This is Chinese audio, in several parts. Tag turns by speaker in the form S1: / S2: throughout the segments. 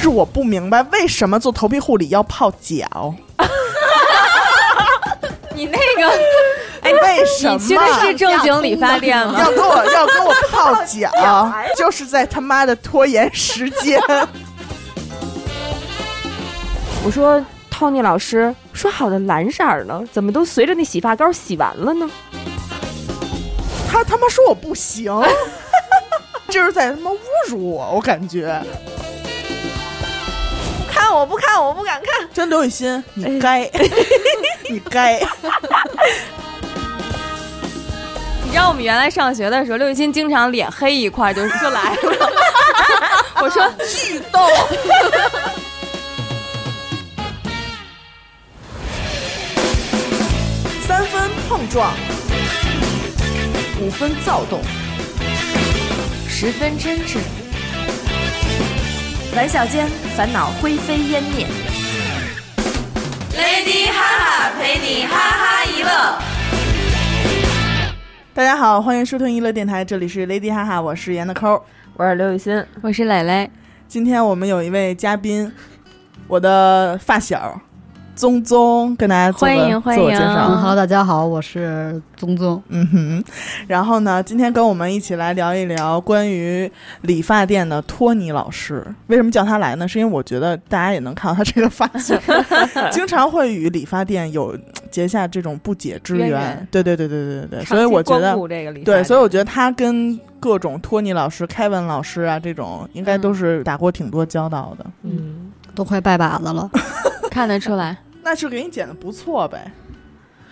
S1: 是我不明白为什么做头皮护理要泡脚，
S2: 你那个，哎，
S1: 为什么
S2: 你去的是正经理发店吗
S1: 要？给 我要给我泡脚， 就是在他妈的拖延时 间。
S3: 我说 Tony 老师，说好的蓝色儿呢，怎么都随着那洗发膏洗完了呢？
S1: 他他妈说我不行， 这是在他妈侮辱我，我感觉。
S4: 不看我不看我不敢看，哎
S1: 真刘雨欣，你该， 你该。
S2: 你知道我们原来上学的时候，刘雨欣经常脸黑一块儿就就来了。我说
S1: 巨逗。三分碰撞，五分躁动，
S4: 十分真挚，玩笑间烦恼灰飞烟灭。Lady 哈哈陪你哈哈一乐，
S1: 大家好，欢迎收听娱乐电台，这里是 Lady 哈哈，我是严的抠。
S3: 我是刘雨欣，
S2: 我是蕾蕾，
S1: 今天我们有一位嘉宾，我的发小宗宗，跟大家做个
S2: 欢迎欢迎
S1: 自我介绍
S5: 嗯，。好，大家好，我是宗宗。
S1: 嗯哼，然后呢，今天跟我们一起来聊一聊关于理发店的托尼老师。为什么叫他来呢？是因为我觉得大家也能看到他这个发 型，经常会与理发店有呃结下这种不解之
S2: 渊
S1: 缘。
S2: 源
S1: 对对对对对对对，所
S2: 长
S1: 以
S2: 期
S1: 我觉
S2: 光
S1: 得
S2: 顾这个理发
S1: 对，
S2: 店
S1: 所以我觉得他跟各种托尼老师、凯文老师啊这种，应该都是打过挺多交道的。
S2: 嗯，
S5: 都快拜把子了，
S2: 看得出来。
S1: 那是给你剪的不错呗。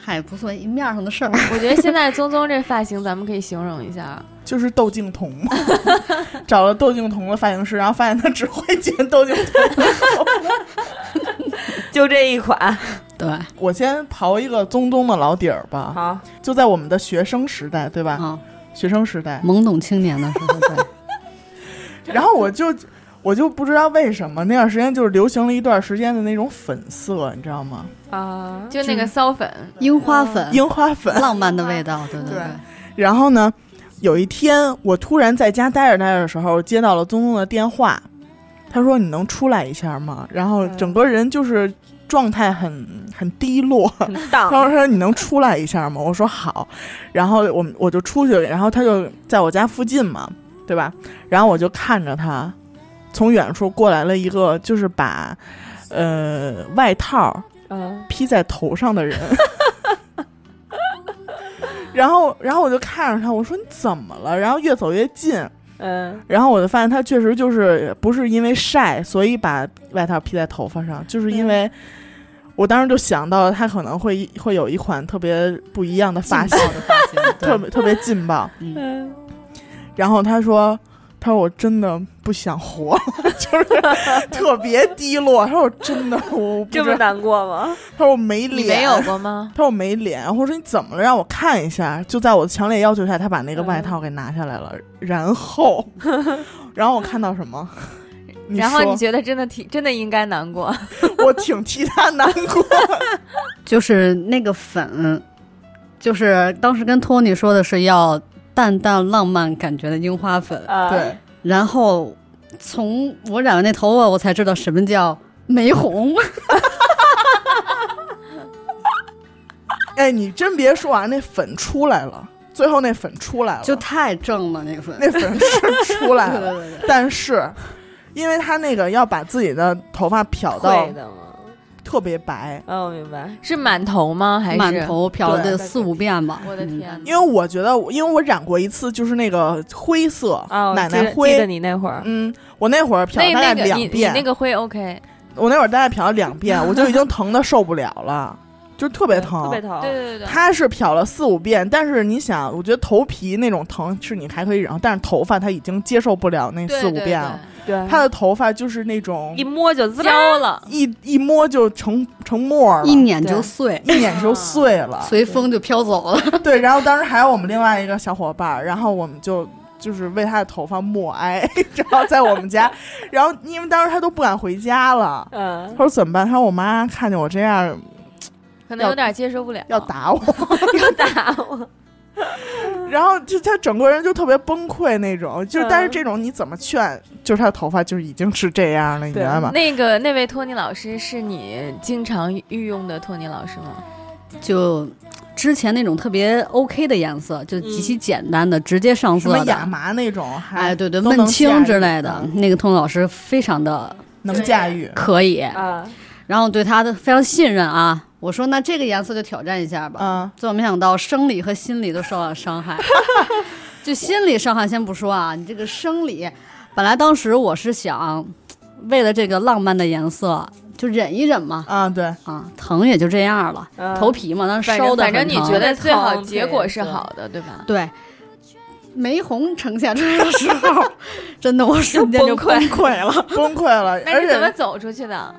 S5: 嗨，不算一面上的事儿。
S2: 我觉得现在宗宗这发型，咱们可以形容一下，
S1: 就是窦靖童嘛， 找了窦靖童的发型师，然后发现他只会剪窦靖童。
S3: 就这一款，
S5: 对，
S1: 我先刨一个宗宗的老底儿吧，
S3: 好，
S1: 就在我们的学生时代，对吧？
S5: 啊，
S1: 学生时代，
S5: 懵懂青年的时候，对，
S1: 然后我就我就不知道为什么那段时间就是流行了一段时间的那种粉色，你知道吗？
S3: 啊，
S2: 就那个骚粉，
S5: 樱花粉，
S1: 樱花粉。
S5: 浪漫的味道，对对
S1: 对然后呢，有一天我突然在家待着待着的时候，接到了宗宗的电话，他说：“你能出来一下吗？”然后整个人就是状态很很低落。
S3: 很荡
S1: 他说：“你能出来一下吗？”我说：“好。”然后我们我就出去，然后他就在我家附近嘛，对吧？然后我就看着他从远处过来了一个，就是把呃外套
S2: 嗯，
S1: 披在头上的人。然后，然后我就看着他，我说你怎么了？然后越走越近，
S3: 呃
S2: 嗯，
S1: 然后我就发现他确实就是不是因为晒，所以把外套披在头发上，就是因为我当时就想到了他可能会会有一款特别不一样的发型，
S5: 的发型，
S1: 特别特别劲爆。
S5: 嗯，
S3: 呃
S1: 然后他说：“他说我真的不想活了， 就是特别低落。他说我真的我不知
S3: 这么难过吗？
S1: 他说我没
S2: 你
S1: 脸，
S2: 没有过吗？
S1: 他说我没脸，我说你怎么了？让我看一下。就在我的强烈要求下，他把那个外套给拿下来了。
S2: 嗯
S1: 然 后，然后我看到什么？你
S2: 然后
S1: 说
S2: 你觉得真的挺真的应该难过，
S1: 我挺替他难过。
S5: 就是那个粉，就是当时跟托尼说的是要淡淡浪漫感觉的樱花粉，
S3: 啊，
S1: 对，
S5: 然后从我染完那头发，我才知道什么叫玫 红。
S1: 哎，你真别说啊，那粉出来了，最后那粉出来了，
S5: 就太正了，那个粉。
S1: 那粉是出来
S5: 对
S1: 了，
S5: 对对，
S1: 但是。因为他那个要把自己的头发漂到
S3: 啊的吗？
S1: 特别白，
S3: 哦，我明白，
S2: 是满头吗？还
S5: 对
S2: 是
S5: 满？头漂
S1: 对
S5: 了四五遍吧。
S2: 我的
S5: 嗯
S2: 天，
S1: 因为我觉得，因为我染过一次，就是那个灰色、
S3: 哦，
S1: 奶
S3: 记
S1: 奶
S3: 得记得
S1: 灰，
S3: 你那会儿，
S1: 嗯，我那会儿漂
S2: 那
S1: 大概
S2: 那个
S1: 两
S2: 你你
S1: 遍，
S2: 那个会 OK，
S1: 我那会儿大概漂了两遍，我就已经疼的受不了了，就特别疼。
S3: 特别疼，
S2: 对对对对，
S1: 他是漂了四五遍，但是你想，我觉得头皮那种疼是你还可以忍受，但是头发他已经接受不了那
S2: 对
S1: 四五
S2: 对
S1: 遍
S2: 对
S1: 了。
S3: 对
S1: 他的头发就是那种
S3: 一摸就滋啦
S2: 焦了，
S1: 一一摸就成成沫儿了，啊
S5: 一碾
S3: 对
S5: 就碎，
S1: 一捻就碎 了。
S5: 随风就飘走了。
S1: 对，然后当时还有我们另外一个小伙伴儿，然后我们就就是为他的头发默哀， 然后在我们家，然后因为当时他都不敢回家了，
S3: 嗯
S1: 他，说怎么办？他说我妈看见我这样
S2: 可能有点接受不了，
S1: 哦 要打我。
S3: 又打我，
S1: 然后就他整个人就特别崩溃那种，就
S2: 嗯
S1: 但是这种你怎么劝，就是他的头发就已经是这样了，你明白吗？
S2: 那个那位托尼老师是你经常御用的托尼老师吗？
S5: 就之前那种特别 OK 的颜色，就极其简单的、直接上
S1: 嗯什
S5: 色
S1: 么亚
S5: 的。
S1: 麻那嗯种，还
S5: 哎，对对，
S1: 都能
S5: 闷青
S1: 驾
S5: 之
S1: 驭
S5: 类的，那个通老师非常的
S1: 能驾驭。
S5: 可以，
S3: 啊，
S5: 然后对他的非常信任啊。我说那这个颜色就挑战一下吧，
S1: 嗯，
S5: 结果没想到生理和心理都受到 伤害。就心理伤害先不说啊，你这个生理，本来当时我是想，为了这个浪漫的颜色就忍一忍嘛，
S1: 啊，对，
S5: 啊，疼也就这样了，
S3: 嗯
S5: 头皮嘛，当时
S2: 呃反
S5: 烧
S2: 正
S5: 的
S2: 反正你觉得最好结果是
S3: 对
S2: 好的，对吧？
S5: 对。玫红呈现出来的时候，真的我瞬间就
S3: 崩溃
S1: 溃了，崩溃 了，
S2: 那
S1: 而
S2: 你怎么
S1: 且
S2: 走出去的？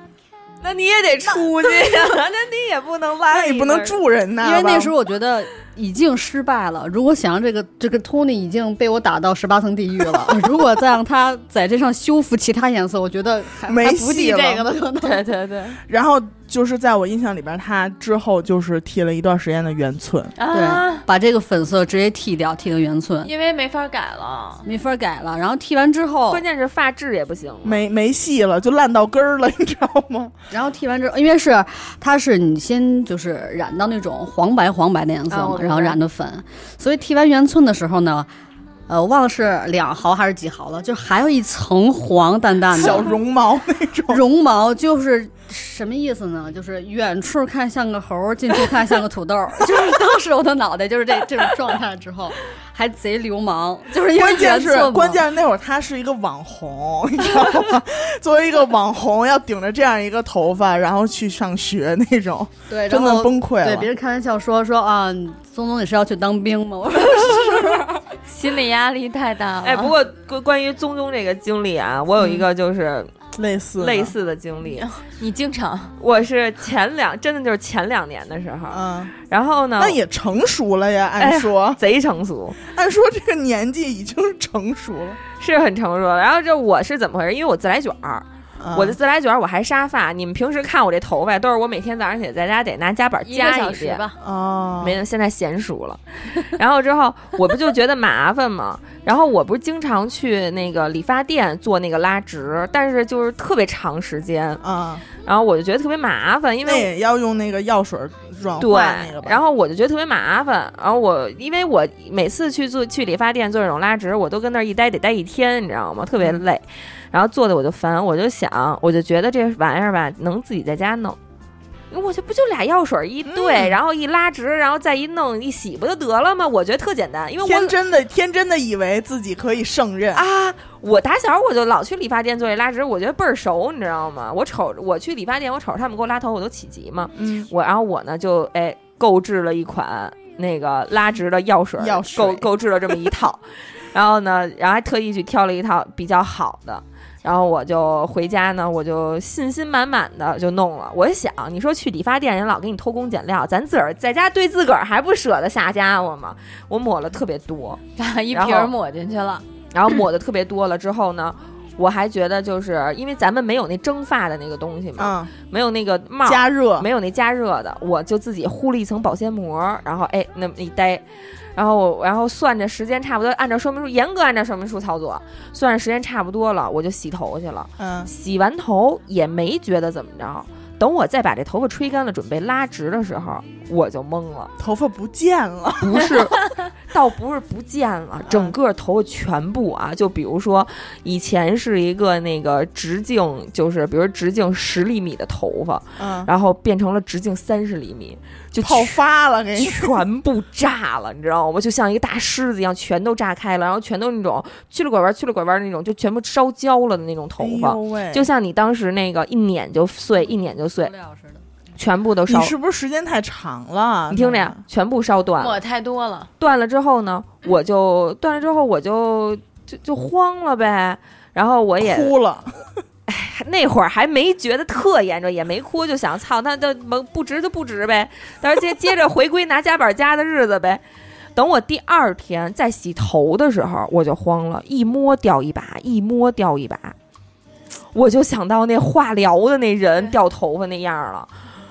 S3: 那你也得出去呀， 那你也不能拉
S1: 那你不能住人呐，
S5: 因为那时
S1: 候
S5: 候我觉得已经失败了。如果想让这个这个托尼已经被我打到十八层地狱了， 如果再让他在这上修复其他颜色，我觉得还
S1: 没
S5: 还不
S1: 戏
S5: 敌
S1: 了
S5: 这个的可能。
S3: 对对对，
S1: 然后就是在我印象里边，他之后就是剃了一段时间的圆寸，
S5: 对，
S2: 啊，
S5: 把这个粉色直接剃掉，剃个圆寸，
S2: 因为没法改了。
S5: 没法改了。然后剃完之后
S3: 关，键是发质也不行了，
S1: 没没戏了，就烂到根儿了，你知道吗？
S5: 然后剃完之后，因为是它是你先就是染到那种黄白黄白的颜色
S3: 啊我明
S5: 嘛，
S3: 白
S5: 然后染的粉，所以剃完圆寸的时候呢。呃，我忘了是两毫还是几毫了，就还有一层黄淡淡的
S1: 小绒毛那种，
S5: 绒毛就是什么意思呢？就是远处看像个猴儿，近处看像个 土豆儿。就是当时我的脑袋就是这这种状态之后，还贼流氓，就是因为
S1: 关键
S5: 原
S1: 是
S5: 色嘛
S1: 关键是那会儿他是一个网红，你知道吗？ 作为一个网红，要顶着这样一个头发，然后去上学那种，
S5: 对，
S1: 真
S5: 然
S1: 的
S5: 后
S1: 崩溃
S5: 对，
S1: 了
S5: 别。人开玩笑说说啊，宗宗你是要去当兵吗？我说
S2: 心理压力太大了。
S3: 哎，
S1: 啊
S3: 不过关关于宗宗这个经历啊，我有一个就是
S1: 类似嗯的
S3: 类，似的经历。
S2: 你经常
S3: 我是前两，真的就是前两年的时候，
S1: 嗯，
S3: 然后呢
S1: 那，也成熟了呀。
S3: 哎
S1: 按
S3: 呀
S1: 说，
S3: 贼成熟，
S1: 按说这个年纪已经是成熟了。
S3: 是很成熟的。然后这我是怎么回事？因为我自来卷儿，
S1: 嗯
S3: 我的自来卷儿我还沙发。你们平时看我这头发，都是我每天早上起来在家得拿夹板
S2: 一个
S3: 夹
S2: 小
S3: 一
S2: 时
S3: 遍。
S2: 吧，
S1: 哦，
S3: 没有，现在娴熟了。然后之后我不就觉得麻烦嘛，然后我不是经常去那个理发店做那个拉直，但是就是特别长时间，
S1: 啊，
S3: 然后我就觉得特别麻烦，因
S1: 那
S3: 为
S1: 也要用那个药水软
S3: 对
S1: 化那个，吧。
S3: 然后我就觉得特别麻烦。然后我因为我每次去做去理发店做这种拉直，我都跟那儿一待得待一天，你知道吗？特别累。
S1: 嗯
S3: 然后做的我就烦，我就想，我就觉得这玩意儿吧，能自己在家弄。我这不就俩药水一
S1: 嗯
S3: 兑，然后一拉直，然后再一弄一洗，不就得了吗？我觉得特简单，因为
S1: 天
S3: 我
S1: 真的天真的以为自己可以胜任，
S3: 啊，我打小我就老去理发店做这拉直，我觉得倍儿熟，你知道吗？我瞅我去理发店，我瞅着他们给我拉头，我都起急嘛。
S1: 嗯，
S3: 我然后我呢就哎购置了一款那个拉直的药水儿，
S1: 药水
S3: 购购置了这么一 套，然后呢，然后还特意去挑了一套比较好的。然后我就回家呢，我就信心满满的就弄了。我想，你说去理发店人老给你偷工减料，咱自个儿在家对自个儿还不舍得下家伙吗？我抹了特别多，
S2: 把 一
S3: 然后
S2: 瓶儿抹进去了。
S3: 然后抹的特别多了之后呢，我还觉得就是因为咱们没有那蒸发的那个东西嘛，
S1: 嗯，
S3: 没有那个帽儿，
S1: 加热，
S3: 啊没有那加热的，我就自己糊了一层保鲜膜，然后哎那么一待，然后我然后算着时间差不多，按照说明书严格按照说明书操作，算着时间差不多了，我就洗头去了。
S1: 嗯，
S3: 洗完头也没觉得怎么着，等我再把这头发吹干了，准备拉直的时候，我就懵了，
S1: 头发不见了，
S3: 不 是，倒不是不见
S1: 嗯
S3: 了，整个头发全部啊，就比如说以前是一个那个直径就是比如直径十厘米的头发，
S1: 嗯，
S3: 然后变成了直径三十厘米，就
S1: 泡
S3: 全
S1: 发了，给你
S3: 全部炸了，你知道吗？就像一个大狮子一样，全都炸开了，然后全都那种去了拐弯、去了拐弯那种，就全部烧焦了的那种头
S1: 哎
S3: 发
S1: 呦，喂
S3: 就像你当时那个一碾就碎，一碾就 碎，全部都烧
S1: 你。是不是时间太长了？
S3: 你听着呀，全部烧断了。
S2: 抹太多了，
S3: 断了之后呢，我就断了之后我就就就慌了呗。然后我也
S1: 哭了，
S3: 那会儿还没觉得特严重，也没哭，就想操，那就不不值就不值呗。但是接接着回归拿夹板夹的日子呗。等我第二天再洗头的时候，我就慌了，一摸掉一把，一摸掉一把，我就想到那化疗的那人掉头发那样了。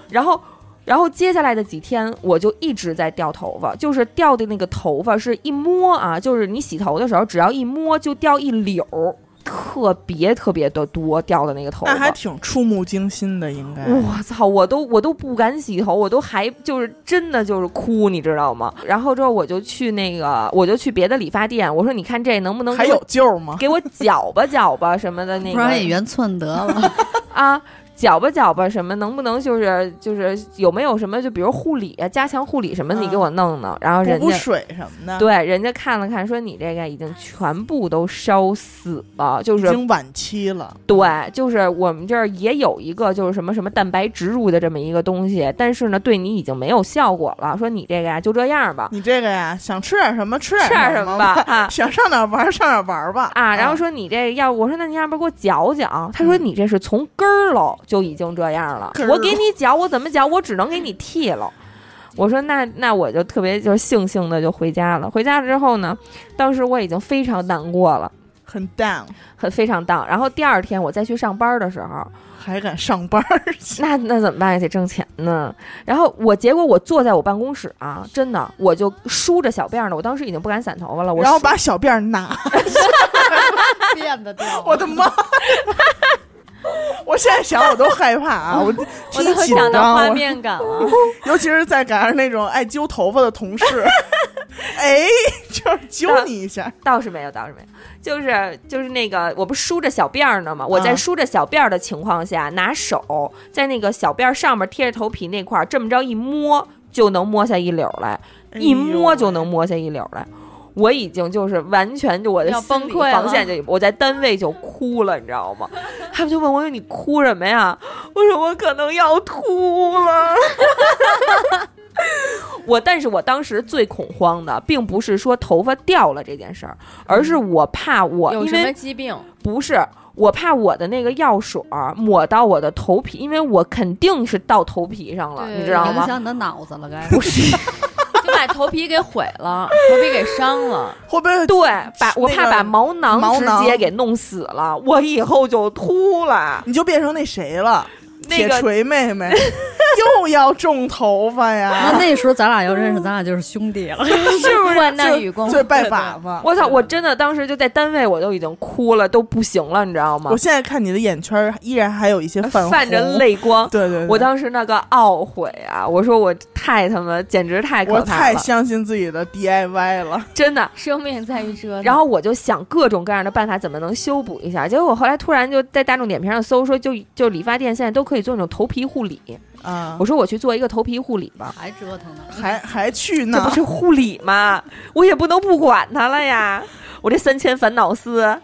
S3: 然后然后接下来的几天，我就一直在掉头发，就是掉的那个头发是一摸啊，就是你洗头的时候，只要一摸就掉一绺儿，特别特别的多掉的那个头
S1: 那还
S3: 发。
S1: 挺触目惊心的，应该。
S3: 我操！我都我都不敢洗头，我都还就是真的就是哭，你知道吗？然后之后我就去那个，我就去别的理发店，我说你看这能不能
S1: 还
S3: 给我
S1: 有救吗？
S3: 给我搅吧搅吧什么的那
S5: 不然也
S3: 个
S5: 圆寸 得了。
S3: 啊，搅吧搅吧什么，能不能就是就是有没有什么就比如护理啊，加强护理什么，
S1: 嗯
S3: 你给我弄弄。然后
S1: 补
S3: 人
S1: 补
S3: 家
S1: 水什么的，，
S3: 对人家看了看，说你这个已经全部都烧死了，就
S1: 已
S3: 是
S1: 经晚期了。
S3: 对，就是我们这儿也有一个就是什么什么蛋白植入的这么一个东西，但是呢，对你已经没有效果了。说你这个呀、就这样吧，
S1: 你这个呀，想吃点什么吃
S3: 吃点
S1: 什
S3: 什么吧 啊。
S1: 想上哪儿玩儿上哪儿玩儿吧
S3: 啊，然后说你这要，我说那你要不给我搅搅？他说你这是从根儿喽就已经这样嗯了
S1: 根，儿
S3: 我给你搅，我怎么搅？我只能给你剃了。我说那那我就特别就是悻悻的就回家了。回家了之后呢，当时我已经非常难过了，
S1: 很 down，
S3: 很非常荡。然后第二天我再去上班的时候，
S1: 还敢上班儿去？
S3: 那那怎么办呀？得挣钱呢。然后我结果我坐在我办公室啊，真的我就梳着小辫儿呢，我当时已经不敢散头发了，我
S1: 然后
S3: 梳
S1: 把小辫儿 拿，
S5: 变得掉
S1: 我的妈呀！我现在想我都害怕啊！ 我
S2: 我
S1: 替你
S2: 都
S1: 紧
S2: 想到
S1: 张，
S2: 画
S1: 我
S2: 面感了。
S1: 尤其是在赶上那种爱揪头发的同事，哎，就是揪你一下，
S3: 倒是没有，倒是没有，就是就是那个，我不梳着小辫儿呢吗？我
S1: 嗯
S3: 在梳着小辫儿的情况下，拿手在那个小辫儿上面贴着头皮那块儿，这么着一摸就能摸下一绺儿来，哎
S2: 哎
S3: 一摸就能摸下一绺儿来。我已经就是完全就我的
S2: 要
S3: 心
S2: 崩
S3: 理
S2: 溃了
S3: 防线就我在单位就哭了，你知道吗？他们就问我哎你哭什么呀？我说我可能要吐了。 我，但是我当时最恐慌的，并不是说头发掉了这件事儿，而是我怕我，
S2: 嗯有
S3: 因
S2: 什么
S3: 为
S2: 疾病？
S3: 不是我怕我的那个药水儿抹到我的头皮，因为我肯定是到头皮上了，
S2: 对
S3: 你知道
S5: 影
S3: 吗？
S5: 响你的脑子 了，该
S3: 不是，
S2: 就把头皮给毁了，头皮给 伤了。
S1: 会不会
S3: 对，把我
S1: 那
S3: 怕
S1: 个
S3: 把毛囊
S1: 毛
S3: 直
S1: 囊
S3: 接给弄死了，我以后就秃了。
S1: 你就变成那谁了？
S3: 那
S1: 铁
S3: 个
S1: 锤妹 妹又要种头发
S5: 那
S1: 呀，
S5: 那时候咱俩要认识，咱俩就是兄弟 了。
S2: 是不是患难与共？
S1: 就是拜把子。
S3: 我操！我真的当时就在单位，我都已经哭了，都不行了，你知道吗
S1: 我？现在看你的眼圈儿依然还有一些泛
S3: 呃泛着
S1: 红，
S3: 泪光。
S1: 对对，对
S3: 我当时那个懊悔啊，我说我太他妈，简直太可
S1: 我
S3: 怕
S1: 太
S3: 了，
S1: 相信自己的 DIY 了，
S3: 真的。
S2: 生命在于折腾。
S3: 然后我就想各种各样的办法，怎么能修补一下？结果我后来突然就在大众点评上搜说就，就理发店现在都可以做那种头皮护理。
S1: 啊
S3: 我，说我去做一个头皮护理吧，
S5: 还折腾呢，
S1: 还还去
S3: 这
S1: 呢
S3: 不，是护理吗？我也不能不管它了呀。我这三千烦恼丝，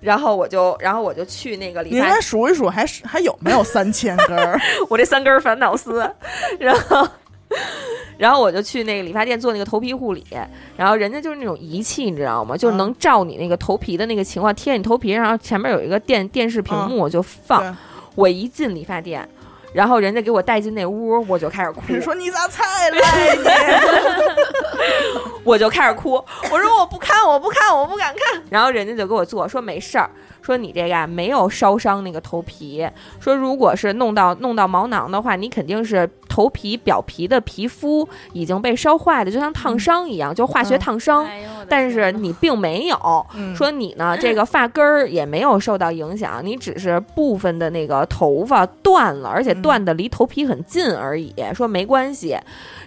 S3: 然后我就，然后我就去那个
S1: 你
S3: 理
S1: 应
S3: 发
S1: 该数一数还是还有没有三千根 儿？
S3: 我这三根烦恼丝，然后。然后我就去那个理发店做那个头皮护理，然后人家就是那种仪器，你知道吗？
S1: 嗯
S3: 就是能照你那个头皮的那个情况贴你头皮上，然后前面有一个电电视屏幕就放。
S1: 嗯对
S3: 我一进理发店，然后人家给我带进那屋，我就开始哭，
S1: 你说你咋才 来呢？
S3: 我就开始哭，我说我不看，我不看，我不敢看。然后人家就给我做，说没事儿，说你这个呀没有烧伤那个头皮，说如果是弄到弄到毛囊的话，你肯定是头皮表皮的皮肤已经被烧坏了，就像烫伤一样，就化学烫伤。
S2: 哎呦我的
S3: 但是
S2: 天呐
S3: 你并没有。
S1: 嗯
S3: 说你呢，这个发根儿也没有受到影响，你只是部分的那个头发断了，而且
S1: 嗯
S3: 断的离头皮很近而已。说没关系，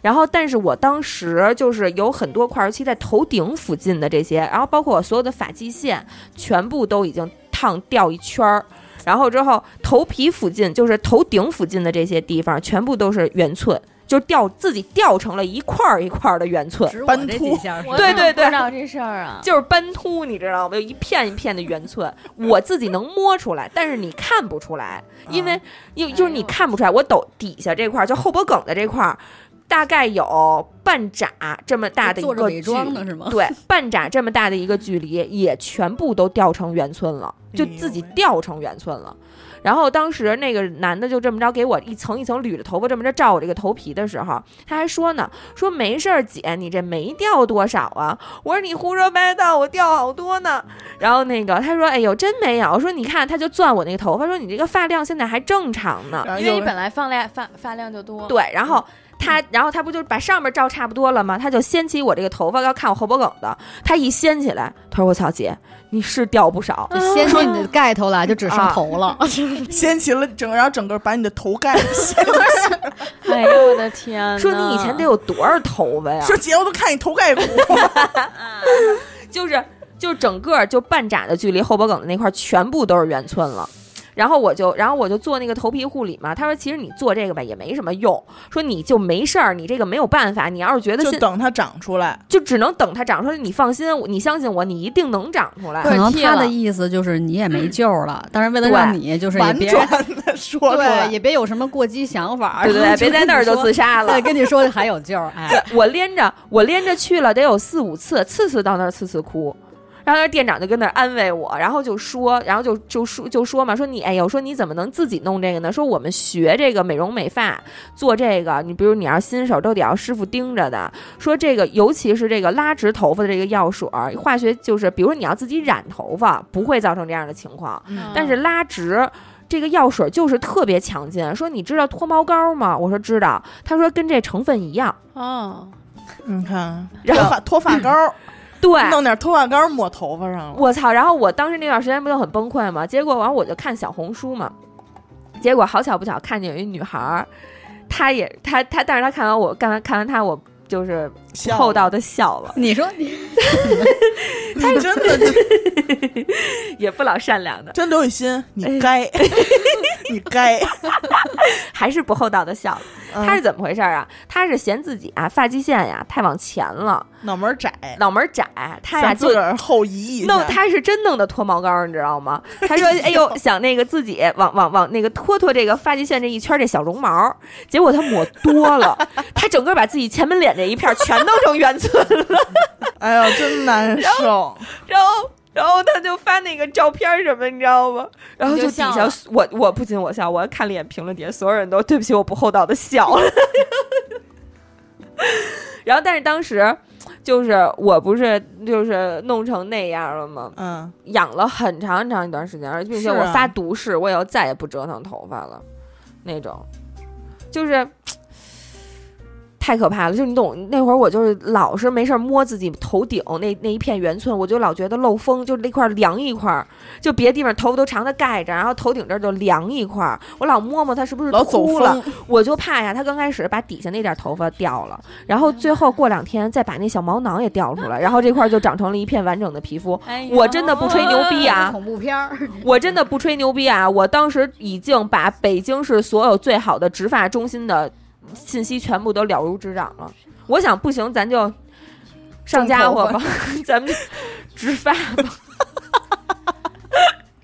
S3: 然后但是我当时就是有很多块，尤其在头顶附近的这些，然后包括我所有的发际线，全部都已经烫掉一圈儿。然后之后，头皮附近就是头顶附近的这些地方，全部都是圆寸，就掉自己掉成了一块儿一块儿的圆寸。
S5: 只
S1: 我斑这秃几
S5: 下
S2: 我
S3: 对
S2: 怎么
S3: 对对
S2: 不知道这事儿啊。
S3: 就是斑秃，你知道吗？有一片一片的圆寸，我自己能摸出来，但是你看
S5: 啊哎
S3: 不出来，因为因为就是你看不出来，我抖底下这块儿，就后脖梗的这块儿。大概有半拃这么大的一
S5: 做着
S3: 个
S5: 伪
S3: 距
S5: 装
S3: 离
S5: 的，是吗？
S3: 对，半拃这么大的一个距离，也全部都掉成圆村了，就
S1: 哎呦
S3: 自己
S1: 喂
S3: 掉成圆村了。然后当时那个男的就这么着给我一层一层捋着头发，这么着照我这个头皮的时候，他还说呢，说没事儿姐，你这没掉多少啊？我说你胡说八道，我掉好多呢。然后那个他说，哎呦真没有。我说你看，他就攥我那个头发，说你这个发量现在还正常呢。
S1: 然后
S2: 因为你
S1: 又
S2: 本来放量发发量就多，
S3: 对，然后他，然后他不就是把上面照差不多了吗？他就掀起我这个头发，要看我后脖梗的。他一掀起来，他说：“我操姐，你是掉不少。
S5: 就掀起你
S3: 啊
S5: 的盖头来，就只剩头了。
S1: 掀起了整，然后整个把你的头盖 掀起。
S2: 哎呦我的天呐，
S3: 说你以前得有多少头发 呀？
S1: 说姐，我都看你头 盖骨。
S3: 啊就是就是整个就半拃的距离，后脖梗的那块儿全部都是圆寸了。然后我就，然后我就做那个头皮护理嘛。他说，其实你做这个吧也没什么用，说你就没事儿，你这个没有办法。你要是觉得
S1: 就
S3: 现
S1: 等它长出来，
S3: 就只能等它长出来。你放心，你相信我，你一定能长出来。
S5: 可能
S2: 对剃
S5: 他
S2: 了
S5: 的意思就是你也没救了，但是为了
S3: 嗯对
S5: 让你就是也
S1: 婉
S5: 别
S1: 转的 说出
S5: 对，
S1: 来。
S5: 也别有什么过激想法，
S3: 对对对，
S5: 就
S3: 别在那儿就
S5: 跟
S3: 自
S5: 你说
S3: 杀了
S5: 对，。跟你说还有救， 哎，
S3: 我连着我连着去了得有四五次，次次到那儿次次哭。然后那店长就跟那儿安慰我，然后就说，然后就就说就说嘛，说你哎呦，说你怎么能自己弄这个呢？说我们学这个美容美发做这个，你比如你要新手都得要师傅盯着的。说这个尤其是这个拉直头发的这个药水儿，化学就是，比如你要自己染头发，不会造成这样的情况。
S1: 嗯
S3: 但是拉直这个药水就是特别强劲。说你知道脱毛膏吗？我说知道。他说跟这成分一样。
S2: 哦，
S1: 你看，
S3: 然
S1: 脱
S3: 后
S1: 发脱发膏，
S3: 对，
S1: 弄点脱发膏抹头发上了。
S3: 我操！然后我当时那段时间不就很崩溃吗？结果完我就看小红书嘛，结果好巧不巧看见有一女孩儿，她也她她，但是她看完我看完看完她我。就是
S1: 笑
S3: 厚道的笑 了，
S5: 你说 你
S1: 他真的
S3: 也不老善良的，
S1: 真刘雨欣，
S3: 哎
S1: 你 该，你该。
S3: 还是不厚道的笑了。
S1: 嗯
S3: 她是怎么回事儿啊？她是嫌自己啊发际线呀太往前了，
S1: 嗯脑门儿窄，
S3: 脑门儿窄，她呀
S1: 想
S3: 就
S1: 自个儿后移一
S3: 弄，
S1: 下。
S3: 他是真弄的脱毛膏，你知 道吗？他说：“哎呦，想那个自己往往往那个脱脱这个发际线这一圈这小绒毛，结果他抹多了，他整个把自己前门脸这一片全都成圆寸了。
S1: 哎呦，真难受。
S3: 然后，然后他就发那个照片儿什么，你知道吗？然后
S2: 你就
S3: 底
S2: 笑
S3: 下
S2: 了
S3: 我我不仅我笑，我还看了一眼评论底下所有人都对不起我不厚道的笑了。 然后，但是当时就是我不是就是弄成那样了吗？
S1: 嗯，
S3: 养了很长很长一段时间，而并且
S1: 是啊
S3: 我发毒誓，我以后再也不折腾头发了，那种，就是。太可怕了，就是你懂，那会儿我就是老是没事儿摸自己头顶那那一片圆寸，我就老觉得漏风，就是那块儿凉一块儿，就别地方头发都长的盖着，然后头顶这儿就凉一块儿，我老摸摸它是不是
S1: 老走
S3: 秃了
S1: 风，，
S3: 我就怕呀，它刚开始把底下那点儿头发掉了，然后最后过两天再把那小毛囊也掉出来，然后这块儿就长成了一片完整的皮肤，
S2: 哎呦
S3: 我真的不吹牛逼啊
S5: 恐怖片儿，
S3: 我真的不吹牛逼啊！我当时已经把北京市所有最好的植发中心的信息全部都了如指掌了。我想不行，咱就上家伙吧， 咱们就植发吧。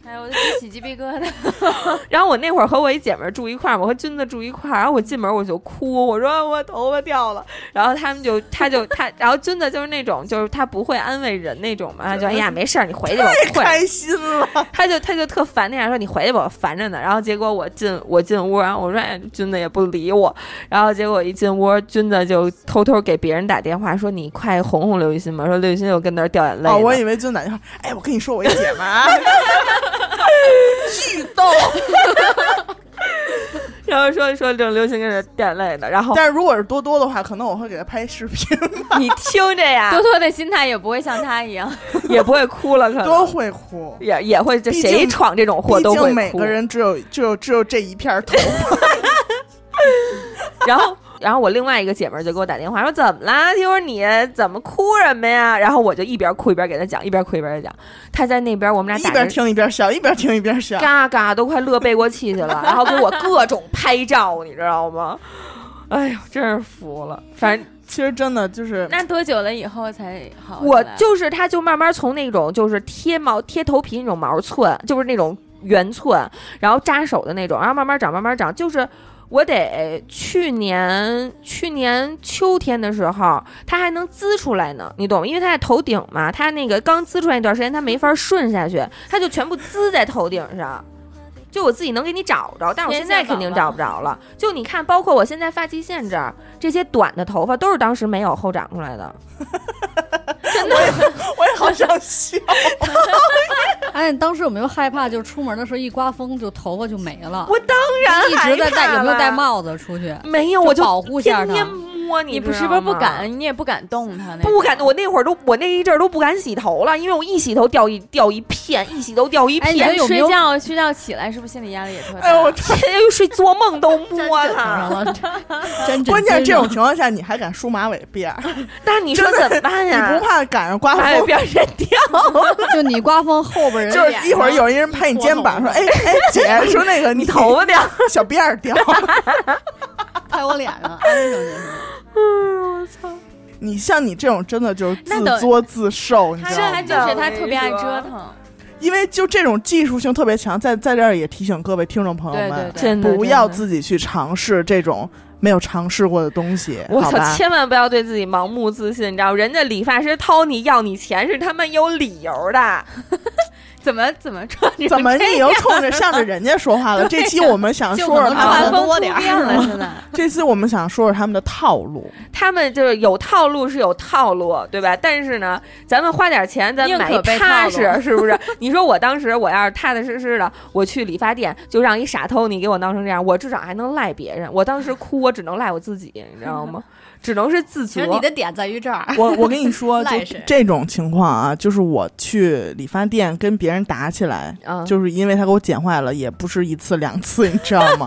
S2: 哎，我就起鸡皮疙瘩。
S3: 然后我那会儿和我一姐们儿住一块儿嘛，我和君子住一块儿，然后我进门我就哭，我说我头发掉了。然后他们就，他就他，然后君子就是那种，就是他不会安慰人那种嘛，他就哎呀没事儿，你回去吧，我不会。
S1: 开心了。
S3: 他就他就特烦那样说你回去吧，我烦着呢。然后结果我进我进屋，然后我说哎，君子也不理我。然后结果一进屋，君子就偷偷给别人打电话说你快哄哄刘雨欣吧。说刘雨欣又跟那儿掉眼泪呢、
S1: 哦，我以为就哪句话，哎，我跟你说，我一姐们儿啊， 巨逗。
S3: 然后说说这刘雨欣跟那儿掉眼泪呢。然后
S1: 但是如果是多多的话，可能我会给他拍视频，
S3: 你听着呀
S2: 多，多的心态也不会像他 一样，
S3: 也不会哭了，可
S1: 多
S3: 能
S1: 会 哭。
S3: 也也会这
S1: 啊毕竟
S3: 谁闯这种祸
S1: 毕
S3: 都会
S1: 竟每
S3: 哭
S1: 个。人只有只有只有这一片头发，
S3: 然后，然后我另外一个姐妹儿就给我打电话说：“怎么啦？听说你怎么哭什么呀？”然后我就一边哭一边给她讲，一边哭一边讲。她在那边，我们俩
S1: 一
S3: 打
S1: 边
S3: 着
S1: 听一边笑，一边听一边笑。
S3: 嘎嘎都快乐背过气去了，然后给我各种拍照，你知道吗？哎呦，真是服了。反正
S1: 其实真的就是
S2: 那多久了以后才好起来？
S3: 我就是，他就慢慢从那种就是贴毛贴头皮那种毛寸，就是那种圆寸，然后扎手的那种，然后慢慢长，慢慢长，就是。我得去年去年秋天的时候，它还能滋出来呢，你懂吗？因为它在头顶嘛，它那个刚滋出来一段时间，它没法顺下去，它就全部滋在头顶上。就我自己能给你找着，但我现在肯定找不着了。就你看，包括我现在发际线这儿这些短的头发，都是当时没有后长出来的。真的，
S1: 我也好想笑。
S5: 哎，你当时有没有害怕？就是出门的时候一刮风就头发就没了。
S3: 我当然
S5: 一直在
S3: 害
S5: 戴，
S3: 怕
S5: 有没有戴
S3: 了
S5: 帽子出去？
S3: 没有，我就
S5: 保护下
S3: 天
S5: 它
S3: 天。摸你，
S2: 你不是
S3: 知道
S2: 不是不
S3: 吗？
S2: 敢，哎你也不敢动它那种，
S3: 不敢，我那会儿都，我那一阵儿都不敢洗头了，因为我一洗头掉一掉一片，一洗头掉一
S5: 哎你
S3: 片，
S5: 这有没
S2: 睡
S5: 有
S2: 觉睡觉起来是不是心理压力也特大？
S1: 哎呦，我
S3: 又睡做梦都摸它。
S5: 了，真
S1: 关键这种情况下你还敢梳马尾辫儿，
S3: 但是你说怎么办
S1: 你
S3: 呀
S1: 不？怕赶上刮
S3: 马尾
S1: 风？
S3: 辫儿人掉，
S5: 就你刮风后边人
S1: 就是
S5: 脸
S1: 一会儿
S5: 上
S1: 有一人拍你肩膀说：“哎哎，姐，说那个你
S3: 头发掉。
S1: 小辫儿掉。
S5: 拍我脸上安上去是吧？”
S1: 你像你这种真的就是
S2: 那
S1: 自
S2: 等
S1: 作自受，你
S2: 他
S1: 知
S2: 这
S1: 道
S2: 他
S1: 吗？
S2: 就是他
S3: 我跟你
S2: 特别爱
S3: 说
S2: 折腾，
S1: 因为就这种技术性特别强，在在这儿也提醒各位听众朋友
S2: 对对
S1: 们，
S2: 对，
S3: 真的
S1: 不要自己去尝试这种没有尝试过的东西，
S3: 我
S1: 好
S3: 操，
S1: 吧？
S3: 千万不要对自己盲目自信，你知道，人家理发师掏你要你钱是他们有理由的。
S2: 怎么怎么穿成
S1: 怎么
S2: 这
S1: 你
S2: 样
S1: 又冲着向着人家说话了？这期我们想说
S5: 就
S1: 说
S5: 可能
S1: 他
S5: 穿
S1: 们
S2: 画
S1: 的，
S2: 风突
S5: 多点儿
S2: 变了？ 现在
S1: 这次我们想说说他们的套路。
S3: 他们就是有套路是有套路，对吧？但是呢，咱们花点钱，咱
S2: 宁可
S3: 买一
S2: 被
S3: 踏
S2: 套
S3: 实，是不 是？你说我当时我要是踏踏实实的，我去理发店就让一傻偷你给我闹成这样，我至少还能赖别人。我当时哭，我只能赖我自己，你知道吗？ 只能是自
S5: 其
S3: 责
S5: 实。你的点在于这 儿，
S1: 我我跟你说，就
S5: 赖谁
S1: 这种情况啊，就是我去理发店跟别人打起来，
S3: 啊，
S1: 就是因为他给我剪坏了，也不是一次两次，你知 道吗？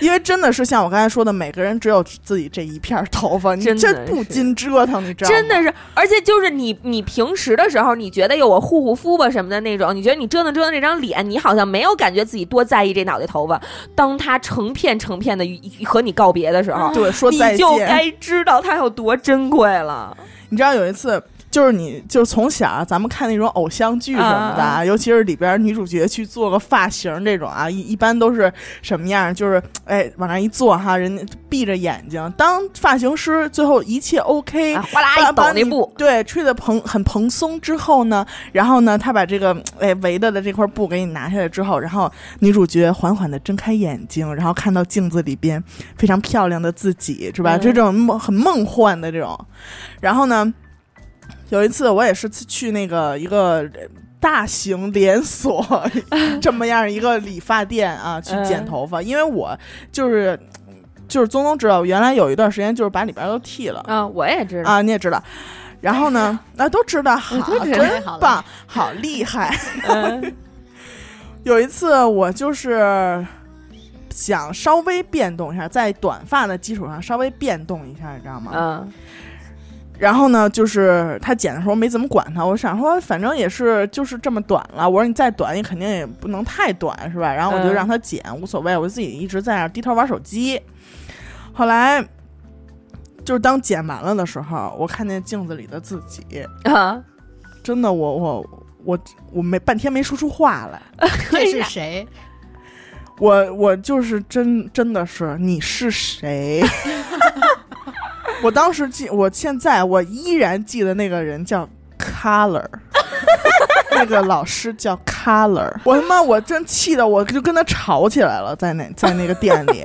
S1: 因为真的是像我刚才说的，每个人只有自己这一片儿头发，你
S3: 真的
S1: 这不
S3: 是
S1: 禁折腾，你知道吗？
S3: 真的是，而且就是你，你平时的时候，你觉得有我护护肤吧什么的那种，你觉得你折腾折腾这张脸，你好像没有感觉自己多在意这脑袋头发。当它成片成片的和你告别的时候，
S1: 对，说再
S3: 你就
S1: 见。
S3: 该知道它有多珍贵了。
S1: 你知道有一次，就是你就是从小咱们看那种偶像剧什么的，
S3: 啊
S1: 尤其是里边女主角去做个发型这种啊，一一般都是什么样？就是哎往那一坐哈，人家闭着眼睛，当发型师最后一切 OK，、
S3: 啊哗啦
S1: 哎把
S3: 一
S1: 把
S3: 抖
S1: 你
S3: 那布，
S1: 对，吹得蓬很蓬松之后呢，然后呢，他把这个哎围的的这块布给你拿下来之后，然后女主角缓缓的睁开眼睛，然后看到镜子里边非常漂亮的自己，是吧？
S3: 嗯
S1: 就这种梦很梦幻的这种。然后呢，有一次我也是去那个一个。大型连锁 这么样一个理发店啊，去剪
S3: 嗯
S1: 头发，因为我就是就是宗宗知道，原来有一段时间就是把里边都剃了，
S3: 啊，我也知道。
S1: 啊，你也知道。然后呢，啊，都知道，好，
S5: 哎都知道
S1: 真
S5: 好了
S1: 棒，好厉害。
S3: 嗯
S1: 有一次我就是想稍微变动一下，在短发的基础上稍微变动一下，你知道吗？
S3: 嗯，
S1: 然后呢，就是他剪的时候没怎么管他，我想说反正也是就是这么短了，我说你再短也肯定也不能太短是吧？然后我就
S3: 嗯
S1: 让他剪，无所谓，我自己一直在那儿低头玩手机。后来就是当剪完了的时候，我看见镜子里的自己，
S3: 啊，
S1: 真的我我我我没半天没说出话来，
S5: 这是谁？
S1: 我我就是真真的是你是谁？我当时记，我现在我依然记得那个人叫 Color，那个老师叫 Color。我他妈我真气的，我就跟他吵起来了，在那在那个店 里，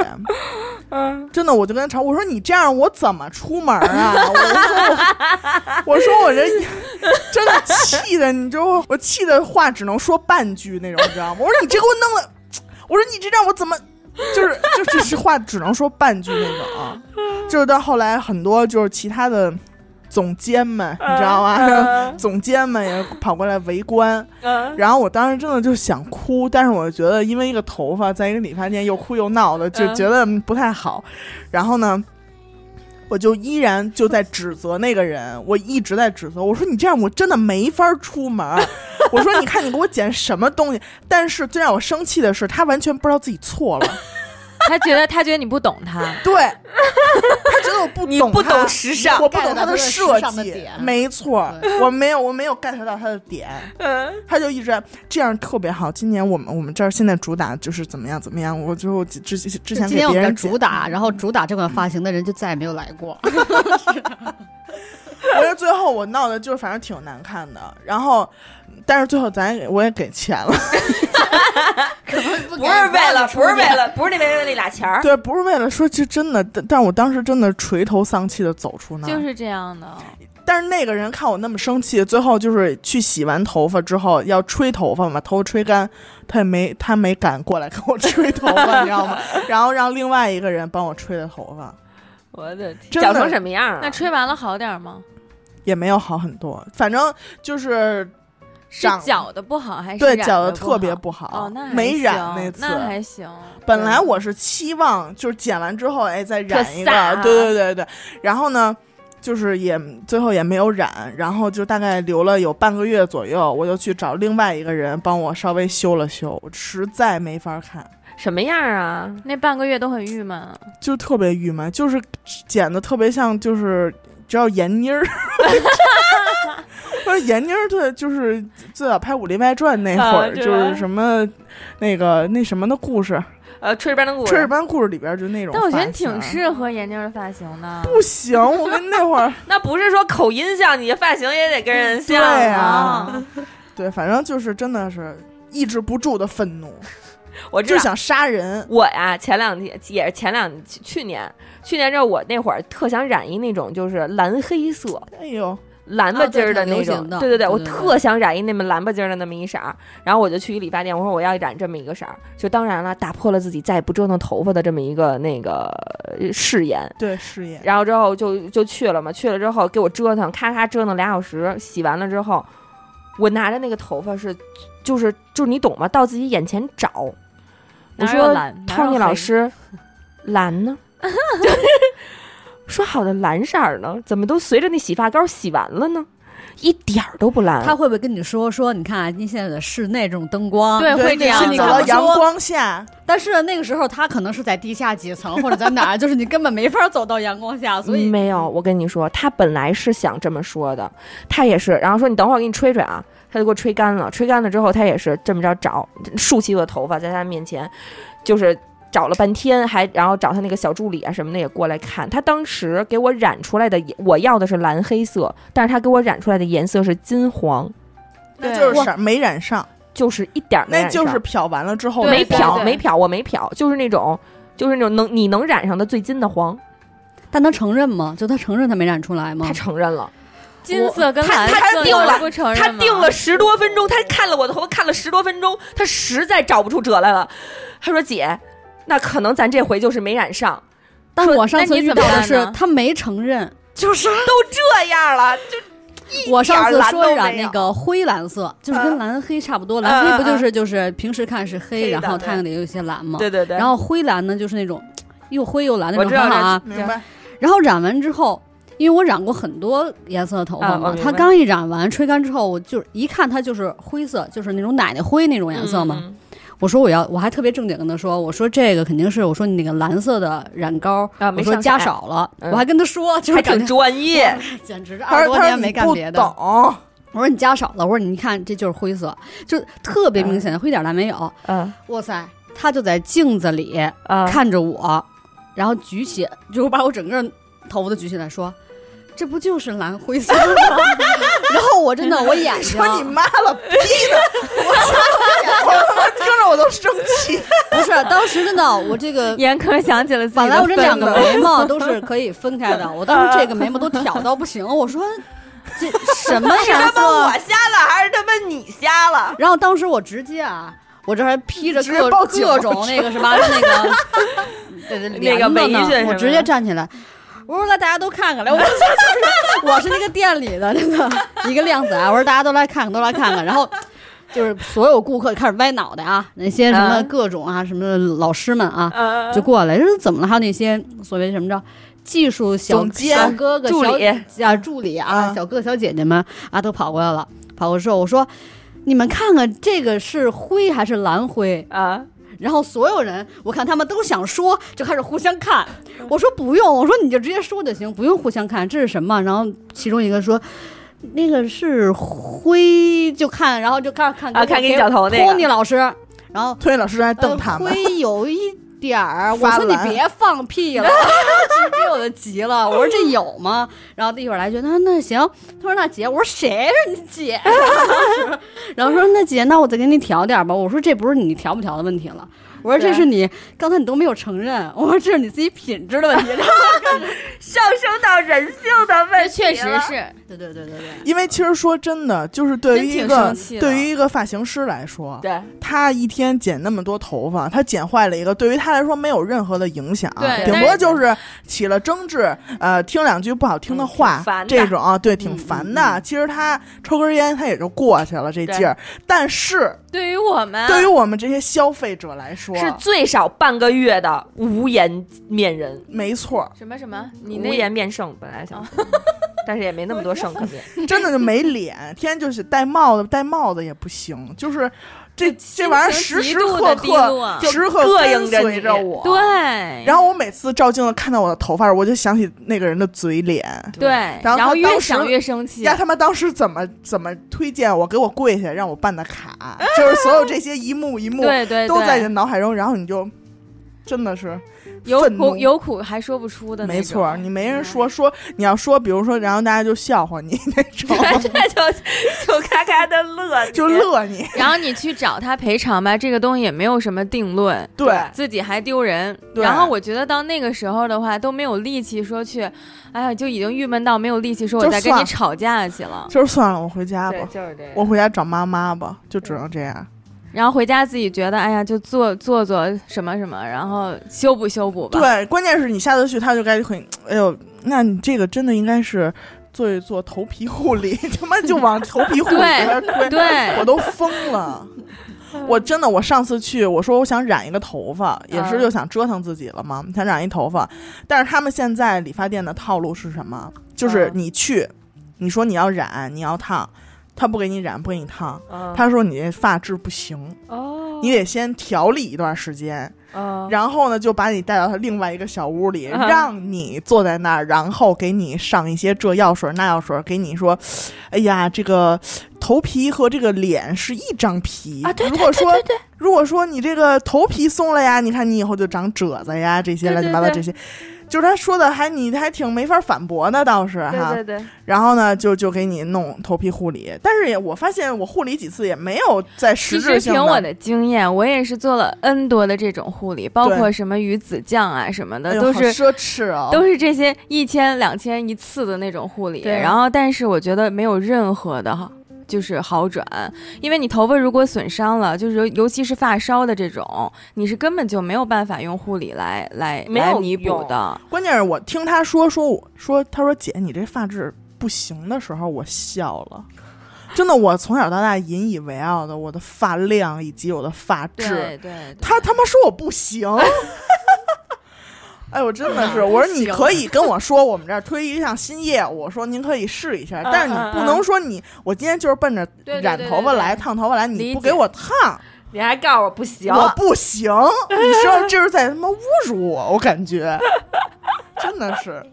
S3: 嗯，
S1: 真的我就跟他吵，我说你这样我怎么出门啊？我说我 我说我这真的气的，你就我气的话只能说半句那种，你知道吗？我说你这给我弄了，我说你这让我怎么，就是就这是话只能说半句那种、啊，就是到后来很多就是其他的总监们， 你知道吗？总监们也跑过来围观，
S3: 嗯，
S1: 然后我当时真的就想哭，但是我觉得因为一个头发在一个理发店又哭又闹的，就
S3: 嗯
S1: 觉得不太好。然后呢，我就依然就在指责那个人，我一直在指责，我说你这样我真的没法出门儿。我说你看你给我剪什么东西？但是最让我生气的是，他完全不知道自己错了。
S2: 他觉得他觉得你不懂他，
S1: 对，他觉得我不懂，
S3: 你不懂时尚
S1: 我不懂
S5: get 到
S1: 的
S5: 他的
S1: 设
S5: 时尚的
S1: 计，
S5: 点
S1: 没错，我没有，我没有 get 到他的 点，
S3: 嗯
S1: 他就一直在这样特别好。今年我们我们这儿现在主打就是怎么样怎么样，我就之之之前
S5: 今
S1: 给
S5: 天我
S1: 别
S5: 们
S1: 人
S5: 的
S1: 解
S5: 主打，然后主打这款发型的人就再也没有来过。
S1: 我觉得最后我闹的就是反正挺难看的，然后但是最后咱也我也给钱了，
S5: 不
S3: 不是为了，不是为了，不是为了那俩钱儿。
S1: 对，不是为了说，就真的，但但我当时真的垂头丧气的走出那儿，
S2: 就是这样的。
S1: 但是啊那个人看我那么生气，最后就是去洗完头发之后要吹头发嘛，把头发吹干，他也没他没敢过来跟我吹头发，你知道 吗？然后让另外一个人帮我吹的头发，
S3: 我的天，
S1: 真
S3: 搅成
S1: 的
S3: 什么样啊？
S2: 那吹完了好点吗？
S1: 也没有好很多，反正就是
S2: 是
S1: 长
S2: 搅的不好还是
S1: 对
S2: 染
S1: 搅
S2: 得
S1: 得特别
S2: 好？
S1: 不好，
S2: 哦，那还
S1: 没染
S2: 行
S1: 那次。
S2: 那还行。
S1: 本
S2: 嗯
S1: 来我是期望就是剪完之后，哎，再染一
S3: 特
S1: 个
S3: 飒啊，
S1: 对对对对。然后呢，就是也最后也没有染，然后就大概留了有半个月左右，我就去找另外一个人帮我稍微修了修，实在没法看，
S3: 什么样啊？
S2: 那半个月都很郁闷，
S1: 就特别郁闷，就是剪的特别像就是只要闫妮儿。 说闫妮儿，对，就是最早拍《武林外传》那会
S3: 啊
S1: 儿，
S3: 知道
S1: 就是什么那个那什么的故事，
S3: 呃，炊事班的故
S1: 《
S3: 事。
S1: 炊事班故事》里边就那种发
S2: 但
S1: 型啊
S2: 我
S1: 儿。
S2: 觉得挺适合闫妮儿的发型的。
S1: 不行，我跟那会儿
S3: 那不是说口音像，你的发型也得跟人
S1: 嗯
S3: 像
S1: 对
S3: 啊。
S1: 啊，对，反正就是真的是抑制不住的愤怒，
S3: 我知
S1: 就
S3: 道。
S1: 想杀人。
S3: 我呀，前两天也是前两去去年，去年这我那会儿特想染一那种就是蓝黑色，
S1: 哎呦，
S3: 蓝吧唧儿
S5: 啊对
S3: 那
S5: 挺流
S3: 种，
S5: 行的
S3: 对对，
S5: 对
S3: 我
S5: 对对
S3: 特想染一那么蓝吧唧儿的那么一色儿，然后我就去一理发店，我说我要染这么一个色儿，就当然了，打破了自己再也不折腾头发的这么一个那个呃誓言，
S1: 对，誓 言
S3: 然后之后就就去了嘛，去了之后给我折腾，咔咔折腾俩小时，洗完了之后，我拿着那个头发是，就是就是你懂吗？到自己眼前找，我
S2: 哪有
S3: 说
S2: 蓝哪有
S3: Tony
S2: 黑
S3: 老师，蓝呢？ 就是说好的蓝色儿呢，怎么都随着那洗发膏洗完了呢？一点儿都不蓝。
S5: 他会不会跟你说说？你看啊，你现在的室内这种灯光，
S2: 对会这样
S1: 就是
S2: 的
S1: 你走到阳光下，
S5: 但是那个时候他可能是在地下几层或者在哪儿，就是你根本没法走到阳光下，所以
S3: 嗯
S5: 嗯
S3: 没有，我跟你说，他本来是想这么说的，他也是，然后说你等会儿我给你吹吹啊，他就给我吹干了，吹干了之后，他也是这么着找，竖起我的头发在他面前，就是找了半天，还然后找他那个小助理啊什么的也过来看，他当时给我染出来的，我要的是蓝黑色，但是他给我染出来的颜色是金黄，
S1: 那
S2: 对
S1: 就是色儿没染上，
S3: 就是一点儿没
S1: 那
S3: 染上，
S1: 就是漂完了之后
S2: 对
S3: 没
S2: 对
S3: 漂
S2: 对
S3: 没漂，我没漂，就是那种就是那种能你能染上的最金的黄，
S5: 但他承认吗？就他承认他没染出来吗
S3: 他？承认了。
S2: 金色跟蓝
S3: 他
S2: 色
S3: 定
S2: 有
S3: 了
S2: 不承
S3: 他
S2: 认吗？
S3: 定了十多分钟，他看了我的头发看了十多分钟，他实在找不出辙来了。他说：“姐，那可能咱这回就是没染上，
S5: 但我上
S2: 那
S5: 次
S2: 你
S5: 遇
S2: 怎
S5: 到
S2: 么
S5: 的
S2: 办
S5: 是
S2: 呢
S5: 他没承认，
S3: 就是
S2: 啊
S3: 都这样了，就
S5: 我上次
S3: 蓝
S5: 说
S3: 都
S5: 染
S3: 没
S5: 那
S3: 有
S5: 个灰蓝色，就是
S3: 啊
S5: 跟蓝黑差不多，
S3: 啊
S5: 蓝
S3: 啊
S5: 黑不就
S3: 啊
S5: 是就是平时看是
S3: 黑
S5: 黑，
S3: 的
S5: 然后太阳里有一些蓝嘛。
S3: 对对对。
S5: 嗯然后灰蓝呢，就是那种又灰又蓝那
S3: 我
S5: 种，
S3: 知道
S5: 很好啊。
S1: 明白？
S5: 然后染完之后，因为我染过很多颜色的头发
S3: 啊我
S5: 嘛，
S3: 明
S5: 它
S3: 白
S5: 刚一染完吹干之后，我就一看它就是灰色，就是那种奶奶灰那种颜色嘛。
S3: 嗯
S5: 我说我要，我还特别正经地跟他说，我说这个肯定是，我说你那个蓝色的染膏，
S3: 啊，
S5: 我
S3: 没
S5: 说
S3: 上
S5: 加
S3: 色，
S5: 少了，
S3: 嗯
S5: 我还跟他说，就是
S3: 还
S5: 感
S3: 挺
S5: 觉
S3: 专业。
S5: 哦简直是
S1: 他
S5: 二十
S1: 说
S5: 多
S1: 他
S5: 年
S1: 说
S5: 没
S1: 你
S5: 干
S1: 不
S5: 别的。
S1: 懂，
S5: 我说你加少了，我说你看这就是灰色，就特别明显的灰点儿蓝没有。
S3: 嗯
S5: 哇塞，嗯他就在镜子里
S3: 啊，
S5: 看着我，然后举起，就是把我整个头发都举起来说。这不就是蓝灰色吗？ 然后我真的我眼睛，
S1: 说你妈了逼的，我他妈听着我都生气。
S5: 不是当时真的我这个
S2: 严苛想起了自己的
S5: 本来我这
S2: 愤
S5: 两
S2: 怒
S5: 个眉毛都是可以分开的，我当时这个眉毛都挑到不行，我 说这什么
S3: 是他
S5: 颜
S3: 妈我
S5: 色？啊
S3: 瞎了还是他妈你瞎 了？
S5: 然后当时我直接啊，我这还披着
S1: 直接
S5: 各
S1: 报警
S5: 各种那个什么 那个对对
S3: 那个
S5: 帘子呢
S3: 围裙什么
S5: 我
S3: 的
S5: 直接站起来。我说来，大家都看看来，我 我是那个店里的那个一个靓仔啊，我说大家都来看看，都来看看，然后就是所有顾客开始歪脑袋啊，那些什么
S3: 嗯
S5: 各种啊，什么老师们啊，
S3: 嗯，
S5: 就过来，这是怎么了？还有那些所谓什么着技术小
S1: 总监
S5: 小哥哥、
S3: 助
S5: 小
S3: 理
S5: 啊助理啊、
S1: 啊
S5: 小哥哥小姐姐们啊，都跑过来了。跑过来之后，我说：“你们看看这个是灰还是蓝灰
S3: 啊，？”
S5: 然后所有人，我看他们都想说，就开始互相看。我说不用，我说你就直接说就行，不用互相看，这是什么？然后其中一个说。那个是灰，就看，然后就开始看
S3: 啊看给你脚头那个
S5: 托尼老师，然后
S1: 推老师在瞪
S5: 呃
S1: 他们，
S5: 灰有一点儿，呃我
S1: 发
S5: 说你
S1: 蓝
S5: 别放屁了， 直逼我就急了。我说这有吗？然后一会儿来觉得那那行，他说那姐，我说谁是你姐呀？ 然后说那姐，那我再给你调点儿吧。我说这不是你调不调的问题了。我说这是你刚才你都没有承认，我说这是你自己品质的问题。
S3: 上升到人性的问
S2: 这确
S3: 题，
S2: 实。是，
S5: 对对对对对，
S1: 因为其实说真的，就是对于一
S2: 真挺
S1: 个
S2: 生气的
S1: 对于一个发型师来说，
S3: 对，
S1: 他一天剪那么多头发，他剪坏了一个，对于他来说没有任何的影响，啊
S2: 对
S1: 顶
S2: 但
S1: 多
S2: 是
S1: 就是起了争执，呃，听两句不好
S2: 嗯
S1: 听的话
S3: 挺，烦的
S1: 这种啊，对，挺烦的。其实他抽根烟，他也就过去了这劲儿。但是
S2: 对于我们，
S1: 对于我们这些消费者来说，
S3: 是最少半个月的无颜面人，
S1: 没错儿，
S2: 什么什么，你
S3: 无
S2: 那
S3: 颜面圣本来想， 但是也没那么多圣可 面。
S1: 真的就没脸，天天就是戴帽子，戴帽子也不行，就是这这玩意儿时时刻
S2: 心情极度地低落
S1: 刻
S2: 啊
S1: 时刻
S3: 膈
S1: 跟
S3: 应着
S1: 随
S3: 你
S1: 着我。
S2: 对，
S1: 然后我每次照镜子看到我的头发，我就想起那个人的嘴脸。
S2: 对，
S1: 然后
S2: 然
S1: 他
S2: 后越
S1: 当时
S2: 想越生气
S1: 呀，，他妈当时怎么怎么推荐我，给我跪下让我办的卡，就是所有这些一幕一幕
S2: 对对
S1: 都在你
S2: 对
S1: 的，脑海中，然后你就真的是
S2: 有
S1: 愤怒
S2: 苦有苦还说不出的那种，嗯
S1: 没错，你没人说说你要说，比如说，然后大家就笑话你那种，
S3: 这就就咔咔的乐，
S1: 就。乐你，
S2: 然后你去找他赔偿吧，这个东西也没有什么定论，
S1: 对
S2: 自己还丢人。
S1: 对
S2: 然后我觉得到那个时候的话，都没有力气说去，哎呀，就已经郁闷到没有力气说
S1: 就
S2: 我再跟
S1: 算
S2: 你吵架去了。
S1: 就是算了，我回家
S3: 对，
S1: 吧，
S3: 就是这样。
S1: 啊我回家找妈妈吧，就只能这样。
S2: 然后回家自己觉得，哎呀，就做做做什么什么，然后修补修补吧。
S1: 对，关键是你下次去，他就该很，哎呦，那你这个真的应该是做一做头皮护理， 他妈就往头皮护理
S2: 对
S1: 那边推，
S2: 对嗯
S1: 我都疯了。我真的，我上次去，我说我想染一个头发，也是
S2: 嗯
S1: 又想折腾自己了嘛，想染一头发。但是他们现在理发店的套路是什么？就是
S3: 嗯
S1: 你去，你说你要染，你要烫，他不给你染，不给你烫，
S3: 嗯
S1: 他说你这发质不行，
S3: 哦
S1: 你得先调理一段时间，
S3: 哦
S1: 然后呢，就把你带到他另外一个小屋里，
S3: 啊
S1: 让你坐在那儿，然后给你上一些这药水儿那药水儿，给你说，哎呀，这个头皮和这个脸是一张皮。
S3: 啊对
S1: 如果说如果说你这个头皮松了呀，你看你以后就长褶子呀，这些
S3: 对
S1: 乱七八糟
S3: 对
S1: 这些。就是他说的还你还挺没法反驳的，倒是哈。
S3: 对对对，
S1: 然后呢，就就给你弄头皮护理，但是也我发现我护理几次也没有在
S2: 其
S1: 实质
S2: 实
S1: 性
S2: 凭我的经验，我也是做了 N 多的这种护理，包括什么鱼子酱啊什么
S1: 哎
S2: 的，
S1: 呦
S2: 都
S1: 好
S2: 是
S1: 奢侈哦，
S2: 都是这些一千、两千一次的那种护理，
S3: 对
S1: 啊
S2: 然后但是我觉得没有任何的哈。就是好转，因为你头发如果损伤了，就是尤尤其是发梢的这种，你是根本就没有办法用护理来来
S3: 没有
S2: 来弥补的。
S1: 关键是我听他说说我说，他说姐，你这发质不行的时候，我笑了。真的，我从小到大引以为傲的我的发量以及我的发质，
S2: 对，
S1: 他他妈说我不行。 哎，我真 的是，我说你可以跟我说，我们这儿推一项新业务，我说您可以试一下，
S3: 嗯
S1: 但是你不能说你，我今天就是奔着
S2: 对对
S1: 染
S2: 对
S1: 头发
S2: 对
S1: 来、
S2: 对
S1: 烫头发来，
S2: 理
S1: 你不
S2: 解
S1: 给我烫，
S3: 你还告诉我不行，
S1: 我不 行，你说这是在他妈侮辱我，我感觉 真的是。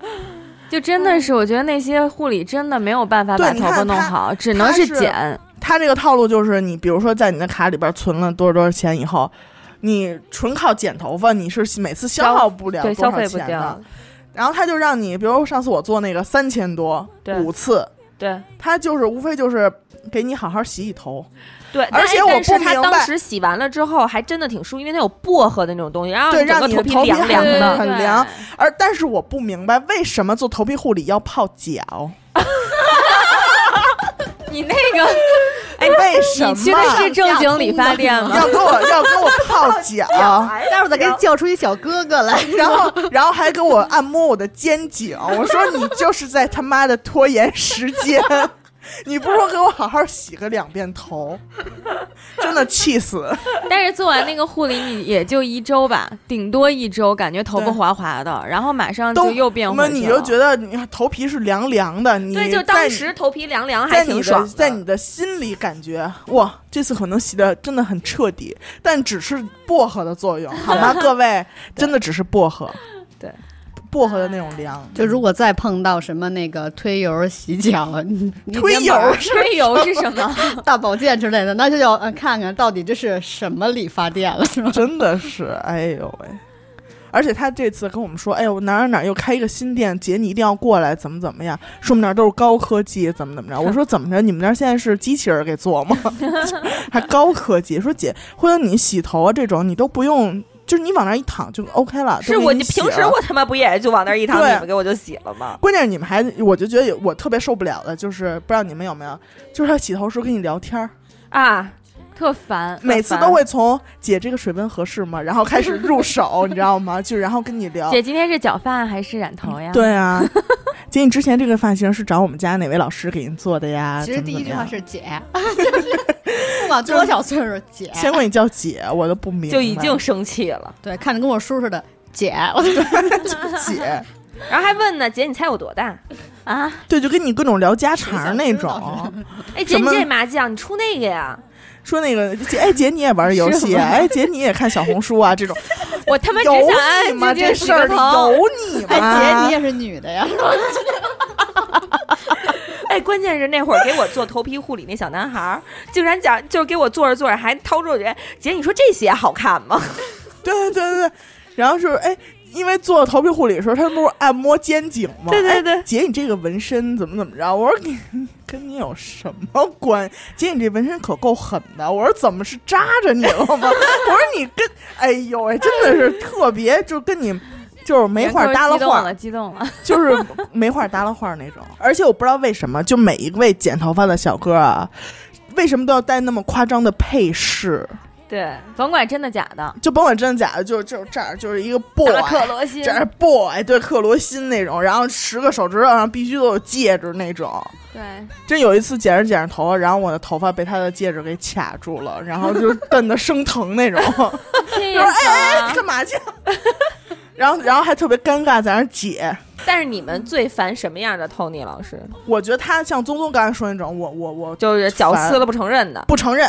S2: 就真的是，我觉得那些护理真的没有办法
S1: 对
S2: 把
S1: 你
S2: 头发
S1: 看
S2: 弄
S1: 他
S2: 好，只能
S1: 他
S2: 是
S1: 是
S2: 剪。
S1: 他这个套路就是，你比如说在你的卡里边存了多少多少钱以后，你纯靠剪头发，你是每次消耗不了
S3: 对，
S1: 多
S3: 消
S1: 少
S3: 费不
S1: 钱
S3: 掉
S1: 的。，然后他就让你，比如上次我做那个三千多
S3: 对
S1: 五次，
S3: 对
S1: 他就是无非就是给你好好洗洗头，
S3: 对。
S1: 而且
S3: 但
S1: 我
S3: 但是
S1: 不
S3: 他
S1: 明
S3: 当
S1: 白
S3: 时洗完了之后还真的挺舒服，因为它有薄荷的那种东西，然后
S1: 对，
S3: 整
S1: 让
S3: 个
S1: 你的
S3: 皮
S1: 头皮
S3: 凉凉
S1: 很
S3: 的。
S2: 对
S1: 很凉。而但是我不明白为什么做头皮护理要泡脚，
S2: 你 那个，
S1: 哎，为什
S2: 你去的
S1: 么
S2: 是正经理发店吗？
S1: 要给我要给我泡脚？
S5: 待会儿再给你叫出一小哥哥来。
S1: 然后，然后还给我按摩我的肩颈，我说你就是在他妈的拖延时间。 你不如给我好好洗个两遍头，真的气 死！
S2: 但是做完那个护理，你也就一周吧，顶多一周，感觉头发
S1: 对
S2: 滑滑的，然后马上
S1: 都
S2: 就又变
S1: 那
S2: 回去了。
S1: 你就 觉得你头皮是凉凉的，你
S3: 对，就
S1: 在
S3: 当
S1: 你
S3: 时头皮凉凉，
S1: 在
S3: 还
S1: 你
S3: 挺
S1: 的
S3: 爽的。
S1: 在你的心里感觉哇，这次可能洗的真的很彻底，但只是薄荷的作用，好 吗？各位，真的只是薄荷，
S3: 对，
S1: 薄荷的那种凉，
S5: 就如果再碰到什么那个推油、洗脚、你
S1: 推油
S2: 推油是什 么？
S5: 大保健之类的，那就要呃看看到底这是什么理发店了， 是吗？
S1: 真的是，哎呦喂！而且他这次跟我们说，哎呦，哪儿哪儿又开一个新店，姐你一定要过来，怎么怎么样？说我们那儿都是高科技，怎么怎么 着？我说怎么着？你们那儿现在是机器人给做吗？还高科技？说姐，或者你洗头啊这种，你都不用，就是你往那儿一躺就 OK 了。
S3: 是
S1: 都给
S3: 我
S1: 你
S3: 就
S1: 洗
S3: 平时
S1: 了
S3: 我他妈不也就往那儿一躺，
S1: 对
S3: 你们给我就洗了吗？
S1: 关键是你们还，我就觉得有我特别受不了的，就是不知道你们有没有，就是他洗头时候跟你聊 天儿，
S3: 啊，
S2: 特烦，
S1: 每次都会从姐这个水温合适吗，然后开始入手，你知道吗？就然后跟你聊。
S2: 姐今天是绞发还是染头呀？，
S1: 对啊， 姐，你之前这个发型是找我们家哪位老师给您做的呀？
S5: 其实
S1: 啊怎么
S5: 第
S1: 怎么
S5: 一句话
S1: 样
S5: 是姐， 就是不管多少岁数，姐，
S1: 先管你叫姐，我都不明白，
S3: 就已经生气了，
S5: 对，看着跟我叔似的， 姐，我
S1: 姐，
S3: 然后还问呢，姐你猜我多大？
S2: 啊，
S1: 对，就跟你各种聊家常 儿那
S5: 谁想知道
S1: 种，
S3: 哎，姐
S1: 什
S3: 你
S1: 么
S3: 这麻将你出那个呀？
S1: 说那个姐，哎姐你也玩游戏啊，哎姐你也看小红书啊，这种
S2: 我他妈只
S1: 有
S2: 想安
S1: 你吗？
S2: 安静
S1: 这
S2: 静洗
S1: 事
S2: 个
S1: 儿
S2: 头。
S1: 有你吗？
S5: 哎，姐，你也是女的呀？
S3: 哎，关键是那会儿给我做头皮护理那小男孩儿，竟然讲就是给我做着做着还掏出我觉姐你说这鞋好看吗？
S1: 对对对对，然后是哎，因为做头皮护理的时候，他们不是按摩肩颈吗？
S3: 对对
S1: 哎
S3: 对
S1: 姐，你这个纹身怎么怎么着？我说你跟你有什么关？姐，你这纹身可够狠的。我说怎么是扎着你了吗？我 说你跟哎呦喂、真的是特别，就跟你。就是没话搭了
S2: 激动
S1: 话，
S2: 了，激动了。
S1: 就是没话搭了话那种。而且我不知道为什么，就每一位剪头发的小哥啊，为什么都要戴那么夸张的配饰？
S3: 对，
S2: 甭管真的假的，
S1: 就甭管真的假的，就就这儿就是一个啊 boy，
S2: 大克罗心
S1: 这是 boy 哎对克罗心那种，然后十个手指头上必须都有戒指那种。
S2: 对，
S1: 真有一次剪着剪着头发，然后我的头发被他的戒指给卡住了，然后就瞪得生疼那种。
S2: 气
S1: 我说：“
S2: 死
S1: 哎
S2: 了
S1: 哎，。干嘛去？”然后，然后还特别尴尬，在那儿解。
S3: 但是你们最烦什么样的 Tony 老师？
S1: 我觉得他像宗宗刚才说那种，我我我
S3: 就是屌丝了不承认的。
S1: 不承认。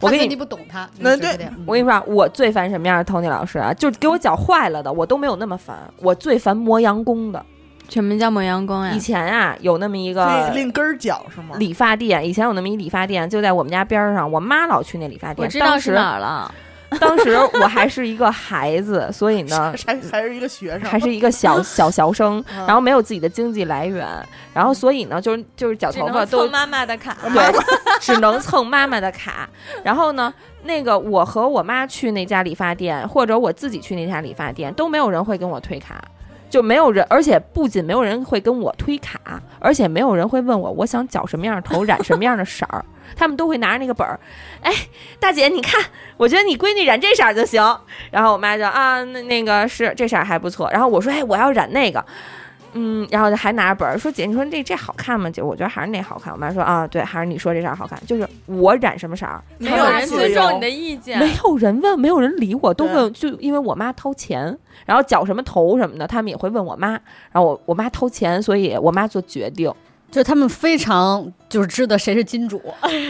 S3: 我跟
S5: 你
S3: 你
S5: 不懂他，
S1: 那
S5: 就是
S1: 对
S5: 这样嗯
S3: 我跟你说啊，我最烦什么样的 Tony 老师啊？就是给我搅坏了的，我都没有那么烦。我最烦磨洋工的。
S1: 嗯
S2: 什么叫磨洋工呀
S3: 以？前啊，有那么一
S1: 那
S3: 个
S1: 另根儿脚是吗？
S3: 理发店，以前有那么一理发店，就在我们家边儿上。我妈老去那理发店。
S2: 我知道
S3: 当
S2: 是
S3: 时
S2: 哪儿了。
S3: 当时我还是一个孩子，所以呢，
S1: 还还是一个学生，
S3: 还是一 个小小小生，
S1: 嗯
S3: 然后没有自己的经济来源，然
S2: 嗯
S3: 后所以呢，就是就是绞头发都
S2: 妈妈的卡
S3: 对，只能蹭妈妈的卡。然后呢，那个我和我妈去那家理发店，或者我自己去那家理发店，都没有人会跟我推卡，就没有人，而且不仅没有人会跟我推卡，而且没有人会问我我想绞什么样的头，染什么样的色儿。 他们都会拿着那个本儿，哎，大姐，你看，我觉得你闺女染这色儿就行。然后我妈就啊，那那个是这色儿还不错。然后我说，哎，我要染那个，嗯，然后就还拿着本儿说：“姐，你说这这好看吗？”姐，我觉得还是那好看。我妈说：“啊，对，还是你说这色儿好看。”就是我染什么色儿，
S1: 没
S2: 没有人
S1: 自
S2: 尊
S1: 由
S2: 重你的意见。
S3: 没有人问，没有人理我，都
S1: 对
S3: 问，就因为我妈掏钱，然后绞什么头什么的，他们也会问我妈。然后我我妈掏钱，所以我妈做决 定，
S5: 就是他们非常就是知道谁是金主，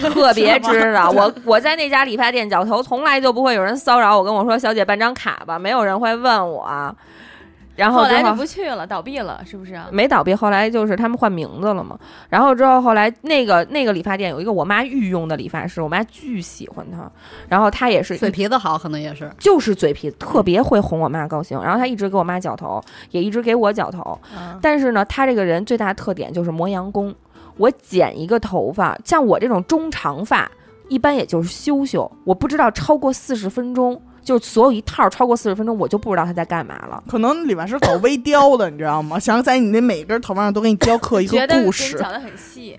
S3: 特别知道。我我在那家理发店绞头，从来就不会有人骚扰我，跟我说：“小姐，办张卡吧。”没有人会问我。啊然后
S2: 后
S3: 之
S2: 来就不去了，倒闭了，是不啊是？
S3: 没倒闭，后来就是他们换名字了嘛。然后之后后来那个那个理发店有一个我妈御用的理发师，我妈巨喜欢他，然后他也是
S5: 嘴皮子好，可能也是。
S3: 就是嘴皮子特别会哄我妈高兴，然后他一直给我妈绞头，也一直给我绞头。
S1: 啊
S3: 但是呢，他这个人最大的特点就是磨洋工。我剪一个头发，像我这种中长发，一般也就是修修，我不知道超过四十分钟，就是所有一套超过四十分钟，我就不知道他在干嘛了。
S1: 可能理发师搞微雕的，你知道吗？想在你那每根头发上都给你雕刻一个
S2: 觉得
S1: 故
S2: 你
S1: 事，
S2: 讲的很 细，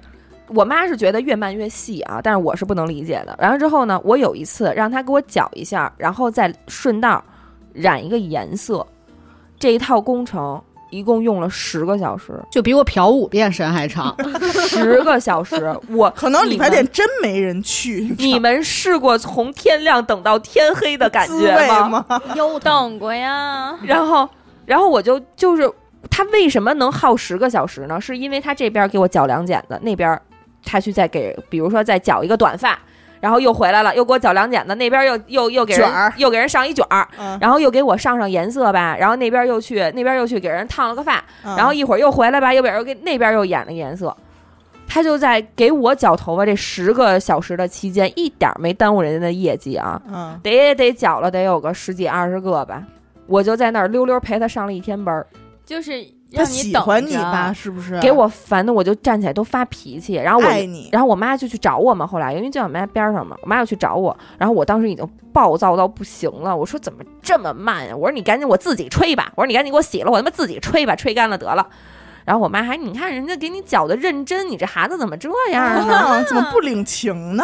S3: 我妈是觉得越慢越细啊，但是我是不能理解的。然后之后呢，我有一次让她给我搅一下，然后再顺道染一个颜色，这一套工程一共用了十个小时，
S5: 就比我漂五遍神还长。
S3: 十个小 时，我
S1: 可能理发
S3: 你们
S1: 店真没人去，
S3: 你们试过从天亮等到天黑的感
S1: 滋味
S3: 觉吗？
S1: 吗？
S2: 有等过呀，
S3: 然后，然后我就就是他为什么能耗十个小时呢？是因为他这边给我绞两剪子，那边他去再给，比如说再绞一个短发，然后又回来了，又给我绞两剪子，那边又又又给人
S1: 卷儿
S3: 又给人上一卷儿，
S1: 嗯
S3: 然后又给我上上颜色吧，然后那边又去那边又去给人烫了个发，
S1: 嗯
S3: 然后一会儿又回来吧，又给人给那边又染了颜色。他就在给我绞头发这十个小时的期间，一点儿没耽误人家的业绩啊。
S1: 嗯，
S3: 得也得搅了得有个十几二十个吧。我就在那儿溜溜陪他上了一天班儿，
S2: 就是
S1: 他
S2: 让你
S1: 喜
S2: 等
S1: 欢你
S2: 着
S3: 嗯
S1: 吧，是不是？
S3: 给我烦的我就站起来都发脾气，然后我
S1: 嗯爱你，
S3: 然后我妈就去找我嘛，后来因为就在我妈边上嘛，我妈要去找我，然后我当时已经暴躁到不行了，我说怎么这么慢呀、啊我说你赶紧我自己吹吧，我说你赶紧给我洗了，我他妈自己吹吧，吹干了得了。然后我妈还你看人家给你搅的认真，你这孩子怎么这样呢？
S1: 啊，怎么不领情呢？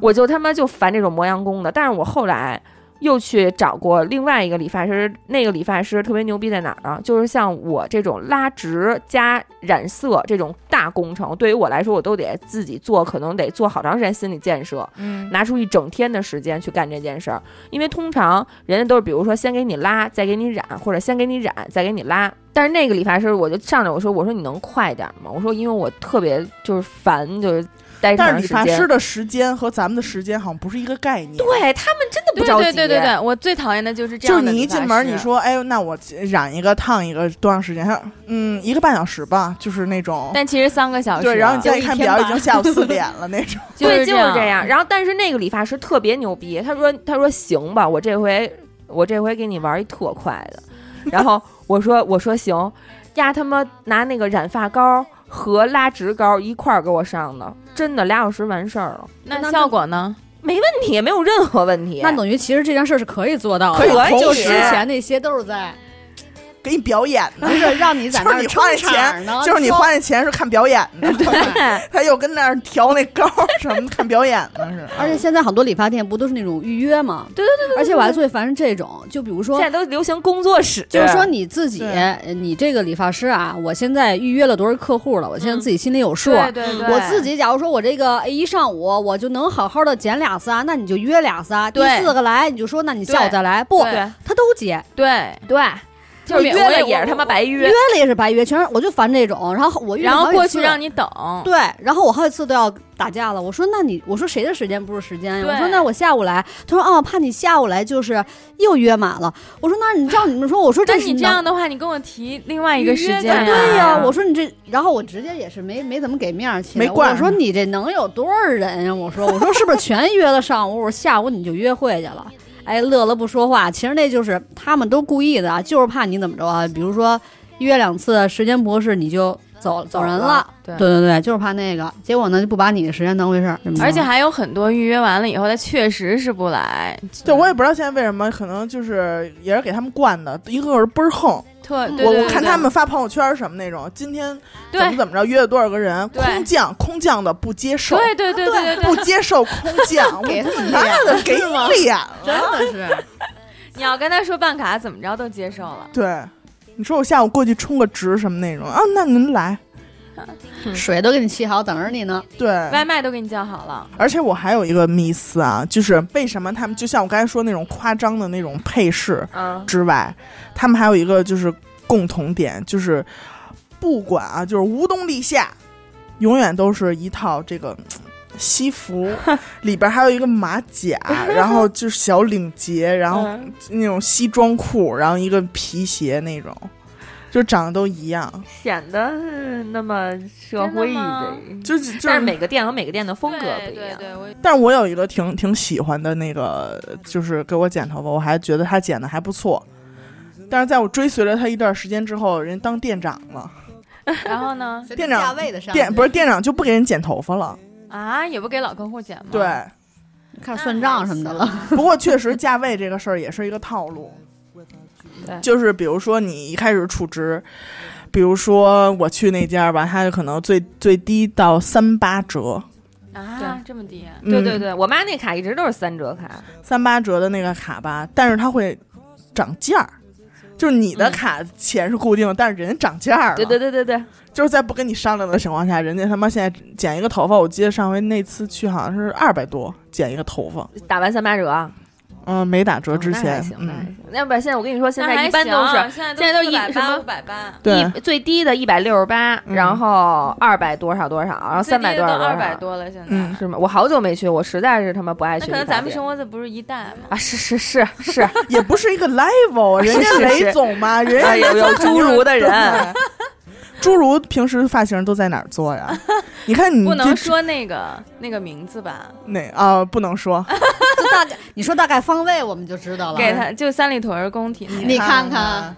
S3: 我就他妈就烦这种磨洋工的。但是我后来又去找过另外一个理发师，那个理发师特别牛逼在哪儿呢？就是像我这种拉直加染色这种大工程，对于我来说，我都得自己做，可能得做好长时间心理建设。
S1: 嗯，
S3: 拿出一整天的时间去干这件事儿，因为通常人家都是比如说先给你拉，再给你染，或者先给你染，再给你拉。但是那个理发师，我就上来我说我说你能快点儿吗？我说因为我特别就是烦，就是
S1: 但
S3: 待这么长
S1: 是理
S3: 时
S1: 发
S3: 间
S1: 师的时间和咱们的时间好像不是一个概念。。
S3: 对他们真的
S2: 对
S3: 不着急。
S2: 对对对对，我最讨厌的就是这
S1: 就是
S2: 样的
S1: 你一
S2: 理发
S1: 进
S2: 师。
S1: 门，你说，哎，那我染一个、烫一个多长时间？他说嗯，一个半小时吧，就是那种。
S2: 但其实三个小时，
S1: 对，然
S3: 啊
S1: 后你再
S2: 就
S1: 一
S2: 一
S1: 看
S2: 天
S1: 表，已
S2: 吧
S1: 经下午四点了那 种。
S2: 就是
S3: 对，就是这样。。然后，但是那个理发师特别牛逼，他说：“他说行吧，我这回我这回给你玩一特快的。”然后我说：“我说行。”呀，他妈拿那个染发膏和拉直膏一块儿给我上的，真的俩小时完事儿了，
S2: 那效果呢？
S3: 问题也没有任何问题。
S5: 那等于其实这件事儿是可以做到的，
S1: 可以同
S5: 就
S1: 时
S5: 之前那些都是在，
S1: 给你表演呢
S5: 就，是让你在那
S1: 就是你
S5: 儿撑
S1: 花那
S5: 场
S1: 钱
S5: 呢，，
S1: 就是你 花那钱是看表演的，
S3: 对
S1: 他又跟那儿调那膏儿什么，看表演呢 是。
S5: 而且现在很多理发店不都是那种预约吗？
S3: 对
S5: 对对而且我还最烦是这种，就比如说
S3: 现在都流行工作室，
S5: 就是说你自己
S1: 对，
S5: 呃你这个理发师啊，我现在预约了多少客户了，我现在自己心里有数。
S2: 嗯对对对，
S5: 我自己假如说我这个哎一上午我就能好好的剪俩仨，那你就约俩仨，第
S2: 对
S5: 四个来你就说那你下午再来，不，
S2: 对
S5: 他都接，
S2: 对
S3: 对，就
S2: 我
S3: 是
S2: 也
S3: 约了
S2: 我
S3: 也是他妈白约
S5: 约。了也是白约，全是我就烦这种，然后我约了
S2: 然后
S5: 好几
S2: 过
S5: 次
S2: 去让你等，
S5: 对，然后我好几次都要打架了。我说那你，我说谁的时间不是时间呀？
S2: 对
S5: 我说那我下午来。他说哦，怕你下午来就是又约满了。我说那你照你们说，我说
S2: 那
S5: 这是
S2: 你这
S5: 能
S2: 样的话，你跟我提另外一个时间、啊
S3: 预约的
S5: 对呀、
S3: 呀
S5: 我说你这，然后我直接也是没没怎么给面儿去的，
S1: 没惯
S5: 我说你这能有多少人呀、我说我说是不是全约了上午？我说下午你就约会去了。哎，乐乐不说话，其实那就是他们都故意的啊，就是怕你怎么着啊？比如说约两次时间不合适，你就走走人了。
S2: 对
S5: 对对对，就是怕那个。结果呢，就不把你的时间当回事儿。是吗
S2: 而且还有很多预约完了以后，他确实是不来，
S1: 对，我也不知道现在为什么，可能就是也是给他们惯的，一个个人倍儿横。
S2: 特对
S1: 我我
S2: 对对
S1: 看
S2: 对
S1: 他们发朋友圈儿什么那种，今天怎么
S2: 对
S1: 怎么着约了多少个人，
S2: 对
S1: 空降空降的不接受，
S2: 对对对对对 对，
S1: 不接受空降，我
S5: 给他们
S1: 妈的 给
S5: 是吗
S1: 脸，
S5: 真的是，
S2: 你要跟他说办卡，怎么着都接受了。
S1: 对。你说我下午过去充个值什么那种啊？那您来，
S5: 水都给你沏好，等着你呢。
S1: 对，
S2: 外卖都给你叫好了，
S1: 而且我还有一个迷思啊，就是为什么他们就像我刚才说那种夸张的那种配饰
S3: 嗯，
S1: 之外，他们还有一个就是共同点，就是不管啊，就是无冬立夏，永远都是一套这个嗯西 服，里边还有一个马甲，然后就是小领结，然后
S3: 嗯
S1: 那种西装裤，然后一个皮鞋那种，就长得都一样，
S3: 显得呃那么社
S2: 真的
S3: 会一
S2: 吗
S3: 点。
S1: 就是就是
S3: 但是每个店和每个店的风格不
S2: 对
S3: 一
S2: 对
S3: 样。
S2: 对，我
S1: 但是我有一个挺挺喜欢的那个，就是给我剪头发，我还觉得他剪的还不错。但是在我追随了他一段时间之后，人当店长了，
S2: 然后呢？
S1: 店长
S5: 价位的上
S1: 店不是店长就不给人剪头发了。
S2: 啊，也不给老客户剪吗？
S1: 对，
S5: 开始算账什么的了。
S1: 不过确实价位这个事儿也是一个套路
S3: 对，
S1: 就是比如说你一开始储值，比如说我去那家吧，他就可能最最低到三八折，
S2: 啊，这么低，
S3: 对对
S1: 嗯，
S3: 对，我妈那卡一直都是三折卡，
S1: 三八折的那个卡吧，但是它会涨价儿，就是你的卡钱是固定的，但是人家涨价了。
S3: 嗯对对对对对，
S1: 就是在不跟你商量的情况下，人家他妈现在剪一个头发，我记得上回那次去好像是二百多剪一个头发，
S3: 打完三八折啊，
S1: 嗯，没打折
S3: 哦
S1: 之
S3: 那还
S1: 前，
S3: 行，那还
S1: 嗯，
S3: 行。要不然现在我跟你说，现在一般都
S2: 那还
S3: 是
S2: 行啊现
S3: 现
S2: 在
S3: 在都
S2: 一
S3: 一什么
S2: 五百八，
S1: 对
S3: 一最低的一百六十八，
S1: 嗯
S3: 然后二百多少多少，然后三
S5: 哦
S3: 百多少多
S2: 二
S3: 少，
S2: 百多了，现在、
S1: 嗯
S3: 是吗？我好久没去，我实在是他妈不爱
S2: 那
S3: 去理
S2: 可
S3: 发
S2: 能
S3: 店。
S2: 咱们生活在不是一代嘛。
S3: 啊，是是是是，
S1: 也不是一个 level，人
S3: 是
S1: 家
S3: 是
S1: 雷总嘛，人家
S3: 哎有有侏儒的人，
S1: 侏儒平时发型都在哪儿做呀？你看
S5: 嗯
S1: 你
S2: 不
S1: 这
S2: 能说那个那个名字吧，
S1: 哪啊、不能 说，
S5: 就大概你说大概方位我们就知道了。
S2: 给他就三里屯儿工体那
S5: 你
S2: 个，
S5: 看看，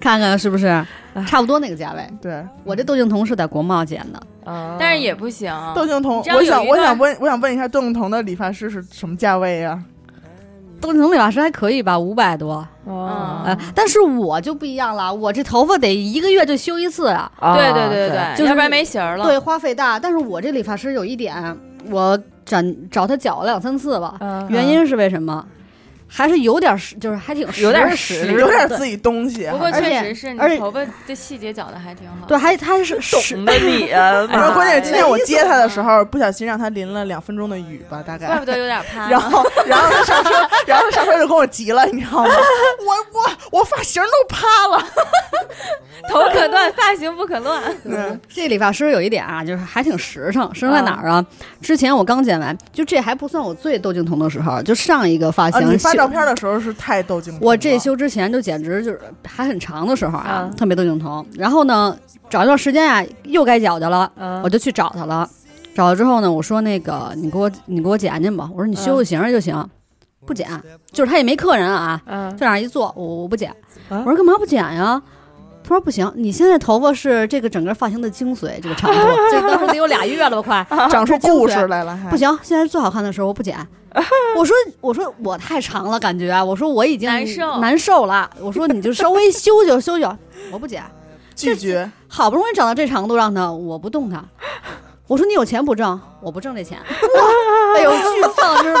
S5: 看看是不是差不多那个价位？
S1: 对，
S2: 啊
S5: 我这窦靖童是在国贸剪的，
S3: 嗯
S2: 但是也不行。
S1: 窦靖童，
S2: 你知道
S1: 我想
S2: 有一
S1: 我
S2: 段
S1: 想问我想问一下，窦靖童的理发师是什么价位啊呀、
S5: 窦靖童理发师还可以吧，五百多。
S3: 哦
S5: 呃，但是我就不一样了，我这头发得一个月就修一次啊，
S3: 啊
S2: 对对对对，
S5: 就是
S2: 要不然没型
S3: 嗯
S2: 儿了。
S5: 对，花费大。但是我这理发师有一点，我找找他绞了两三次吧，
S3: 嗯
S5: 原因是为什么？还是有点实，就是还挺
S3: 有点
S5: 实
S3: 实
S5: 力
S3: 力
S5: 的，
S1: 有点
S5: 对
S1: 自己东西啊。
S2: 不过
S5: 而
S2: 确实
S5: 且
S2: 是
S5: 而且
S2: 你头发的细节绞的还挺好。
S5: 对，还他是实
S3: 懂的 你啊，
S1: 然后关键是今天我
S5: 没意思
S1: 接他的时候，不小心让他淋了两分钟的雨吧，大
S2: 啊怪
S1: 概
S2: 不。得有啊点趴
S1: 然
S2: 呢。
S1: 后，然后他上车，然后他上车就跟我急了，你知道吗？我我我发型都趴了。
S2: 头可断，发型不可 乱。
S1: 对，
S5: 这理发师有一点啊，就是还挺实诚，实诚在哪儿啊？之前我刚剪完，就这还不算我最窦靖童的时候，就上一个发
S1: 啊，
S5: 型、
S1: 你发
S5: 修
S1: 照片的哦时候是太逗镜头了。
S5: 我这修之前就简直就是还很长的时候啊，
S3: 嗯
S5: 特别窦靖童。然后呢，找一段时间啊，又该绞去了，
S1: 啊
S3: 嗯
S5: 我就去找他了。找了之后呢，我说那个你给我你给我剪剪吧，我
S1: 啊
S5: 说你修个型儿就行，不剪，就是他也没客人啊，
S3: 嗯
S5: 就往那儿一坐，我我不剪。我说干嘛不剪呀？他说不行，你现在头发是这个整个发型的精髓，这个长度，这当时得有俩月了吧，快
S1: 长出故事来了，还
S5: 不行，现在是最好看的时候，我不剪。我说我说我太长了，感觉我说我已经
S2: 难受
S5: 难受了，我说你就稍微修修修修，我不剪。
S1: 拒绝。
S5: 好不容易长到这长度，让他我不动他。我说你有钱不挣，我不挣这钱。哎呦，巨挣知道吗？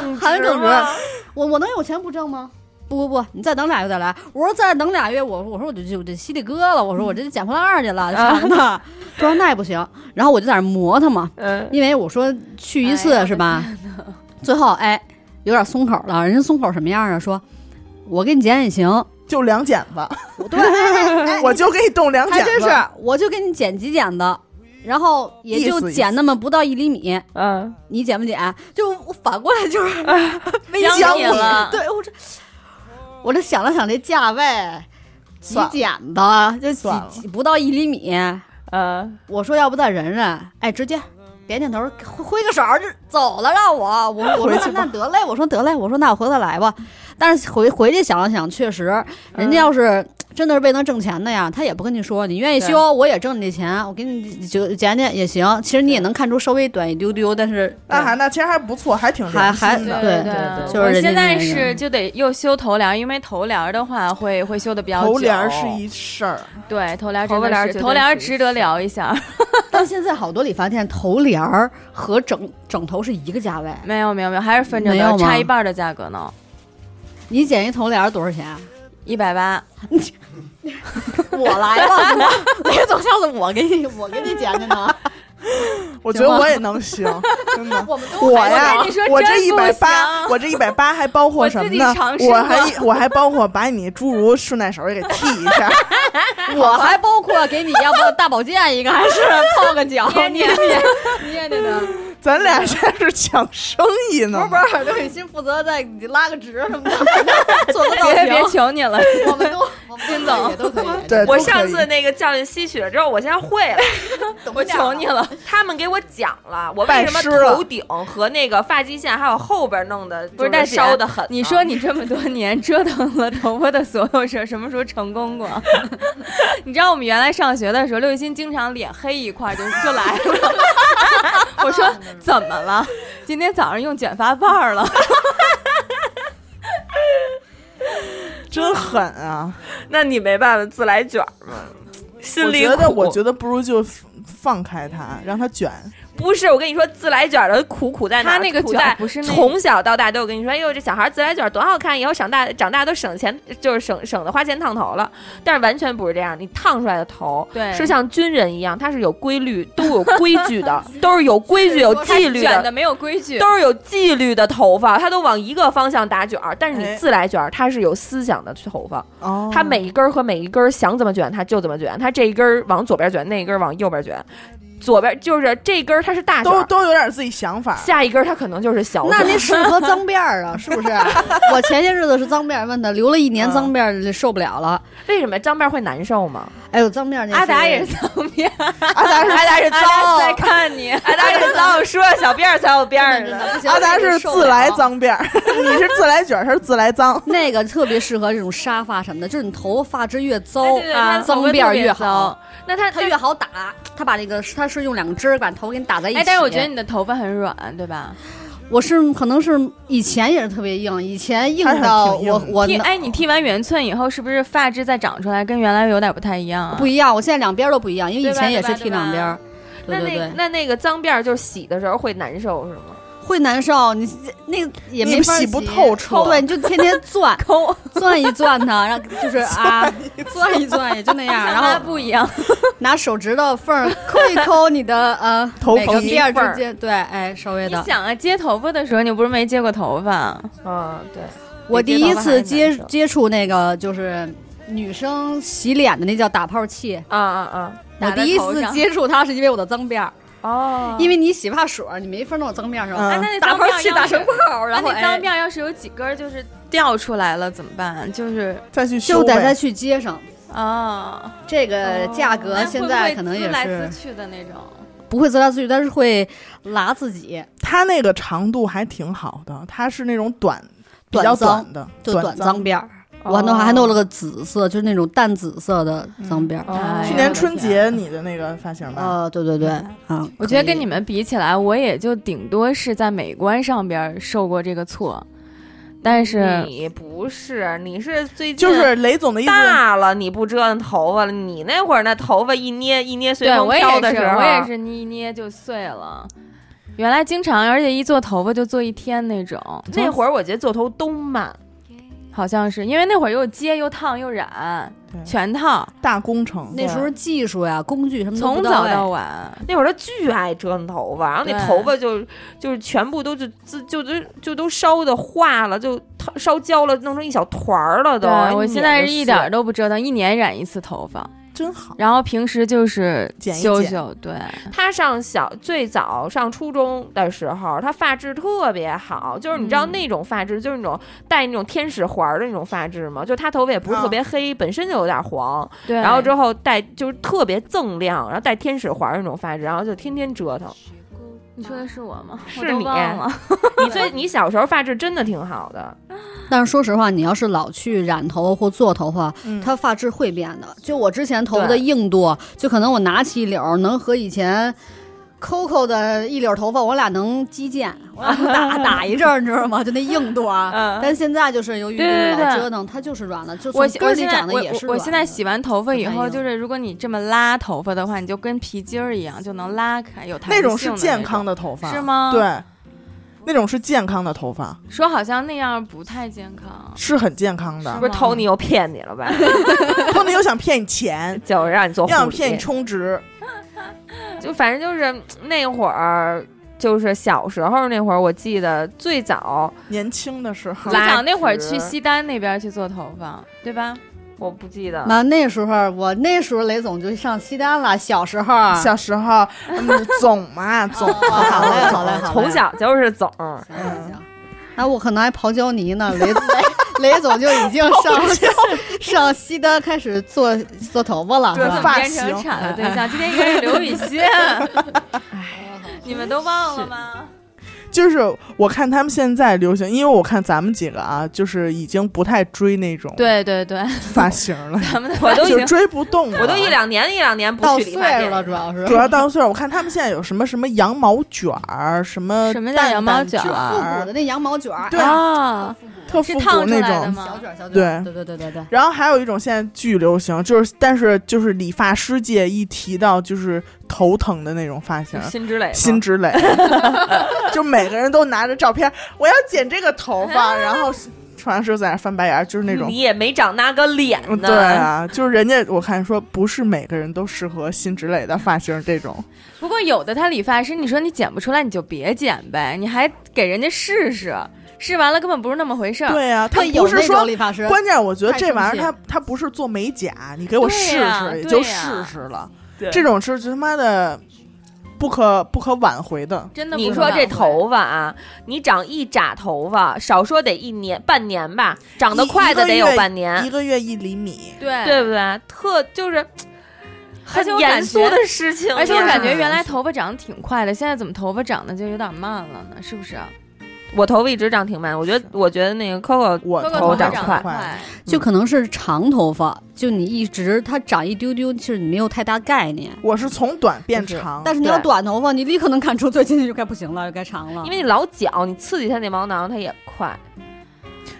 S3: 耿
S5: 韩耿直
S3: 吗，
S5: 我我能有钱不挣吗？不不不，你再等俩月再来。我说再等俩月，我我说我就就我就稀里哥了，我说我这捡破烂儿去了，长的。嗯啊 他说那也不行，然后我就在那儿磨他嘛，
S3: 嗯
S5: 因为我说去一
S2: 哎
S5: 次
S2: 呀
S5: 是吧？最后哎，有点松口了，人家松口什么样啊？说我给你剪也行，
S1: 就两剪子，
S5: 我对，哎哎
S1: 我就给你动两剪
S5: 还
S1: 子。
S5: 真是，我就给你剪几剪子，然后也
S1: 意思
S5: 就
S1: 意思
S5: 剪那么不到一厘米，
S3: 嗯，
S5: 你剪不剪？就我反过来就是
S2: 僵
S1: 僵
S2: 你
S1: 你
S2: 了，
S5: 对我这，我这想了想这价位，几
S1: 算了
S5: 剪子就
S1: 算了
S5: 几几不到一厘米，
S3: 嗯，
S5: 我说要不再忍忍，哎，直接点点头，挥挥个手就走了，让我我我
S1: 回
S5: 说
S1: 去吧
S5: 那得嘞，我说得嘞，我说那我回头来吧。但是回回去想了想，确实，人家要是真的是为能挣钱的呀，他也不跟你说，你愿意修，我也挣你这钱，我给你就减减也行。其实你也能看出稍微短一丢丢，但是
S1: 那还那其实还不错，还挺良
S5: 还
S1: 心
S5: 还
S1: 的。
S5: 对
S3: 对对
S5: 就是
S2: 我
S5: 人家
S2: 现在
S5: 那个
S2: 是就得又修头帘儿，因为头帘儿的话会会修的比较久。
S1: 头帘儿是一事儿，
S2: 对头帘儿
S3: 头
S2: 真的
S3: 帘儿
S2: 是
S3: 绝对
S2: 头帘儿
S3: 是
S2: 值得聊一下。
S5: 但现在好多理发店头帘儿和整整头是一个价位，
S2: 没有没有没有，还是分着
S5: 没
S2: 的，
S5: 有吗
S2: 差一半儿的价格呢，
S5: 你剪一头帘儿多少钱？
S2: 一百 八。
S5: 我来吧，雷总，上次我给你 我给你剪的呢。
S1: 我觉得我也能行，真的。
S5: 我们都
S1: 我呀
S2: 我跟你说，
S1: 我这
S2: 真
S1: 一
S2: 不
S1: 百八，
S2: 行
S1: 我这一百八还包括什么呢
S2: 我自己尝？试
S1: 我
S2: 过
S1: 还我还包括把你侏儒顺带手也给剃一下，
S5: 我还包括给你，要不大保健一个，还是泡个脚，捏捏捏捏的。
S1: 咱俩现在是抢生意呢。
S5: 不是，刘雨欣负责在你拉个直什么的， 做个造
S2: 别别
S5: 型。
S2: 求你了，
S5: 我们都， 我们金总也都可 以。
S2: 呃
S1: 对，都
S3: 我
S1: 可
S3: 上
S1: 以
S3: 次那个教训吸取了之后，我现在 会了。
S2: 我
S5: 啊
S2: 求你 了。
S3: 他们给我讲了，我
S1: 拜
S3: 为什么
S1: 师了
S3: 头顶和那个发际线还有后边弄的，
S2: 不是大
S3: 但
S2: 姐
S3: 烧的很呢。
S2: 你说你这么多年 折腾了头发的所有事儿，什么时候成功过？ 你知道我们原来上学的时候，刘雨欣经常脸黑一块儿就就来了。 我说怎么了？今天早上用卷发棒儿了。
S1: 真狠啊！
S3: 那你没办法自来卷儿吗？心
S1: 我
S3: 里
S1: 觉得，
S3: 苦
S1: 我觉得不如就放开他，让他卷。
S3: 不是，我跟你说，自来卷儿的苦苦在哪儿？
S2: 他那个
S3: 苦
S2: 卷
S3: 在
S2: 儿不是那个
S3: 从小到大都有跟你说，哎呦，这小孩儿自来卷儿多好看，以后长大长大都省钱，就是省省得花钱烫头了。但是完全不是这样，你烫出来的头
S2: 对
S3: 是像军人一样，它是有规律、都有规矩的， 都是有规矩、有纪律
S2: 卷
S3: 的
S2: 的。没有规矩，
S3: 都是有纪律的头发，它都往一个方向打卷儿，但是
S1: 哎
S3: 你自来卷儿，它是有思想的头发，
S1: 哦，
S3: 它每一根儿和每一根儿想怎么卷，它就怎么卷，它这一根儿往左边卷，那一根儿往右边卷，左边就是这根儿它是大卷儿，
S1: 都都有点自己想法。
S3: 下一根儿它可能就是小卷
S5: 那
S3: 儿。
S5: 那适合脏辫儿啊，是 不是？我前些日子是脏辫儿，问他留了一年脏辫儿，受不了了。
S3: 为什么脏辫儿会难受吗？
S5: 哎呦，脏辫儿那
S2: 阿达也
S5: 是
S2: 是脏辫，
S1: 阿达是
S3: 阿达是
S2: 阿达在
S3: 脏，
S2: 看你，
S3: 阿达是脏，说小辫儿才有辫儿呢。
S1: 阿达是自来，
S5: 真的真的不行我真的受不了
S1: 脏辫儿，你是自来卷儿，他是自来脏。
S5: 那个特别适合这种沙发什么的，就是你头发质越糟
S3: 哎对对对
S5: 啊
S3: 它
S5: 脏
S3: 头发
S5: 辫儿
S3: 特别
S5: 越好
S3: 糟，那它
S5: 它越好打。它把那个它是用两个针儿把头给你打在一起。
S2: 哎，但是我觉得你的头发很软，对吧？
S5: 我是可能是以前也是特别硬，以前硬
S1: 还是很
S5: 到
S1: 挺硬
S5: 我
S1: 的
S5: 我
S2: 剃，
S5: 能
S2: 哎，你剃完圆寸以后，是不是发质再长出来，跟原来有点不太一样啊？
S5: 不一样，我现在两边儿都不一样，因为以
S2: 对吧
S5: 前也是
S2: 对吧
S5: 剃两边儿。对
S3: 那
S5: 对
S3: 那
S5: 对，
S3: 那那个脏辫儿就是洗的时候会难受是吗？
S5: 会难受，你那个也
S1: 你
S5: 没法
S1: 洗不透彻
S5: 对，你就天天 攥
S2: 抠，
S5: 攥一攥它，然后就是啊，攥一攥也就 那样，
S2: 像
S5: 然
S2: 他
S5: 后
S2: 不一样，
S5: 拿手指头缝儿抠一抠你的呃
S1: 头
S5: 每个
S1: 皮
S5: 辫儿
S3: 缝儿
S5: 之间，对，哎，稍微
S2: 你
S5: 的。
S2: 想啊，接头发的时候，你不是没接过头发？
S3: 啊，对，
S5: 我第一次接
S3: 比接头发还难受
S5: 接触那个就是女生洗脸的那叫打泡器，
S3: 啊啊
S5: 我
S2: 打在
S5: 第一
S2: 头
S5: 次
S2: 上
S5: 接触它是因为我的脏辫儿，
S3: 啊！哦，
S5: 因为你洗发水儿你没法弄脏辫儿上，
S1: 嗯
S5: 哎
S2: 哎，那那
S5: 打
S2: 脏
S5: 泡
S2: 辫
S5: 器
S2: 要
S5: 打
S2: 是
S5: 成泡儿，然后
S2: 那你脏
S5: 哎
S2: 辫要是有几根儿就是掉出来了怎么办？就是
S1: 再去
S5: 就
S1: 修
S5: 得
S1: 呗
S5: 再去接上。
S2: 啊，
S5: 这个价格
S2: 哎
S5: 现
S2: 会不
S5: 在
S2: 会
S5: 可能
S2: 自
S5: 也
S2: 来
S5: 是
S2: 自去的那种。
S5: 不会自来自去，但是会拉自己。
S1: 它那个长度还挺好的，它是那种短比
S5: 短
S1: 较
S5: 脏
S1: 短的，
S5: 就
S1: 短
S5: 短脏辫儿。我还弄
S3: 哦
S5: 还弄了个紫色，就是那种淡紫色的
S2: 嗯
S5: 脏辫儿。
S3: 哦
S1: 去年春节你的那个发型吧，
S5: 呃，对对对，啊，
S2: 我觉得
S5: 可以
S2: 跟你们比起来，我也就顶多是在美观上边儿受过这个挫，但是
S3: 你不是，你是最近
S1: 就是雷总的意思，
S3: 大了，你不折腾头发了。你那会儿那头发一捏一捏随
S2: 对
S3: 风
S2: 我也
S3: 飘的
S2: 是，
S3: 时候，啊
S2: 我也是捏一捏就碎了。原来经常，而且一做头发就做一天那种。
S3: 那
S2: 儿
S3: 会儿我觉得做头都慢，
S2: 好像是因为那会儿又接又烫又染
S1: 对，
S2: 全套，
S1: 大工程。
S5: 那时候技术呀、工具什么都
S2: 啊从
S5: 不哎
S2: 早
S5: 位
S2: 到晚。
S3: 那会儿他巨爱折腾头发，然后那
S2: 对
S3: 头发就就是全部都就自就都就都烧的化了，就烫烧焦了，弄成一小团儿了都。
S2: 对，我现在是一点儿
S3: 儿
S2: 都不折腾，一年染一次头发，
S1: 真好，
S2: 然后平时就是
S1: 剪一
S2: 修
S1: 剪
S2: 修，对，
S3: 他上小最早上初中的时候，他发质特别好，就是你知道
S2: 嗯
S3: 那种发质，就是那种带那种天使环儿的那种发质吗？就他头发也不是特别黑，本身就有点黄，
S2: 对
S3: 然后之后带就是特别锃亮，然后带天使环儿那种发质，然后就天天折腾。
S2: 你说的是我吗？我
S3: 是
S2: 都
S3: 你
S2: 忘了
S3: 你最你小时候发质真的挺好的，
S5: 但是说实话，你要是老去染头发或做头发，
S1: 嗯
S5: 它发质会变的。就我之前头发的
S3: 对
S5: 硬度，就可能我拿起一绺儿能和以前 Coco 的一绺儿头发，我俩能击剑，我俩能 打打一阵儿，你知道吗？就那硬度啊。
S3: 嗯
S5: 但现在就是由于
S2: 对对
S5: 这个老
S2: 对
S5: 折腾，它就是软的，就
S2: 我现我
S5: 从根儿里
S2: 现在
S5: 长
S2: 我
S5: 的也是
S2: 我我
S5: 软
S2: 现在
S5: 的
S2: 洗完头发以
S5: 不太
S2: 后，
S5: 硬
S2: 就是如果你这么拉头发的话，你就跟皮筋儿一样，就能拉开，有弹
S1: 那
S2: 性的
S1: 种是健康的头
S2: 那
S1: 发，
S2: 种，是？吗？，
S1: 对，那种是健康的头发，
S2: 说好像那样不太健康。
S1: 是很健康的
S2: 是
S3: 不
S2: 吗。
S3: 是偷你又骗你了吧？
S1: 他们又想骗你 钱，
S3: 就是让你做
S1: 又想
S3: 护
S1: 骗你
S3: 理，
S1: 充值，
S3: 就反正就是嗯那会儿。就是小时候那会儿，我记得最早
S1: 年轻的时候
S2: 我
S3: 拉
S2: 想那会儿去
S3: 直
S2: 西单那边去做头发，对吧？
S3: 我不记得，
S5: 那那时候，我那时候雷总就上西单了。小时候，
S1: 小时候，嗯总嘛总，
S5: 好嘞
S1: 总
S5: 好嘞好嘞
S3: 从小就是总儿，
S5: 行行行，那我可能还刨胶泥呢。雷雷雷总就已经上上西单开始做做头发了，
S1: 对
S5: 是
S2: 怎
S5: 吧？
S2: 么
S1: 发
S2: 变成
S1: 型
S2: 产的对象？今天应该是刘雨欣。你们都忘了吗？
S1: 就是我看他们现在流行，因为我看咱们几个啊，就是已经不太追那种
S2: 对对 对，
S1: 发型了，
S2: 咱们的
S3: 我都已
S1: 就
S3: 经
S1: 追不动了，
S3: 我都一两年一两年不
S5: 到
S3: 去理发
S5: 岁
S3: 店
S5: 数了，主要 是
S1: 主要到岁数，我看他们现在有什么什么羊毛卷儿，什么
S2: 什么叫羊毛卷
S1: 蛋
S2: 儿
S5: 复
S1: 蛋
S5: 古的那羊毛卷儿，
S1: 对
S2: 啊，
S1: 特
S2: 是
S1: 复古
S2: 烫出
S1: 那
S2: 来的
S1: 种。
S2: 吗？
S5: 小卷儿小卷儿，
S1: 对
S5: 对对对对对。
S1: 然后还有一种现在巨流行，就是但是就是理发师界一提到就是头疼的那种发型，
S3: 心之类吗，
S1: 辛芷蕾， 就每个人都拿着照片，我要剪这个头发，然后床上师傅在那翻白眼儿，就是那种
S3: 你。也没长那个脸
S1: 嗯
S3: 呢。
S1: 对啊，就是人家我看说不是每个人都适合辛芷蕾的发型这种，
S2: 不过有的他理发师，你说你剪不出来，你就别剪呗，你还给人家试试，试完了根本不是那么回事儿。
S1: 对啊，他
S5: 会有
S1: 不是
S5: 那种
S1: 说，
S5: 理发师，
S1: 关键我觉得这玩意
S5: 太
S1: 儿
S5: 生
S1: 他他不是做美甲，你给我试
S2: 对呀
S1: 试也
S2: 对
S1: 就试
S2: 呀
S1: 试了，
S3: 对
S1: 这种是他妈的不可不可挽回的，
S2: 真的不
S3: 你
S2: 可
S3: 说
S2: 挽回，
S3: 这头发啊，你长一扎头发，少说得一年半年吧，长得
S1: 一
S3: 快的
S1: 一个
S3: 得有
S1: 月
S3: 半
S1: 一
S3: 年，
S1: 个月一厘米，
S2: 对
S3: 对不对？特就是
S2: 而且
S3: 很
S2: 我
S3: 严
S2: 感
S3: 肃
S2: 觉
S3: 的事情嗯呀，
S2: 而且我感觉
S1: 天啊
S2: 原来头发长得挺快的，现在怎么头发长得就有点慢了呢？是不啊是？
S3: 我头发一直长挺慢，我觉得我觉得那个 Coco
S1: 我
S2: 哥哥
S3: 头
S2: 头
S1: 头
S2: 发
S3: 长
S1: 长
S3: 得
S2: 得
S3: 快
S2: 快，
S5: 就可能是长头发，就你一直它长一丢丢，其实你没有太大概念。
S1: 我是从短变
S3: 就是
S1: 长，
S5: 但是你要
S3: 对
S5: 短头发，你立刻能看出最近就该不行了，就该长了。
S3: 因为你老绞，你刺激它那毛囊，它也快。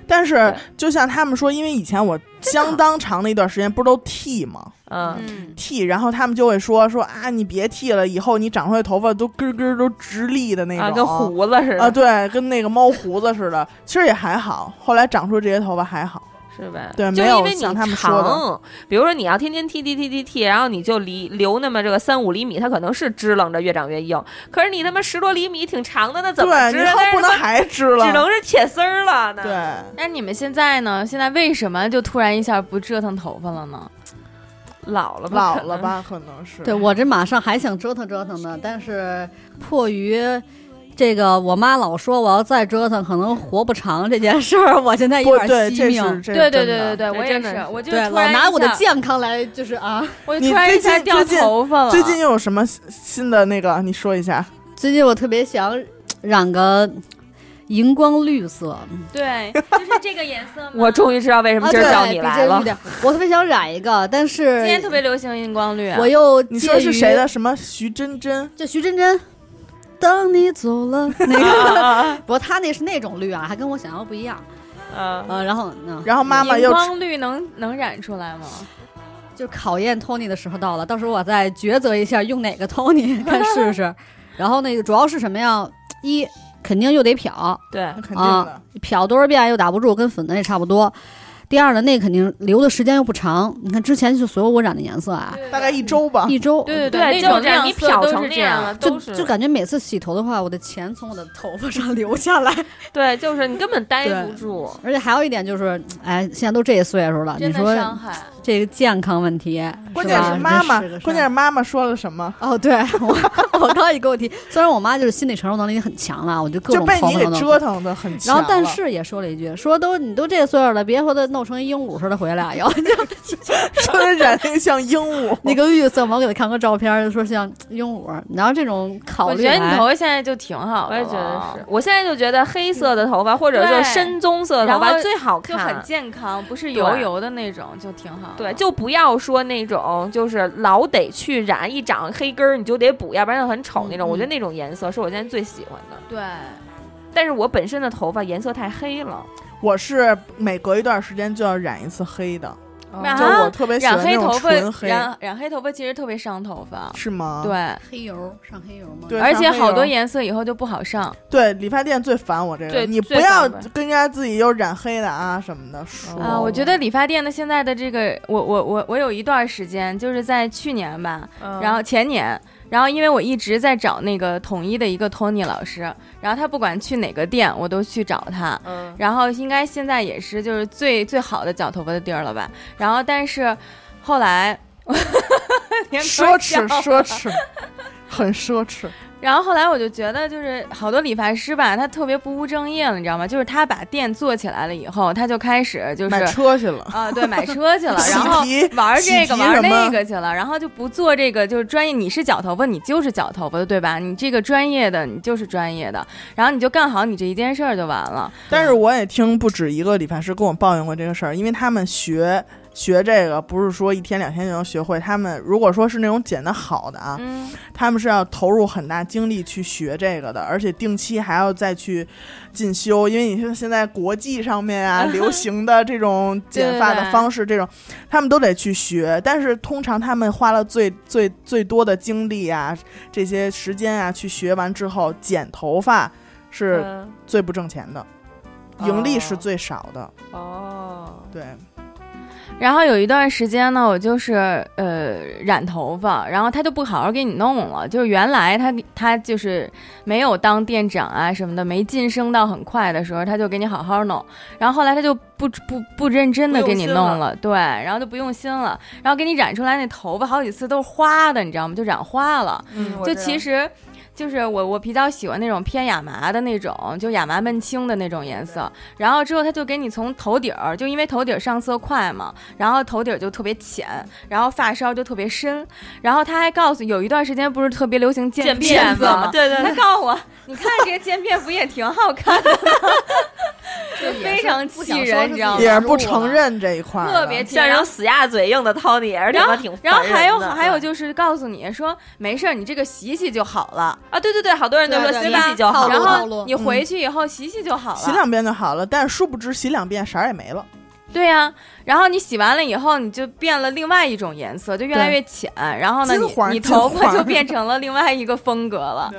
S1: 但是
S3: 对
S1: 就像他们说，因为以前我相当长的一段时间不是都剃吗？
S3: 嗯，
S2: 嗯，
S1: 剃，然后他们就会说说啊，你别剃了，以后你长出来头发都根根都直立的那种，
S3: 啊，跟胡子似
S1: 啊，
S3: 的，
S1: 对，跟那个猫胡子似的。 其实也还好，后来长出这些头发还好。
S3: 是呗？
S1: 对
S3: 就
S1: 没
S3: 是
S1: 有
S3: 因为你
S1: 像他们说的
S3: 长，比如说你要天天剃剃剃剃剃，然后你就离留那么这个三五厘米，它可能是支棱着越长越硬。可是你他妈十多厘米挺长的，那怎么
S1: 对，
S3: 支
S1: 你
S3: 啊？
S1: 后
S3: 那
S1: 不能
S3: 是他妈
S1: 还直了，
S3: 只能是铁丝儿了呢。
S1: 对，
S2: 那你们现在呢？现在为什么就突然一下不折腾头发了呢？
S3: 老了
S1: 老
S3: 吧，可能
S1: 了？吧，可能是。
S5: 对我这马上还想折腾折
S1: 嗯
S5: 腾呢，但是迫于这个我妈老说我要再折腾可能活不长这件事儿，我现在有
S1: 不
S5: 点
S1: 对，
S5: 惜
S1: 这
S5: 命。
S1: 是这是
S2: 对对
S1: 真
S2: 对
S1: 的
S2: 对对，我
S3: 这
S2: 也
S3: 真的
S2: 是，
S3: 是。
S2: 我就
S5: 对，
S2: 突
S5: 老
S2: 然
S5: 拿
S2: 一
S5: 我的
S2: 下
S5: 健康来就是啊，
S2: 我
S1: 你
S2: 突然
S1: 最
S2: 一下
S1: 近
S2: 掉
S1: 最近
S2: 头发了。
S1: 最近又有什么新新的那个？你说一下。
S5: 最近我特别想染个荧光绿色，
S2: 对，就是这个颜色吗
S3: 我终于知道为什么
S5: 啊
S3: 今儿
S5: 对
S3: 叫你
S5: 比
S3: 来
S5: 这
S3: 了
S5: 绿。点我特别想染一个，但是
S2: 今天特别流行荧光绿，啊
S5: 我又
S1: 你说
S5: 介于
S1: 是谁的？什么徐真真？
S5: 就徐真真。当你走了，那 个 不，他那是那种绿啊，还跟我想要不一样。
S3: 嗯，
S5: 呃，然后嗯，
S1: 然后妈妈
S2: 荧
S1: 又
S2: 光绿能能染出来吗？
S5: 就考验托尼的时候到了，到时候我再抉择一下用哪个托尼看试试。然后那个主要是什么呀？一肯定又得漂，
S3: 对，
S1: 肯定的
S5: 啊，漂多少遍又打不住，跟粉的也差不多。第二呢，那肯定留的时间又不长。你看之前就所有我染的颜色啊，
S1: 大概一周吧。
S5: 一周，
S2: 对对
S3: 对，
S2: 那
S3: 就
S2: 种
S3: 这样，
S2: 亮
S3: 你
S2: 色
S3: 漂
S2: 都
S3: 成
S2: 是
S3: 那
S2: 这样
S3: 了，
S5: 就
S3: 都是
S5: 就感觉每次洗头的话，我的钱从我的头发上流下来。
S3: 对，就是你根本待
S5: 对
S3: 不住。
S5: 而且还有一点就是，哎，现在都这岁数了，
S2: 真
S5: 你
S2: 的伤
S5: 说
S2: 害。
S5: 这个健康问题，
S1: 关键
S5: 吧
S1: 是妈妈
S5: 这个，事儿
S1: 关键是妈妈说了什么？
S5: 哦，对我我刚一给我提，虽然我妈就是心理承受能力很强了，我就各
S1: 就
S5: 种
S1: 被
S5: 刨
S1: 你
S5: 刨
S1: 给
S5: 弄弄
S1: 折。腾的很
S5: 然
S1: 强
S5: 后，但
S1: 了
S5: 是也说了一句，说都你都这岁数了，别说的弄成鹦鹉似的回来，然后就，
S1: 说的 染那个像鹦鹉
S5: 那个绿色嘛，我给她看过照片，说像鹦鹉。然后这种考
S2: 我
S5: 虑
S2: 觉得你
S5: 来
S2: 头发现在就挺好
S3: 我
S2: 的了，
S3: 也觉得是，我现在就觉得黑色的头发或者就
S2: 对
S3: 深棕色的头
S2: 然
S3: 发
S2: 后
S3: 最好
S2: 就很
S3: 看。
S2: 健康，不是
S3: 对
S2: 油油的那种，就挺好的。
S3: 对，就不要说那种就是老得去染，一长黑根儿你就得补，要不然就很丑那种。
S1: 嗯嗯
S3: 我觉得那种颜色是我现在最喜欢的，
S2: 对，
S3: 但是我本身的头发颜色太黑了，
S1: 我是每隔一段时间就要染一次黑的，
S5: 哦
S2: 啊
S1: 就我特别喜
S2: 染
S1: 欢那
S2: 黑
S1: 种
S2: 头
S1: 纯
S2: 发，
S1: 黑，啊
S2: 染染黑头发其实特别伤头发，
S1: 是吗？
S2: 对，
S5: 黑油上黑油嘛
S1: 对
S2: 而
S1: 上
S2: 且
S1: 黑哦
S2: 好
S1: 油
S2: 多颜色以后就不好上。
S1: 对，理发店最烦我这个，
S3: 最
S1: 你不
S3: 最
S1: 要
S3: 烦我
S1: 跟人家自己又染黑的啊什么的，说
S2: 啊，我觉得理发店的现在的这个，我我我我有一段时间就是在去年吧，
S3: 嗯
S2: 然后前年，然后因为我一直在找那个统一的一个 Tony 老师，然后他不管去哪个店，我都去找他。
S3: 嗯，
S2: 然后应该现在也是就是最最好的绞头发的地儿了吧？然后但是后来
S1: 奢侈奢
S2: 说。
S1: 侈，很奢侈，
S2: 然后后来我就觉得，就是好多理发师吧，他特别不务正业了，你知道吗？就是他把店做起来了以后，他就开始就是
S1: 买车去了，
S2: 啊、对，买车 去了，
S1: 洗
S2: 然后
S1: 皮
S2: 玩
S1: 洗
S2: 这个
S1: 皮
S2: 玩
S1: 什么
S2: 那个去了，然后就不做这个就是专业。你是绞头发，你就是绞头发的，对吧？你这个专业的，你就是专业的，然后你就干好你这一件事儿就完了。
S1: 但是我也听不止一个理发师跟我抱怨过这个事儿，因为他们学学这个不是说一天两天就能学会，他们如果说是那种剪的好的啊，
S2: 嗯，
S1: 他们是要投入很大精力去学这个的，而且定期还要再去进修，因为你说现在国际上面啊流行的这种剪发的方式，这种他们都得去学，但是通常他们花了最最最多的精力啊，这些时间啊去学完之后，剪头发是
S3: 嗯
S1: 最不挣钱的，盈利是
S3: 哦
S1: 最少的，
S3: 哦，
S1: 对。
S2: 然后有一段时间呢，我就是呃染头发，然后他就不好好给你弄了。就是原来他他就是没有当店长啊什么的，没晋升到很快的时候，他就给你好好弄。然后后来他就不不不认真的给你弄了，对，然后就不用心了，然后给你染出来那头发好几次都是花的，你知道吗？就染花了。
S3: 嗯
S2: 就其实。就是我，我比较喜欢那种偏亚麻的那种，就亚麻闷青的那种颜色。然后之后他就给你从头顶儿，就因为头顶儿上色快嘛，然后头顶儿就特别浅，然后发梢就特别深。然后他还告诉，有一段时间不是特别流行渐变
S3: 色嘛，
S2: 吗？
S3: 对对
S2: 他
S3: 对，
S2: 告诉我，你看这个渐变不也挺好 看的吗？就非常气人，你知道吗
S1: 也？是不承认这一块儿的，
S2: 特别气
S3: 像
S2: 人
S3: 这。种死鸭嘴硬的掏你，而且
S2: 然后
S3: 还挺
S2: 然后
S3: 烦人
S2: 还有
S3: 的
S2: 还有就是告诉你说没事儿，你这个洗洗就好了。
S3: 啊，对对对，好多人都说
S5: 对
S3: 洗
S5: 对
S3: 洗就好
S5: 套路
S2: 然
S3: 了。嗯
S5: 套路
S2: 后你回去以后洗洗就好了。
S1: 洗两遍就好了，但是殊不知洗两遍色儿也没了。
S2: 对呀、然后你洗完了以后，你就变了另外一种颜色，就越来越浅。然后呢，
S1: 金
S2: 你
S1: 黄
S2: 你
S1: 金
S2: 头发
S1: 黄
S2: 就变成了另外一个风 格了。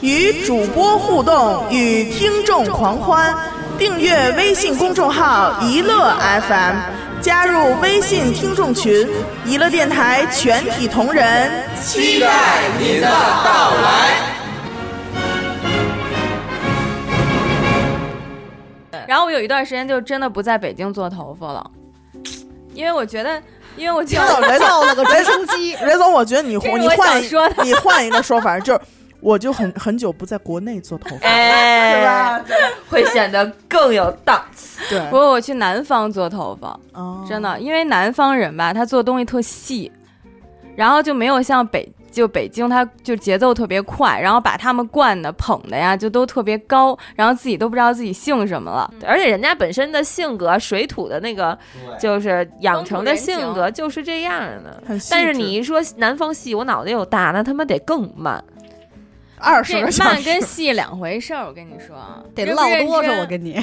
S1: 与主播互动，与听众狂欢。订阅微信公众号“一乐 FM”，加入微信听众群，一乐电台全体同仁期待您的到来。
S2: 然后我有一段时间就真的不在北京做头发了，因为我觉得，因为我觉
S1: 听到
S2: 得。
S1: 雷
S5: 造了个直升
S1: 总，
S5: 机，
S1: 雷总，我觉得你
S2: 这是
S1: 你
S2: 我
S1: 换
S2: 想
S1: 一
S2: 说的
S1: 你换一个说法，就是我就很很久不在国内做头发，对
S3: 哎，
S1: 吧？
S3: 会显得更有档次。
S2: 不
S1: 对，
S2: 过我去南方做头发，
S1: 哦
S2: 真的，因为南方人吧，他做东西特细，然后就没有像北就北京，他就节奏特别快，然后把他们惯的捧的呀，就都特别高，然后自己都不知道自己姓什么了。
S3: 而且人家本身的性格，水土的那个就是养成的性格就是这样的。
S1: 很细致
S3: 但是你一说南方细，我脑袋又大，那他妈得更慢。
S1: 二十
S2: 这
S1: 个小时
S2: 慢跟细两回事儿，我跟你说啊，
S5: 得
S2: 认不
S5: 唠
S2: 认
S5: 多
S2: 真
S5: 少？我 跟你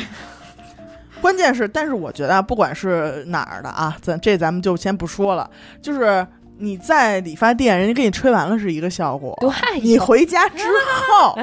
S1: 关键是，但是我觉得啊，不管是哪儿的啊，咱这咱们就先不说了。就是你在理发店，人家给你吹完了是一个效果，
S3: 对，哎
S1: 你回家之 后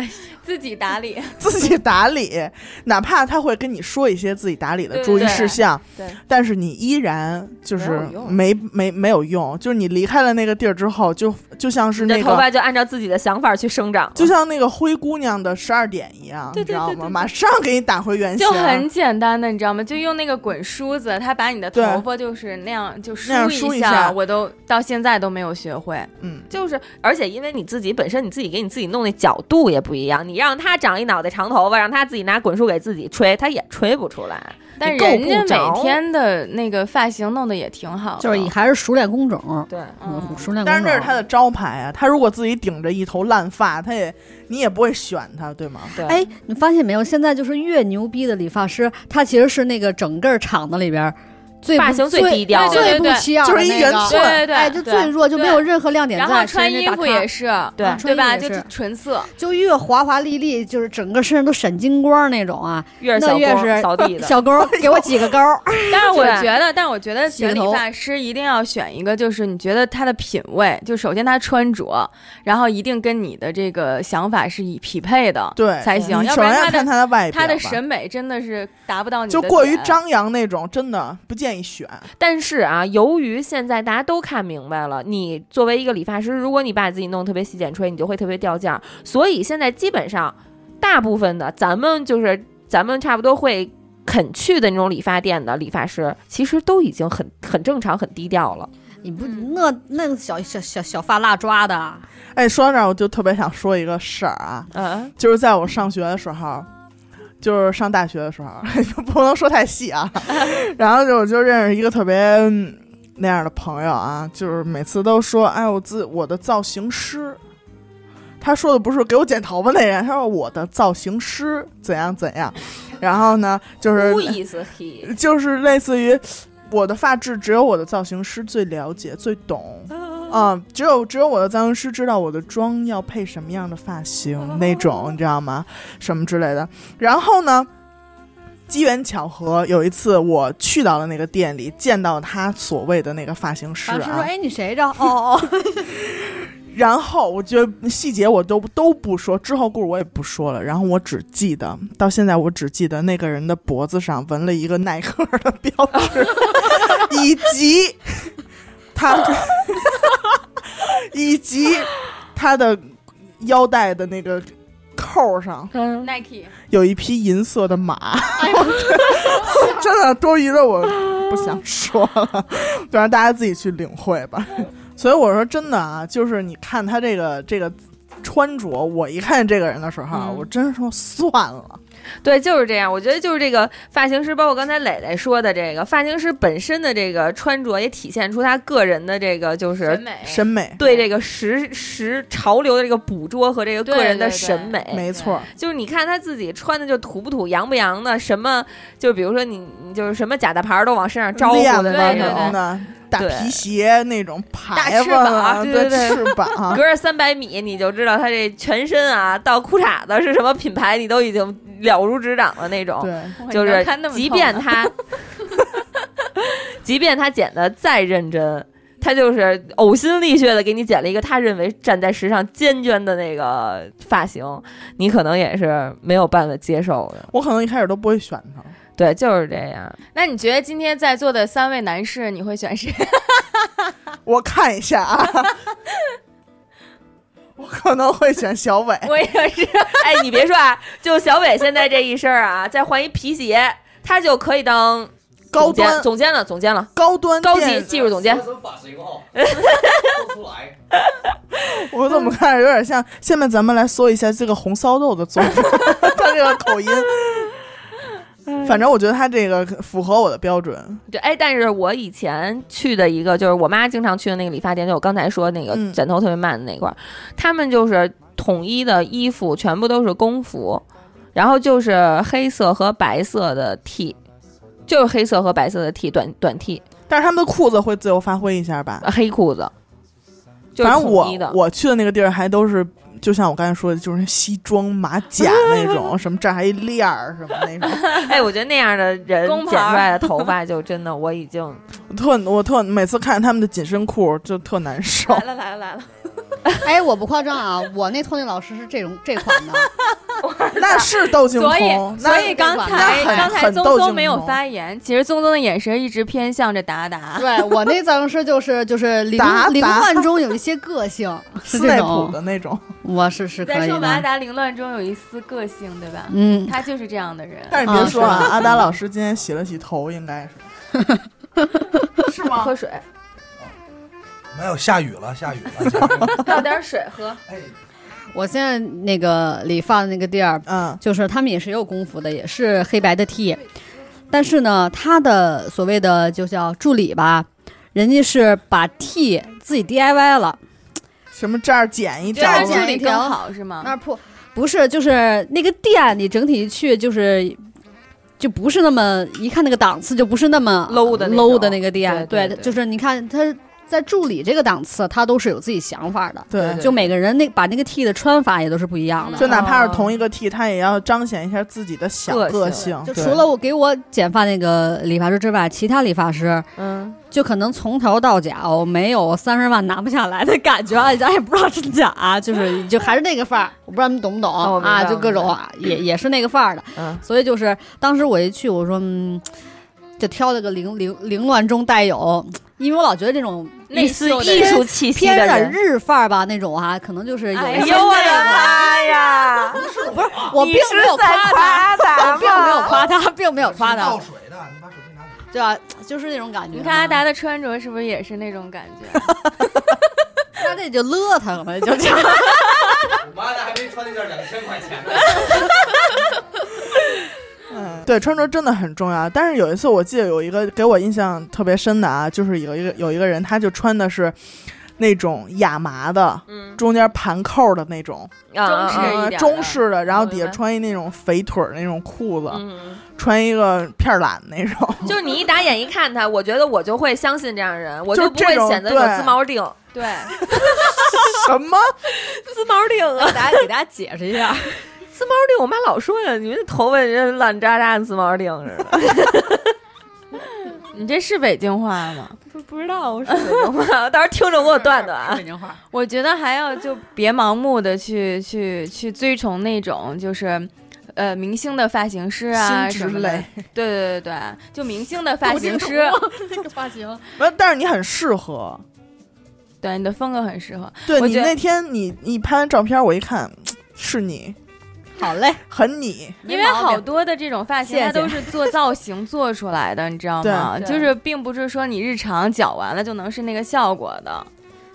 S2: 自己打理，
S1: 自己打理，哪怕他会跟你说一些自己打理的
S2: 对
S1: 注意
S2: 对
S1: 事项，
S2: 对
S1: 但是你依然就是
S3: 没有用
S1: 没没没有用，就是你离开了那个地儿之后，就就像是
S3: 你的
S1: 那
S3: 头
S1: 个。
S3: 发就按照自己的想法去生长了。
S1: 就像那个灰姑娘的十二点一样，
S3: 对对
S1: 你
S3: 对
S1: 知道
S3: 对
S1: 吗？
S3: 对
S1: 马上给你打回原形，
S2: 就
S5: 啊
S2: 很简单的，你知道吗？就用那个滚梳子，它把你的
S1: 对
S2: 头发就是那样就梳
S1: 那样梳一
S2: 下，
S1: 下
S2: 我都到现在都没有学会。
S1: 嗯，
S3: 就是，而且因为你自己本身你自己给你自己弄那角度也不一样，你让他长一脑袋长头发，让他自己拿滚梳给自己吹，他也吹不出来。
S2: 但
S3: 你够
S2: 人
S3: 不
S2: 家每
S3: 着
S2: 天的那个发型弄得也挺好的，
S5: 就是以还是熟练工种，
S3: 对，
S5: 嗯
S2: 嗯，
S5: 熟练工种。
S1: 但是这是他的招牌啊，他如果自己顶着一头烂发，他也你也不会选他，对吗？
S3: 对，
S5: 哎，你发现没有？现在就是越牛逼的理发师，他其实是那个整个厂子里边儿最不
S3: 发型最
S5: 最
S3: 低调的
S5: 最不
S2: 对对对
S5: 起眼儿的
S1: 就是一
S5: 那
S1: 圆
S5: 个
S1: 寸
S2: 对对对
S5: 哎，就
S2: 对
S5: 最弱，就没有任何亮点在。
S2: 然后穿
S5: 谁
S2: 衣
S5: 谁打
S2: 服
S5: 卡
S2: 也是，
S3: 对
S2: 对
S5: 啊穿
S2: 吧？
S5: 衣服
S2: 就
S5: 也是
S2: 纯色，
S5: 就越华华丽丽，就是整个身上都闪金光那种啊，
S3: 越
S5: 那
S3: 小
S5: 越
S3: 工
S5: 是
S3: 扫地的，
S5: 小勾 儿给我几个勾儿，
S2: 但是我
S3: 对
S2: 觉得，但是我觉得
S5: 洗个
S2: 选理
S5: 头
S2: 发师一定要选一个，就是你觉得他的品味，就首先他穿着，然后一定跟你的这个想法是以匹配的，
S1: 对
S2: 才行。
S1: 你
S2: 要
S1: 首
S2: 不
S1: 先
S2: 然
S1: 要
S2: 他
S1: 看
S2: 的
S1: 他的外表吧，
S2: 他的审美真的是达不到你的
S1: 就
S2: 点，
S1: 过于张扬那种，真的不建议选。
S3: 但是啊，由于现在大家都看明白了，你作为一个理发师，如果你把自己弄得特别洗剪吹，你就会特别掉价儿。所以现在基本上，大部分的咱们就是咱们差不多会肯去的那种理发店的理发师，其实都已经很很正常、很低调了。
S5: 你不
S2: 嗯
S5: 那那个小小小小发蜡抓的，啊
S1: 哎，说到这儿，我就特别想说一个事儿啊，
S3: 嗯，
S1: 就是在我上学的时候，就是上大学的时候， 不能说太细 啊。然后就我就认识一个特别嗯那样的朋友啊，就是每次都说，哎，我自我的造型师。他说的不是给我剪头发那人，他说我的造型师怎样怎样，然后呢，就是
S3: 故意是 黑，
S1: 就是类似于我的发质，只有我的造型师最了解、最懂。嗯，只有只有我的造型师知道我的妆要配什么样的发型、那种，你知道吗？什么之类的。然后呢，机缘巧合，有一次我去到了那个店里，见到他所谓的那个发型师
S5: 当时说：“
S1: 啊，
S5: 哎，你谁着？哦 哦，
S1: 然后我觉得细节我都都不说，之后故事我也不说了。然后我只记得到现在，我只记得那个人的脖子上纹了一个耐克的标志，以及他， 以及他的腰带的那个扣上
S3: 嗯
S2: Nike
S1: 有一匹银色的马。
S3: 哎
S1: 我 真的多余的我不想说了，就让大家自己去领会吧。
S3: 嗯
S1: 所以我说真的啊，就是你看他这个这个穿着，我一看这个人的时候啊，
S3: 嗯
S1: 我真说算了，
S3: 对，就是这样。我觉得就是这个发型师，包括刚才磊磊说的这个发型师本身的这个穿着，也体现出他个人的这个就
S2: 审
S3: 是
S2: 美，
S1: 审美，
S3: 对这个时时潮流的这个捕捉和这个个人的
S2: 对对对
S3: 审美。
S1: 没错，
S3: 就是你看他自己穿的就土不土、洋不洋的，什么就比如说你你就是什么假大牌儿都往身上招呼
S1: 链
S3: 的
S1: 子
S3: 那
S2: 对对
S1: 那
S3: 种
S1: 种。的，大
S3: 对
S1: 皮鞋那种牌
S3: 大
S1: 子
S3: 翅
S1: 啊，
S3: 膀对对
S1: 翅膀啊
S3: 隔着三百米，你就知道他这全身啊到裤衩子是什么品牌，你都已经了如指掌的那种。
S1: 对。
S2: 哇
S3: 就
S2: 你能
S3: 是
S2: 看那么啊
S3: 即
S2: 透
S3: 便
S2: 呢
S3: 他，即便他剪的再认真，他就是呕心沥血的给你剪了一个他认为站在时尚尖端的那个发型，你可能也是没有办法接受的。
S1: 我可能一开始都不会选他，
S3: 对，就是这样。
S2: 那你觉得今天在座的三位男士，你会选谁？
S1: 我看一下 啊，我可能会选小伟，
S2: 我也 是，
S3: 哎，你别说啊，就小伟现在这一身儿啊，再换一皮鞋，他就可以当
S1: 高
S3: 总监
S1: 端
S3: 总监了，总监了，
S1: 高端
S3: 高级
S1: 店
S3: 技术总监。
S6: 说什么发型哦，说出来。
S1: 我怎么看着有点像？下面咱们来说一下这个红烧肉的做法，他这个口音。反正我觉得他这个符合我的标准，
S3: 对，哎，但是我以前去的一个就是我妈经常去的那个理发店，就我刚才说那个
S1: 嗯
S3: 剪头特别慢的那块儿，他们就是统一的衣服全部都是工服，然后就是黑色和白色的 T。就是黑色和白色的 T 短短 T，
S1: 但是他们的裤子会自由发挥一下吧。
S3: 黑裤子，呃就是
S1: 反正
S3: 统
S1: 我
S3: 一的。
S1: 我去的那个地儿还都是，就像我刚才说的，就是西装马甲那种，什么这儿还一链儿什么那种。
S3: 哎，我觉得那样的人
S2: 工
S3: 剪
S2: 牌
S3: 出来的头发就真的，我已 经
S1: 我特我特每次看他们的紧身裤就特难受
S2: 来。了来了来了，
S5: 哎，我不夸张啊，我那托尼老师是这种这款的，啊
S1: 那是窦靖
S2: 所以
S1: 童，
S2: 所
S1: 那
S2: 以刚才
S1: 那很
S2: 刚才
S1: 很
S2: 宗
S1: 斗
S2: 宗
S1: 争
S2: 没有
S1: 吗
S2: 发言，其实宗宗的眼神一直偏向着 达达。
S5: 对我那造型师就是就是凌
S1: 打
S5: 凌
S1: 打
S5: 乱中有一些个 性，是
S1: 斯
S5: 这
S1: 内普
S5: 种，
S1: 的那种，
S5: 我是是可
S2: 再
S5: 以
S2: 说吧，阿
S5: 的，
S2: 达凌乱中有一丝个性，对吧？
S5: 嗯，
S2: 他就是这样的人。
S1: 但是别
S5: 啊
S1: 说
S5: 是
S1: 啊
S5: 吧，
S1: 阿达老师今天洗了洗头，应该是是吗？
S3: 喝水，
S6: 没有，下雨了，下雨了下雨了。
S3: 倒点水 喝。
S6: 哎，
S5: 我现在那个理发的那个地儿，
S1: 嗯，
S5: 就是他们也是有功夫的，也是黑白的 T，但是呢，他的所谓的就叫助理吧，人家是把 T 自己 DIY 了，
S1: 什么这儿剪一
S2: 觉得
S1: 点
S5: 他
S2: 他
S5: 这样
S2: 处
S5: 剪
S2: 理
S5: 一
S2: 更
S5: 条
S2: 好是
S3: 啊
S2: 吗？
S5: 儿破不是就是那个店，你整体去就是。就不是那么一看那个档次，就不是那么
S3: low 的那种
S5: low 的那个店，
S3: 对对对
S5: 就是你看他在助理这个档次，他都是有自己想法的，
S1: 对
S3: 对嗯
S5: 就每个人那把那个 T 的穿法也都是不一样的。
S1: 就哪怕是同一个 T，他也要彰显一下自己的小
S3: 个
S1: 个
S3: 性
S1: 性。
S5: 就
S1: 对
S5: 除了我给我剪发那个理发师之外，其他理发师
S3: 嗯，
S5: 就可能从头到脚没有三十万拿不下来的感觉，哎咱也不知道真假，就是就还是那个范儿，我不知道你们懂不懂、
S3: 哦我明白
S5: 啊，就各种啊，也也是那个范儿的。
S3: 嗯
S5: 所以就是当时我一去，我说嗯，就挑了个凌凌凌乱中带有，因为我老觉得这种
S3: 一丝
S5: 有
S3: 艺术气息
S5: 偏
S3: 的
S5: 有点
S3: 人，
S5: 日范儿吧那种啊，可能就是有
S2: 哎
S5: 一
S3: 哎
S5: 些
S3: 呦我的妈呀！
S5: 我
S3: 你
S5: 并没有
S3: 是在
S5: 夸他。
S3: 他
S5: 我并没有夸他，并没有夸他
S6: 倒，水的，你把手机拿走。
S5: 对吧？就是那种感觉嘛。
S2: 你看阿达的穿着是不是也是那种感 觉？
S5: 他这就乐他了， 就这样。
S6: 我妈的，还没穿那件两千块钱的。
S1: 对穿着真的很重要。但是有一次，我记得有一个给我印象特别深的啊，就是有一个有一个人，他就穿的是那种亚麻的，嗯，中间盘扣的那种，
S2: 中式
S3: 嗯
S2: 一
S1: 呃
S2: 点的
S1: 中式的，然后
S2: 我明
S1: 底下
S2: 白
S1: 穿一那种肥腿儿那种裤子，
S3: 嗯嗯
S1: 穿一个片儿懒那种，
S3: 嗯就是你一打眼一看他，我觉得我就会相信这样的人，我
S1: 就
S3: 就不会
S1: 这种
S3: 显得
S1: 对
S3: 有自毛定，
S2: 对，
S1: 什么？
S3: 自毛定啊，
S2: 给大家给大家解释一下，
S3: 自毛定，我妈老说呀，你们头发人烂渣渣的自毛定似 的，
S2: 你这是北京话吗？
S3: 不不知道我是北京话，到时候听着给我断 断啊
S5: 北。京话，
S2: 我觉得还要就别盲目的去去去追崇那种就是。呃，明星的发型师啊，
S1: 新
S2: 什
S1: 之
S2: 么的
S1: 类，
S2: 对对对对，就明星的发型师，
S3: 啊
S5: 那个发型，
S1: 不是，但是你很适合。
S2: 对你的风格很适合。
S1: 对
S2: 我
S1: 你
S2: 觉得
S1: 那天你你拍完照片，我一看是你，
S5: 好嘞，
S1: 很你，
S2: 因为好多的这种发型，
S5: 谢谢
S2: 它都是做造型做出来的，你知道吗？
S3: 对
S2: 就
S3: 对
S2: 是并不是说你日常绞完了就能是那个效果的。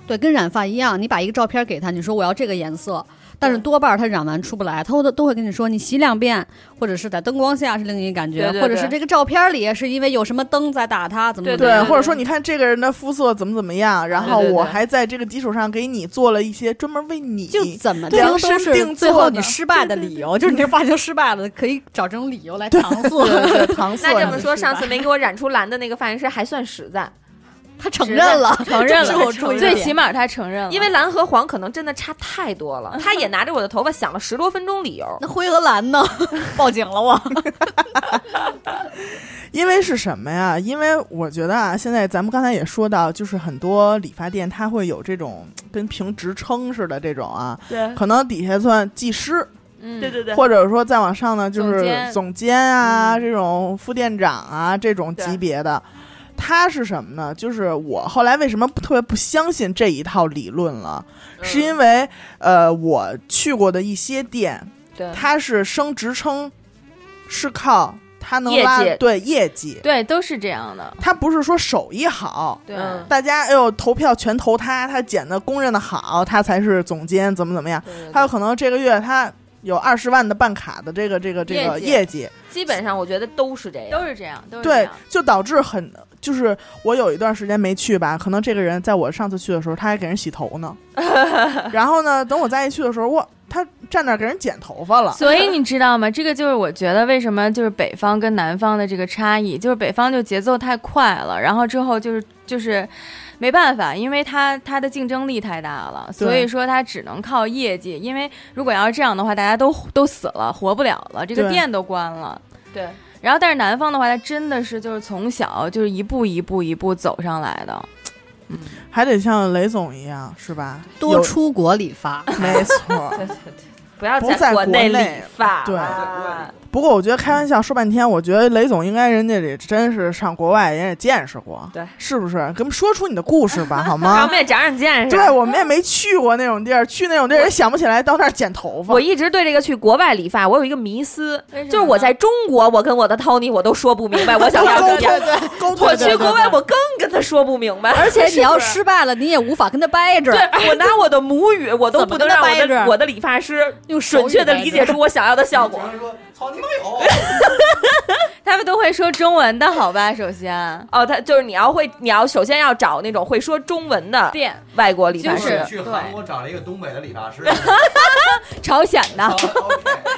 S5: 对，跟染发一样，你把一个照片给他，你说我要这个颜色，但是多半儿他染完出不来，他都都会跟你说你洗两遍，或者是在灯光下是另一个感觉，
S3: 对对
S5: 或者是
S3: 对
S5: 这个照片里是因为有什么灯在打他，怎么
S3: 对
S5: 怎么
S1: 对，
S5: 样
S1: 或者说你看这个人的肤色怎么怎么样，然后
S3: 对对对
S1: 我还在这个基础上给你做了一些专门为你
S5: 就怎么
S1: 对
S5: 听
S1: 量
S5: 都
S1: 身定
S5: 是最
S1: 做
S5: 后
S1: 的
S5: 你失败的理由， 就是你这发型失败了，可以找这种理由来搪塞。
S1: 对对搪塞
S3: 那这
S1: 你
S3: 么说，上次没给我染出蓝的那个发型师还算实在，
S5: 他啊承认了，
S2: 承认
S5: 这是我注
S2: 了，
S5: 意
S2: 最
S5: 的
S2: 起码他承
S1: 嗯
S2: 认了，
S3: 因为蓝和黄可能真的差太多了。他也拿着我的头发想了十多分钟理由，
S5: 那灰和蓝呢？ 报警了我。
S1: 因为是什么呀？因为我觉得啊，现在咱们刚才也说到，就是很多理发店它会有这种跟评职称似的这种啊，
S3: 对
S1: 可能底下算技师，
S2: 嗯，
S3: 对对，
S1: 或者说再往上呢就是
S2: 总监
S1: 总监啊、
S2: 嗯
S1: 这种副店长啊这种
S3: 对
S1: 级别的。他是什么呢？就是我后来为什么不特别不相信这一套理论了，
S3: 嗯
S1: 是因为呃，我去过的一些店，
S3: 对
S1: 它是升职称是靠它能
S3: 业
S1: 拉
S3: 绩
S1: 对业绩，
S2: 对都是这样的，
S1: 他不是说手艺好，
S2: 对，
S3: 嗯
S1: 大家哎呦投票全投他，他剪的公认的好，他才是总监，怎么怎么样？还有
S3: 嗯
S1: 可能这个月他有二十万的办卡的这个这个这个
S2: 业绩
S1: 业绩，
S3: 基本上我觉得都是这样。
S2: 都是这样，都是这
S1: 对
S2: 样，
S1: 就导致很就是我有一段时间没去吧，可能这个人在我上次去的时候他还给人洗头呢，然后呢，等我再一去的时候，哇，他站那儿给人剪头发 了，
S2: 所以你知道吗？这个就是我觉得为什么就是北方跟南方的这个差异，就是北方就节奏太快了，然后之后就是就是没办法，因为它它的竞争力太大了，所以说它只能靠业绩。因为如果要是这样的话，大家都都死了，活不了了，这个
S1: 对
S2: 店都关了。
S3: 对，
S2: 然后但是南方的话，它真的是就是从小就是一步一步一步走上来的。
S1: 还得像雷总一样是吧？
S5: 多
S1: 有
S5: 出国理发，
S1: 没错。
S3: 不要
S1: 不在
S3: 国
S1: 国内
S3: 理发
S1: 对
S3: 啊，
S1: 不过我觉得开玩笑说半天，我觉得雷总应该人家得真是上国外，人也见识过，
S3: 对，
S1: 是不是？给我们说出你的故事吧，好
S3: 让我
S1: 吗
S3: 们？也长长见识。
S1: 啊 对，我们也没去过那种地儿，去那种地儿也想不起来到那儿剪头发
S3: 我。一直对这个去国外理发，我有一个迷思
S2: 为什么，呢
S3: 就是我在中国，我跟我的 Tony 我都说不明白，我想要
S1: 沟
S3: 怎样。
S1: 通，沟通。
S3: 我
S1: 对
S3: 去
S1: 对
S3: 国外，我更跟他说不明白。
S5: 而且你要
S3: 是不是
S5: 失败了，你也无法跟他掰着，
S3: 对 我拿我的母语，我都不能让我
S5: 怎么跟他掰
S3: 的
S5: 着
S3: 我的理发师
S5: 用手
S3: 准
S5: 语
S3: 确的
S5: 掰
S3: 理
S5: 着
S3: 解出我想要的效
S6: 主
S3: 果。
S6: 要是说操你妈有，
S2: 他们都会说中文的好吧？首先
S3: 哦，他就是你要会，你要首先要找那种会说中文的
S2: 店
S3: 外国理发
S2: 就
S3: 师。
S2: 是
S6: 我去韩
S2: 对
S6: 国找了一个东北的理发师，
S2: 朝鲜的
S6: 好 OK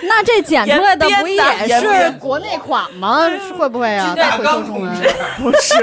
S5: 那这剪出来的不
S3: 也编的
S5: 也是国内款吗？是会不会啊？
S6: 大
S5: 会
S6: 刚
S5: 说中
S6: 同
S5: 文
S6: 志，
S1: 不是，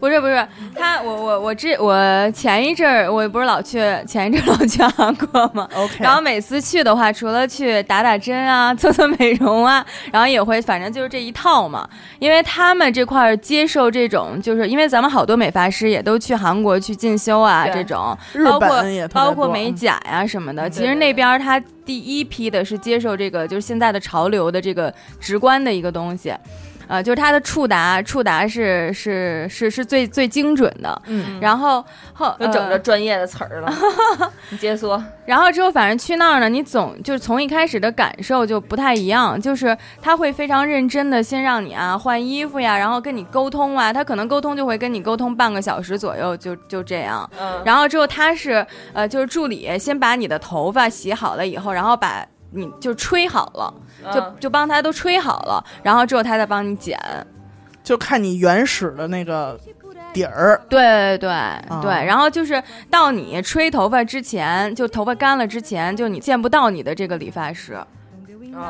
S2: 不是不是，他我我我之我前一阵儿我不是老去前一阵儿老去韩国吗
S1: OK
S2: 然后每次去的话，除了去打打针啊、做做美容啊，然后也会反正就是这一套嘛。因为他们这块儿接受这种，就是因为咱们好多美发师也都去韩国去进修啊，
S3: 对
S2: 这种
S1: 日
S2: 包括
S1: 本也特别
S2: 包括
S1: 多
S2: 美
S1: 嗯
S2: 甲呀、什么的。其
S3: 对
S2: 实
S3: 对
S2: 那
S3: 对
S2: 边儿他第一批的是接受这个就是现在的潮流的这个直观的一个东西。呃，就是它的触达，触达是是是是最最精准的。
S1: 嗯
S2: 然后后
S3: 又整着
S2: 呃
S3: 专业的词儿了，你接说。
S2: 然后之后反正去那儿呢，你总就是从一开始的感受就不太一样，就是他会非常认真的先让你啊换衣服呀，然后跟你沟通啊，他可能沟通就会跟你沟通半个小时左右，就就这样。
S3: 嗯，
S2: 然后之后他是呃就是助理先把你的头发洗好了以后，然后把你就吹好了，就
S3: 嗯
S2: 就帮他都吹好了，然后之后他再帮你剪。
S1: 就看你原始的那个底儿，
S2: 对对对，然后就是到你吹头发之前，就头发干了之前，就你见不到你的这个理发师，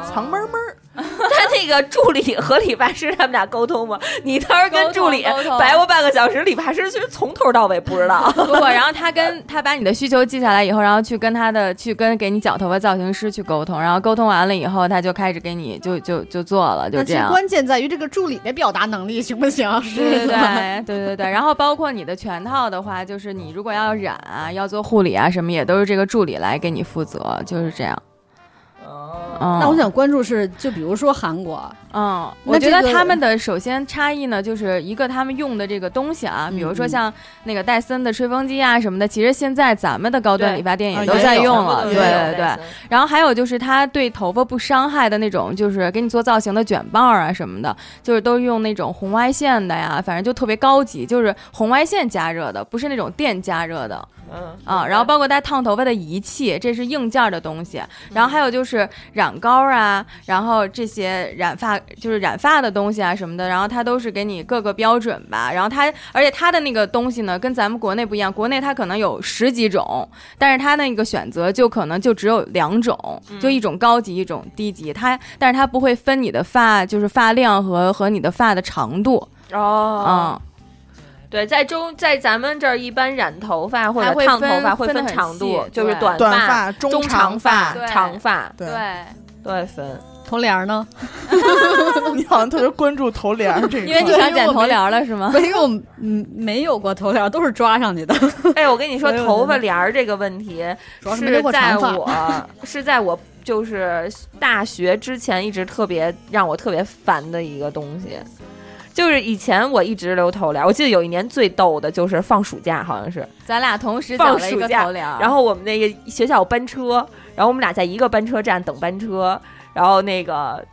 S1: 藏闷闷儿。
S3: 他那个助理和理发师他们俩沟通吗？你当时跟助理
S2: 沟通沟通
S3: 白活半个小时，理发师其实从头到尾不知道。
S2: 不过，然后他跟他把你的需求记下来以后，然后去跟他的去跟给你剪头发造型师去沟通，然后沟通完了以后，他就开始给你就就就做了，就
S7: 那
S2: 这
S7: 其实
S2: 样。
S7: 关键在于这个助理的表达能力行不行？
S2: 对对
S5: 嗯
S2: 对对对对，然后包括你的全套的话，就是你如果要染啊，要做护理啊什么，也都是这个助理来给你负责，就是这样。
S3: 哦
S2: 嗯，
S5: 那我想关注是，就比如说韩国，
S2: 嗯，
S5: 那
S2: 我觉
S5: 这
S2: 得
S5: 个
S2: 他们的首先差异呢，就是一个他们用的这个东西啊，比如说
S5: 嗯嗯
S2: 像那个戴森的吹风机啊什么的，其实现在咱们的高端
S3: 对
S2: 理发店
S1: 啊
S2: 嗯也都
S1: 也
S2: 在
S1: 有
S2: 用
S1: 差不
S2: 了，
S1: 多
S2: 对
S1: 也有
S2: 对对。然后还有就是它对头发不伤害的那种，就是给你做造型的卷棒啊什么的，就是都用那种红外线的呀，反正就特别高级，就是红外线加热的，不是那种电加热的
S3: 嗯
S2: 啊。然后包括带烫头发的仪器，这是硬件儿的东西。然后还有就是染膏啊，然后这些染发就是染发的东西啊什么的，然后它都是给你各个标准吧。然后它而且它的那个东西呢，跟咱们国内不一样，国内它可能有十几种，但是它那个选择就可能就只有两种，就一种高级，一种低级。它但是它不会分你的发就是发量和和你的发的长度，
S3: 哦，
S2: 嗯。
S3: 对，在中在咱们这儿一般染头发或
S2: 还
S3: 者
S2: 会
S3: 烫头
S2: 分
S3: 发会
S2: 分得
S3: 分
S2: 很
S3: 长度
S2: 细，
S3: 就是
S2: 对
S3: 短
S1: 短
S3: 发、
S1: 发、
S3: 中
S1: 长
S3: 发
S2: 对、
S3: 长发
S1: 对，
S3: 都会分。
S5: 头帘儿 呢？
S1: 你好像特别关注头帘儿这一
S2: 因为你
S1: 块。
S2: 想剪头帘儿了是吗？
S5: 没有，嗯，没有过头帘儿，都是抓上去的。
S3: 哎，我跟你说，
S5: 所以我
S3: 头
S5: 觉
S3: 发
S5: 得
S3: 帘儿这个问题
S5: 主要是没留
S3: 是
S5: 过
S3: 在
S5: 长发
S3: 我 是在我就是大学之前一直特别让我特别烦的一个东西。就是以前我一直留头帘儿，我记得有一年最逗的就是放暑假，好像是，
S2: 咱俩同时剪
S3: 放
S2: 了一个
S3: 暑假
S2: 头帘儿，
S3: 然后我们那个学校有班车，然后我们俩在一个班车站等班车，然后那个，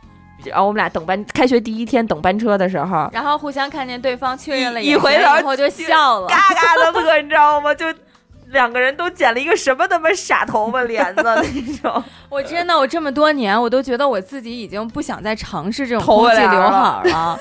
S3: 然后我们俩等班开学第一天等班车的时候，
S2: 然后互相看见对方确认了
S3: 一
S2: 眼
S3: 一回
S2: 神
S3: 头
S2: 以后就笑了。
S3: 嘎嘎的乐，你知道吗？就两个人都剪了一个什么他妈傻头发帘子 那种。
S2: 我真的，我这么多年，我都觉得我自己已经不想再尝试这种
S3: 头
S2: 空
S3: 发
S2: 气
S3: 帘儿
S2: 刘海
S3: 了
S2: 儿 了。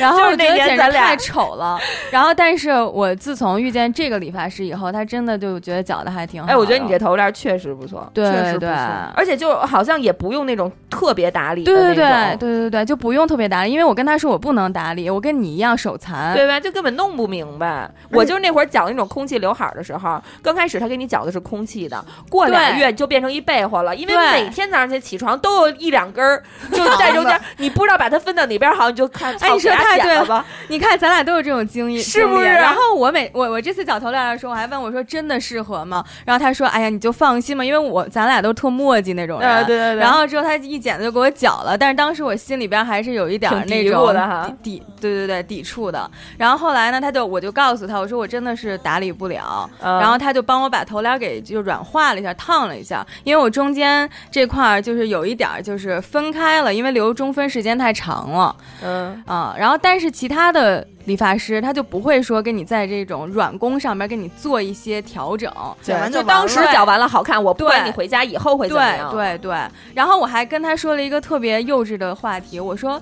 S2: 然后
S3: 就是
S2: 我觉
S3: 那
S2: 得
S3: 年
S2: 简
S3: 咱
S2: 直
S3: 俩
S2: 太丑了。然后，但是我自从遇见这个理发师以后，他真的就觉得剪的还嗯挺好的。
S3: 哎，我觉得你这头帘确实不错，
S2: 对
S1: 确实不
S2: 对
S1: 错
S3: 而且就好像也不用那种特别打理的
S2: 对对
S3: 那种，
S2: 对对对对，就不用特别打理，因为我跟他说我不能打理，我跟你一样手残。
S3: 对吧？就根本弄不明白。我就是那会儿绞那种空气刘海儿的时候，刚开始他给你绞的是空气的，过两个
S2: 对
S3: 月就变成一被窝了，因为
S2: 对
S3: 每天早上起起床都有一两根儿，就在 中间，你不知道把它分到哪边儿好，你就看，
S2: 哎你说
S3: 操给它
S2: 太
S3: 剪
S2: 对
S3: 了吧？
S2: 你看，咱俩都有这种经历，
S3: 是不是啊
S2: 经历然后我每我我这次绞头帘的时候，我还问我说真的适合吗？然后他说，哎呀，你就放心吧，因为我咱俩都特磨叽那种人。
S3: 啊对对
S2: 然后之后他一剪就给我绞了，但是当时我心里边还是有一点儿
S3: 挺
S2: 那
S3: 嘀
S2: 种
S3: 咕的哈
S2: 抵抵对对对抵触的。然后后来呢，他就我就告诉他，我说我真的是打理不了，
S3: 嗯
S2: 然后他就帮我把头帘给就软化了一下，烫了一下，因为我中间这块儿就是有一点儿就是分开了，因为留中分时间太长了
S3: 嗯，
S2: 啊。然后但是其他的理发师他就不会说给你在这种软工上面给你做一些调整，
S1: 剪完就完
S3: 就当时
S1: 了
S2: 对
S3: 绞完了好看，我不管
S2: 对
S3: 你回家以后会怎么样，
S2: 对对对，然后我还跟他说了一个特别幼稚的话题，我说。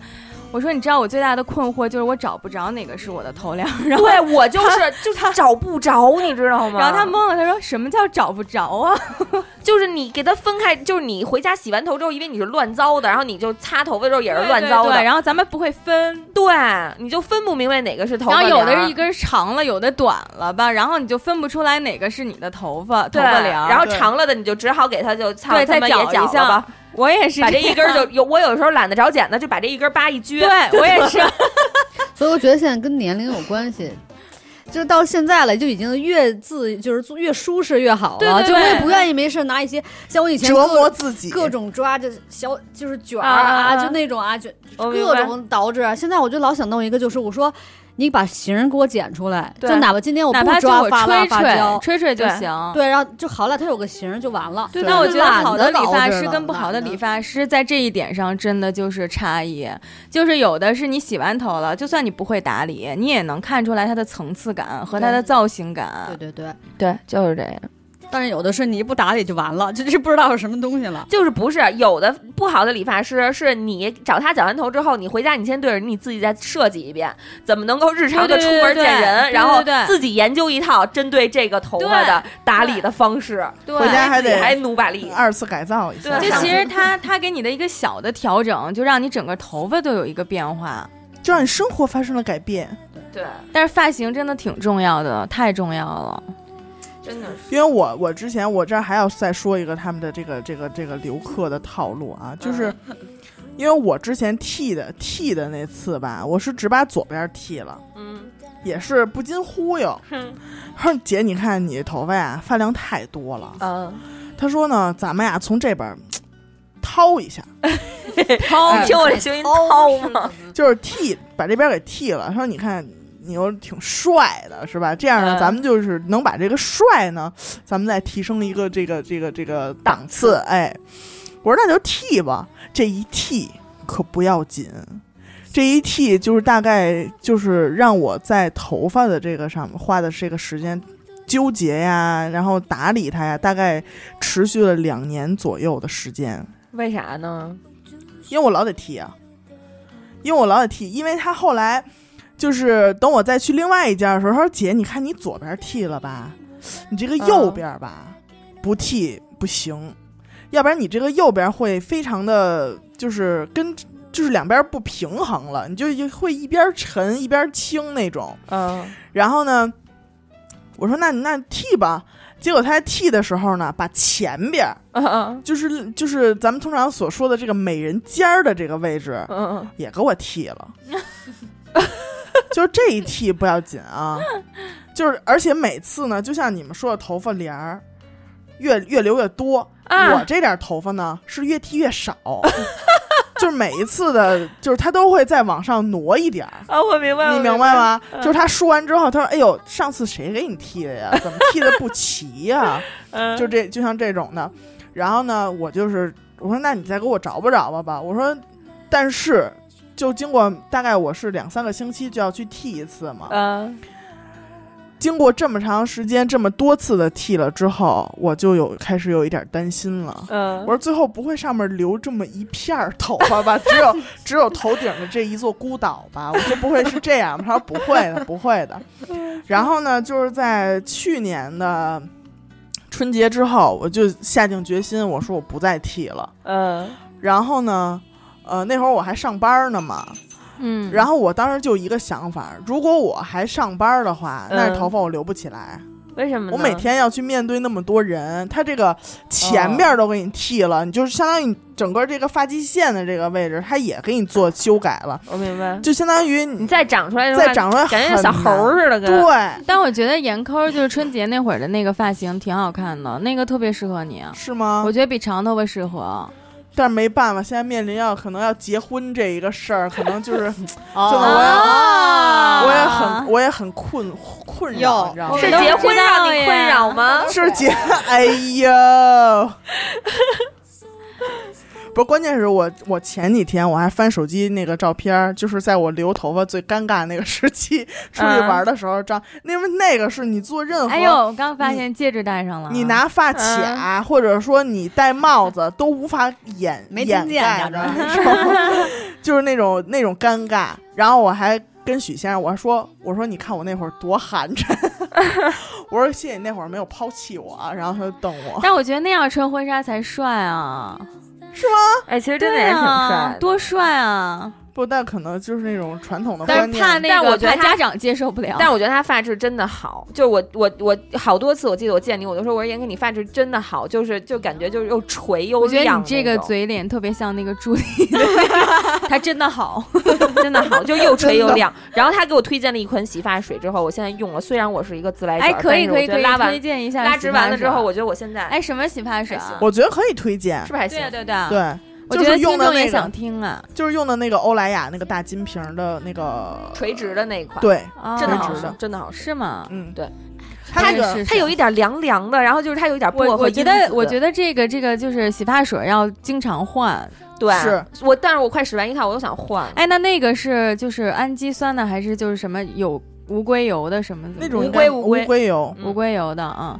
S2: 我说，你知道我最大的困惑就是我找不着哪个是我的头帘儿，然后，
S3: 对我就是就他找不着，你知道吗？
S2: 然后他懵了，他说什么叫找不着啊？
S3: 就是你给他分开，就是你回家洗完头之后，因为你是乱糟的，然后你就擦头发的时候也是乱糟
S2: 对对对
S3: 的，
S2: 然后咱们不会分，
S3: 对，你就分不明白哪个是头
S2: 然
S3: 发
S2: 后
S3: 帘
S2: 有
S3: 儿，
S2: 的是一根长了，有的短了吧，然后你就分不出来哪个是你的头发头
S3: 对
S2: 发帘儿。
S3: 然后
S1: 对
S3: 长了的你就只好给他就操
S2: 对
S3: 他
S2: 再
S3: 妈也
S2: 绞
S3: 绞
S2: 一
S3: 了
S2: 下
S3: 吧，
S2: 我也是
S3: 把这
S2: 样
S3: 一根儿就有我有时候懒得着剪子，就把这一根儿叭一撅，
S2: 对我也是，
S5: 所以我觉得现在跟年龄有关系， 就是到现在了，就已经越自就是做越舒适越好了。
S2: 对对对
S5: 就我也不愿意没事拿一些像我以前
S1: 折
S5: 各
S1: 磨自己，
S5: 各种抓着小就是卷儿
S3: 啊啊
S5: 啊，
S3: 啊
S5: 就那种啊卷
S3: 我明
S5: 各
S3: 白
S5: 种捯饬。现在我就老想弄一个，就是我说你把型儿给我剪出来，
S3: 对
S5: 就哪怕今天我
S2: 哪
S5: 哦不
S2: 怕就
S5: 抓
S2: 我
S5: 发蜡
S2: 吹
S5: 发
S2: 吹
S5: 胶，
S2: 吹吹就
S3: 对
S2: 行。
S5: 对，然后就好歹它有个型儿就完了。
S2: 那我觉得好的
S5: 的
S2: 理发师跟不好的理发师在这一点上真的就是差异，就是有的是你洗完头了，就算你不会打理，你也能看出来它的层次感和它的
S5: 对
S2: 造型
S5: 对
S2: 感。
S5: 对对，
S3: 对，就是这样。
S5: 但是有的是你一不打理就完了，就是不知道有什么东西了。
S3: 就是不是有的不好的理发师，是你找他剪完头之后，你回家你先对着你自己再设计一遍，怎么能够日常的
S2: 对
S3: 出
S2: 对对
S3: 门
S2: 对
S3: 见人，
S2: 对
S3: 然后
S2: 对对
S3: 自己研究一套针对这个头发的打理的方式，
S2: 对
S1: 回家还
S3: 自己
S1: 得
S3: 还努把力。
S1: 二次改造一下。
S3: 对
S2: 就
S3: 上
S2: 其
S3: 次
S2: 实他他给你的一个小的调整，就让你整个头发都有一个变化。
S1: 就让你生活发生了改变。
S3: 对，
S2: 但是发型真的挺重要的，太重要了。
S3: 真的是。
S1: 因为我我之前我这儿还要再说一个他们的这个这个这个留客的套路啊，就是因为我之前剃的剃的那次吧，我是只把左边剃了，
S3: 嗯，
S1: 也是不禁忽悠。
S3: 嗯
S1: 他说：“姐，你看你头发呀，发量太多了。
S3: 嗯，
S1: 他说呢，咱们呀从这边儿嘖掏一下，
S3: 掏，
S2: 嗯
S1: 哎
S3: 听我这声音掏吗？
S1: 就是剃，把这边给剃了。他说你看你又挺帅的，是吧？这样呢，
S3: 嗯
S1: 咱们就是能把这个帅呢，咱们再提升一个这个这个这个档次。哎，我说那就剃吧，这一剃可不要紧。这一剃就是大概就是让我在头发的这个上面花的这个时间纠结呀，然后打理它呀，大概持续了两年左右的时间。
S3: 为啥呢？
S1: 因为我老得剃啊，因为我老得剃，因为他后来就是等我再去另外一家的时候，他说姐，你看你左边剃了吧，你这个右边吧、不剃不行，要不然你这个右边会非常的就是跟就是两边不平衡了，你就会一边沉一边轻那种。
S3: 嗯，
S1: 然后呢，我说那你那剃吧，结果他在剃的时候呢，把前边儿
S3: 嗯 嗯
S1: 就是就是咱们通常所说的这个美人尖儿的这个位置，
S3: 嗯
S1: 也给我剃了。就是这一剃不要紧啊，就是而且每次呢，就像你们说的头发帘儿越越留越多，
S3: 啊
S1: 我这点儿头发呢是越剃越少，就是每一次的，就是它都会再往上挪一点儿。
S3: 啊， 我明白，嗯
S1: 你
S3: 我
S1: 明白？吗？就是他梳完之后，他说：“哎呦，上次谁给你剃的呀？怎么剃的不齐呀、
S3: 嗯，
S1: 就这就像这种的。然后呢，我就是我说那你再给我找吧找吧吧。我说，但是就经过大概我是两三个星期就要去剃一次嘛。
S3: 嗯，
S1: 经过这么长时间这么多次的剃了之后，我就有开始有一点担心了。
S3: 嗯
S1: 我，说最后不会上面留这么一片儿头发 吧？只有只有头顶的这一座孤岛吧？我说不会是这样吧？他说不会 的，不会的。
S3: 嗯
S1: 然后呢，就是在去年的春节之后，我就下定决心，我说我不再剃了。
S3: 嗯，
S1: 然后呢，呃，那会儿我还上班呢嘛，
S2: 嗯，
S1: 然后我当时就一个想法，如果我还上班的话，
S3: 嗯
S1: 那头发我留不起来。
S3: 为什么呢？
S1: 我每天要去面对那么多人，他这个前面都给你剃了，你就是相当于你整个这个发际线的这个位置，他也给你做修改了，
S3: 我明白，
S1: 就相当于
S3: 嗯你
S1: 你
S3: 再长出来的话
S1: 再，长出来
S3: 感觉像小猴儿
S1: 似
S3: 似的，
S1: 的。
S3: 跟
S1: 对，
S2: 但我觉得严抠就是春节那会儿的那个发型挺好看的，那个特别适合你，啊
S1: 是吗
S2: 我？觉得比长头发适合。
S1: 但是没办法，现在面临要可能要结婚这一个事儿，可能就是 就
S7: 哦，
S1: 我
S2: 啊
S1: 也我也很我也很困困扰，
S7: 哟
S1: 你知道
S2: 我
S1: 吗
S3: 是
S2: 们？都
S3: 结
S2: 不
S3: 婚
S2: 知道
S3: 让你困
S2: 耶
S3: 扰吗？
S1: 是 结，哎呦，不是，关键是我我前几天我还翻手机那个照片儿，就是在我留头发最尴尬那个时期，出去玩儿的时候照，那为那个是你做任何。
S2: 嗯哎呦，我刚发现戒指戴上了，
S1: 你拿发卡、
S2: 嗯
S1: 或者说你戴帽 子都无法掩
S5: 没
S1: 掩
S5: 听见
S1: 盖
S5: 假
S1: 着
S5: 装，
S1: 就是那种那种尴尬。然后我还跟许先生我还说我说你看我那会儿多寒碜， 我说谢谢你那会儿没有抛弃我啊，然后他就瞪我。
S2: 但我觉得那样穿婚纱才帅啊，
S3: 哎，其实真的
S2: 对
S3: 也挺
S2: 啊
S3: 帅，，
S2: 多帅啊！
S1: 不，但可能就是那种传统的观
S2: 但是
S1: 念。
S2: 怕那
S3: 但
S2: 个，
S3: 我觉得
S2: 怕
S3: 他
S2: 家长接受不了。
S3: 但我觉得他发质真的好，就我我我好多次，我记得我见你，我就说我说严哥，你发质真的好，就是就感觉就是又垂又
S2: 我觉得
S3: 亮
S2: 你这个
S3: 那种
S2: 嘴脸特别像那个 朱莉，她真的好。
S3: 真的好，就又垂又亮。然后他给我推荐了一款洗发水之后，我现在用了，虽然我是一个自来卷
S2: 哎，
S3: 儿，
S2: 可以
S3: 但是我
S2: 可以可
S3: 觉得
S2: 以，
S3: 拉
S2: 推
S3: 完
S2: 荐一下洗发水。
S3: 拉直完了之后，我觉得我现在啊
S2: 哎，什么洗发水啊？
S3: 还行
S1: 我觉得可以推荐，
S3: 是不是还行
S2: 对？啊对对，
S1: 对，
S2: 我
S1: 就
S2: 觉得
S1: 是
S2: 听
S1: 用的
S2: 众也
S1: 那
S2: 想
S1: 个，
S2: 听啊。
S1: 就是用的那个欧莱雅那个大金瓶儿的那个
S3: 垂直的那一款，，
S1: 对，
S2: 啊
S3: 真的
S1: 垂
S3: 好
S1: 直
S3: 使
S1: 的，
S3: 真的好使。
S2: 是吗？
S1: 嗯，
S3: 对，
S1: 它那
S2: 是
S1: 个
S2: 是
S3: 它有一点凉凉的，然后就是它有一点薄
S2: 我
S3: 荷
S2: 我觉得，我觉
S3: 得
S2: 得这个这个就是洗发水要经常换。
S3: 对，
S1: 是
S3: 我，但是我快使完一套，我又想换了。
S2: 哎，那那个是就是氨基酸的，还是就是什么有无硅油的什么的？
S1: 那种
S3: 乌
S1: 应
S3: 龟
S1: 该
S3: 乌
S1: 乌
S3: 龟
S1: 龟油，
S3: 嗯
S2: 无硅油的啊。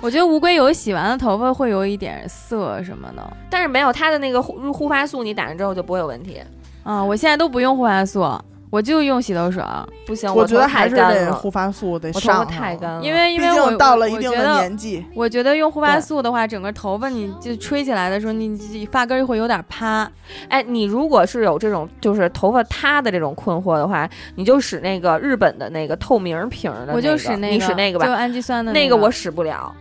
S2: 我觉得无硅油洗完了头发会有一点涩什么的。
S3: 但是没有它的那个护入护发素，你打上之后就不会有问题。
S2: 啊，我现在都不用护发素，我就用洗头水，
S3: 不行，
S1: 我
S3: 我
S1: 觉得
S3: 头太
S1: 还是
S3: 干
S1: 得
S3: 了，
S1: 护发素得
S3: 我头发
S1: 上，啊
S3: 太干了，
S2: 因为
S1: 毕
S2: 因为我
S1: 竟到了一
S2: 我
S1: 定
S2: 觉
S1: 的
S2: 得
S1: 年纪，
S2: 我觉得用护发
S3: 对
S2: 素的话，整个头发你就吹起来的时候，你你发根儿会有点趴。
S3: 哎，你如果是有这种就是头发塌的这种困惑的话，你就使那个日本的那个透明瓶儿的、那个，
S2: 我就使那个，
S3: 你使那个吧
S2: 就，氨基酸的
S3: 那
S2: 个
S3: 个我使不了，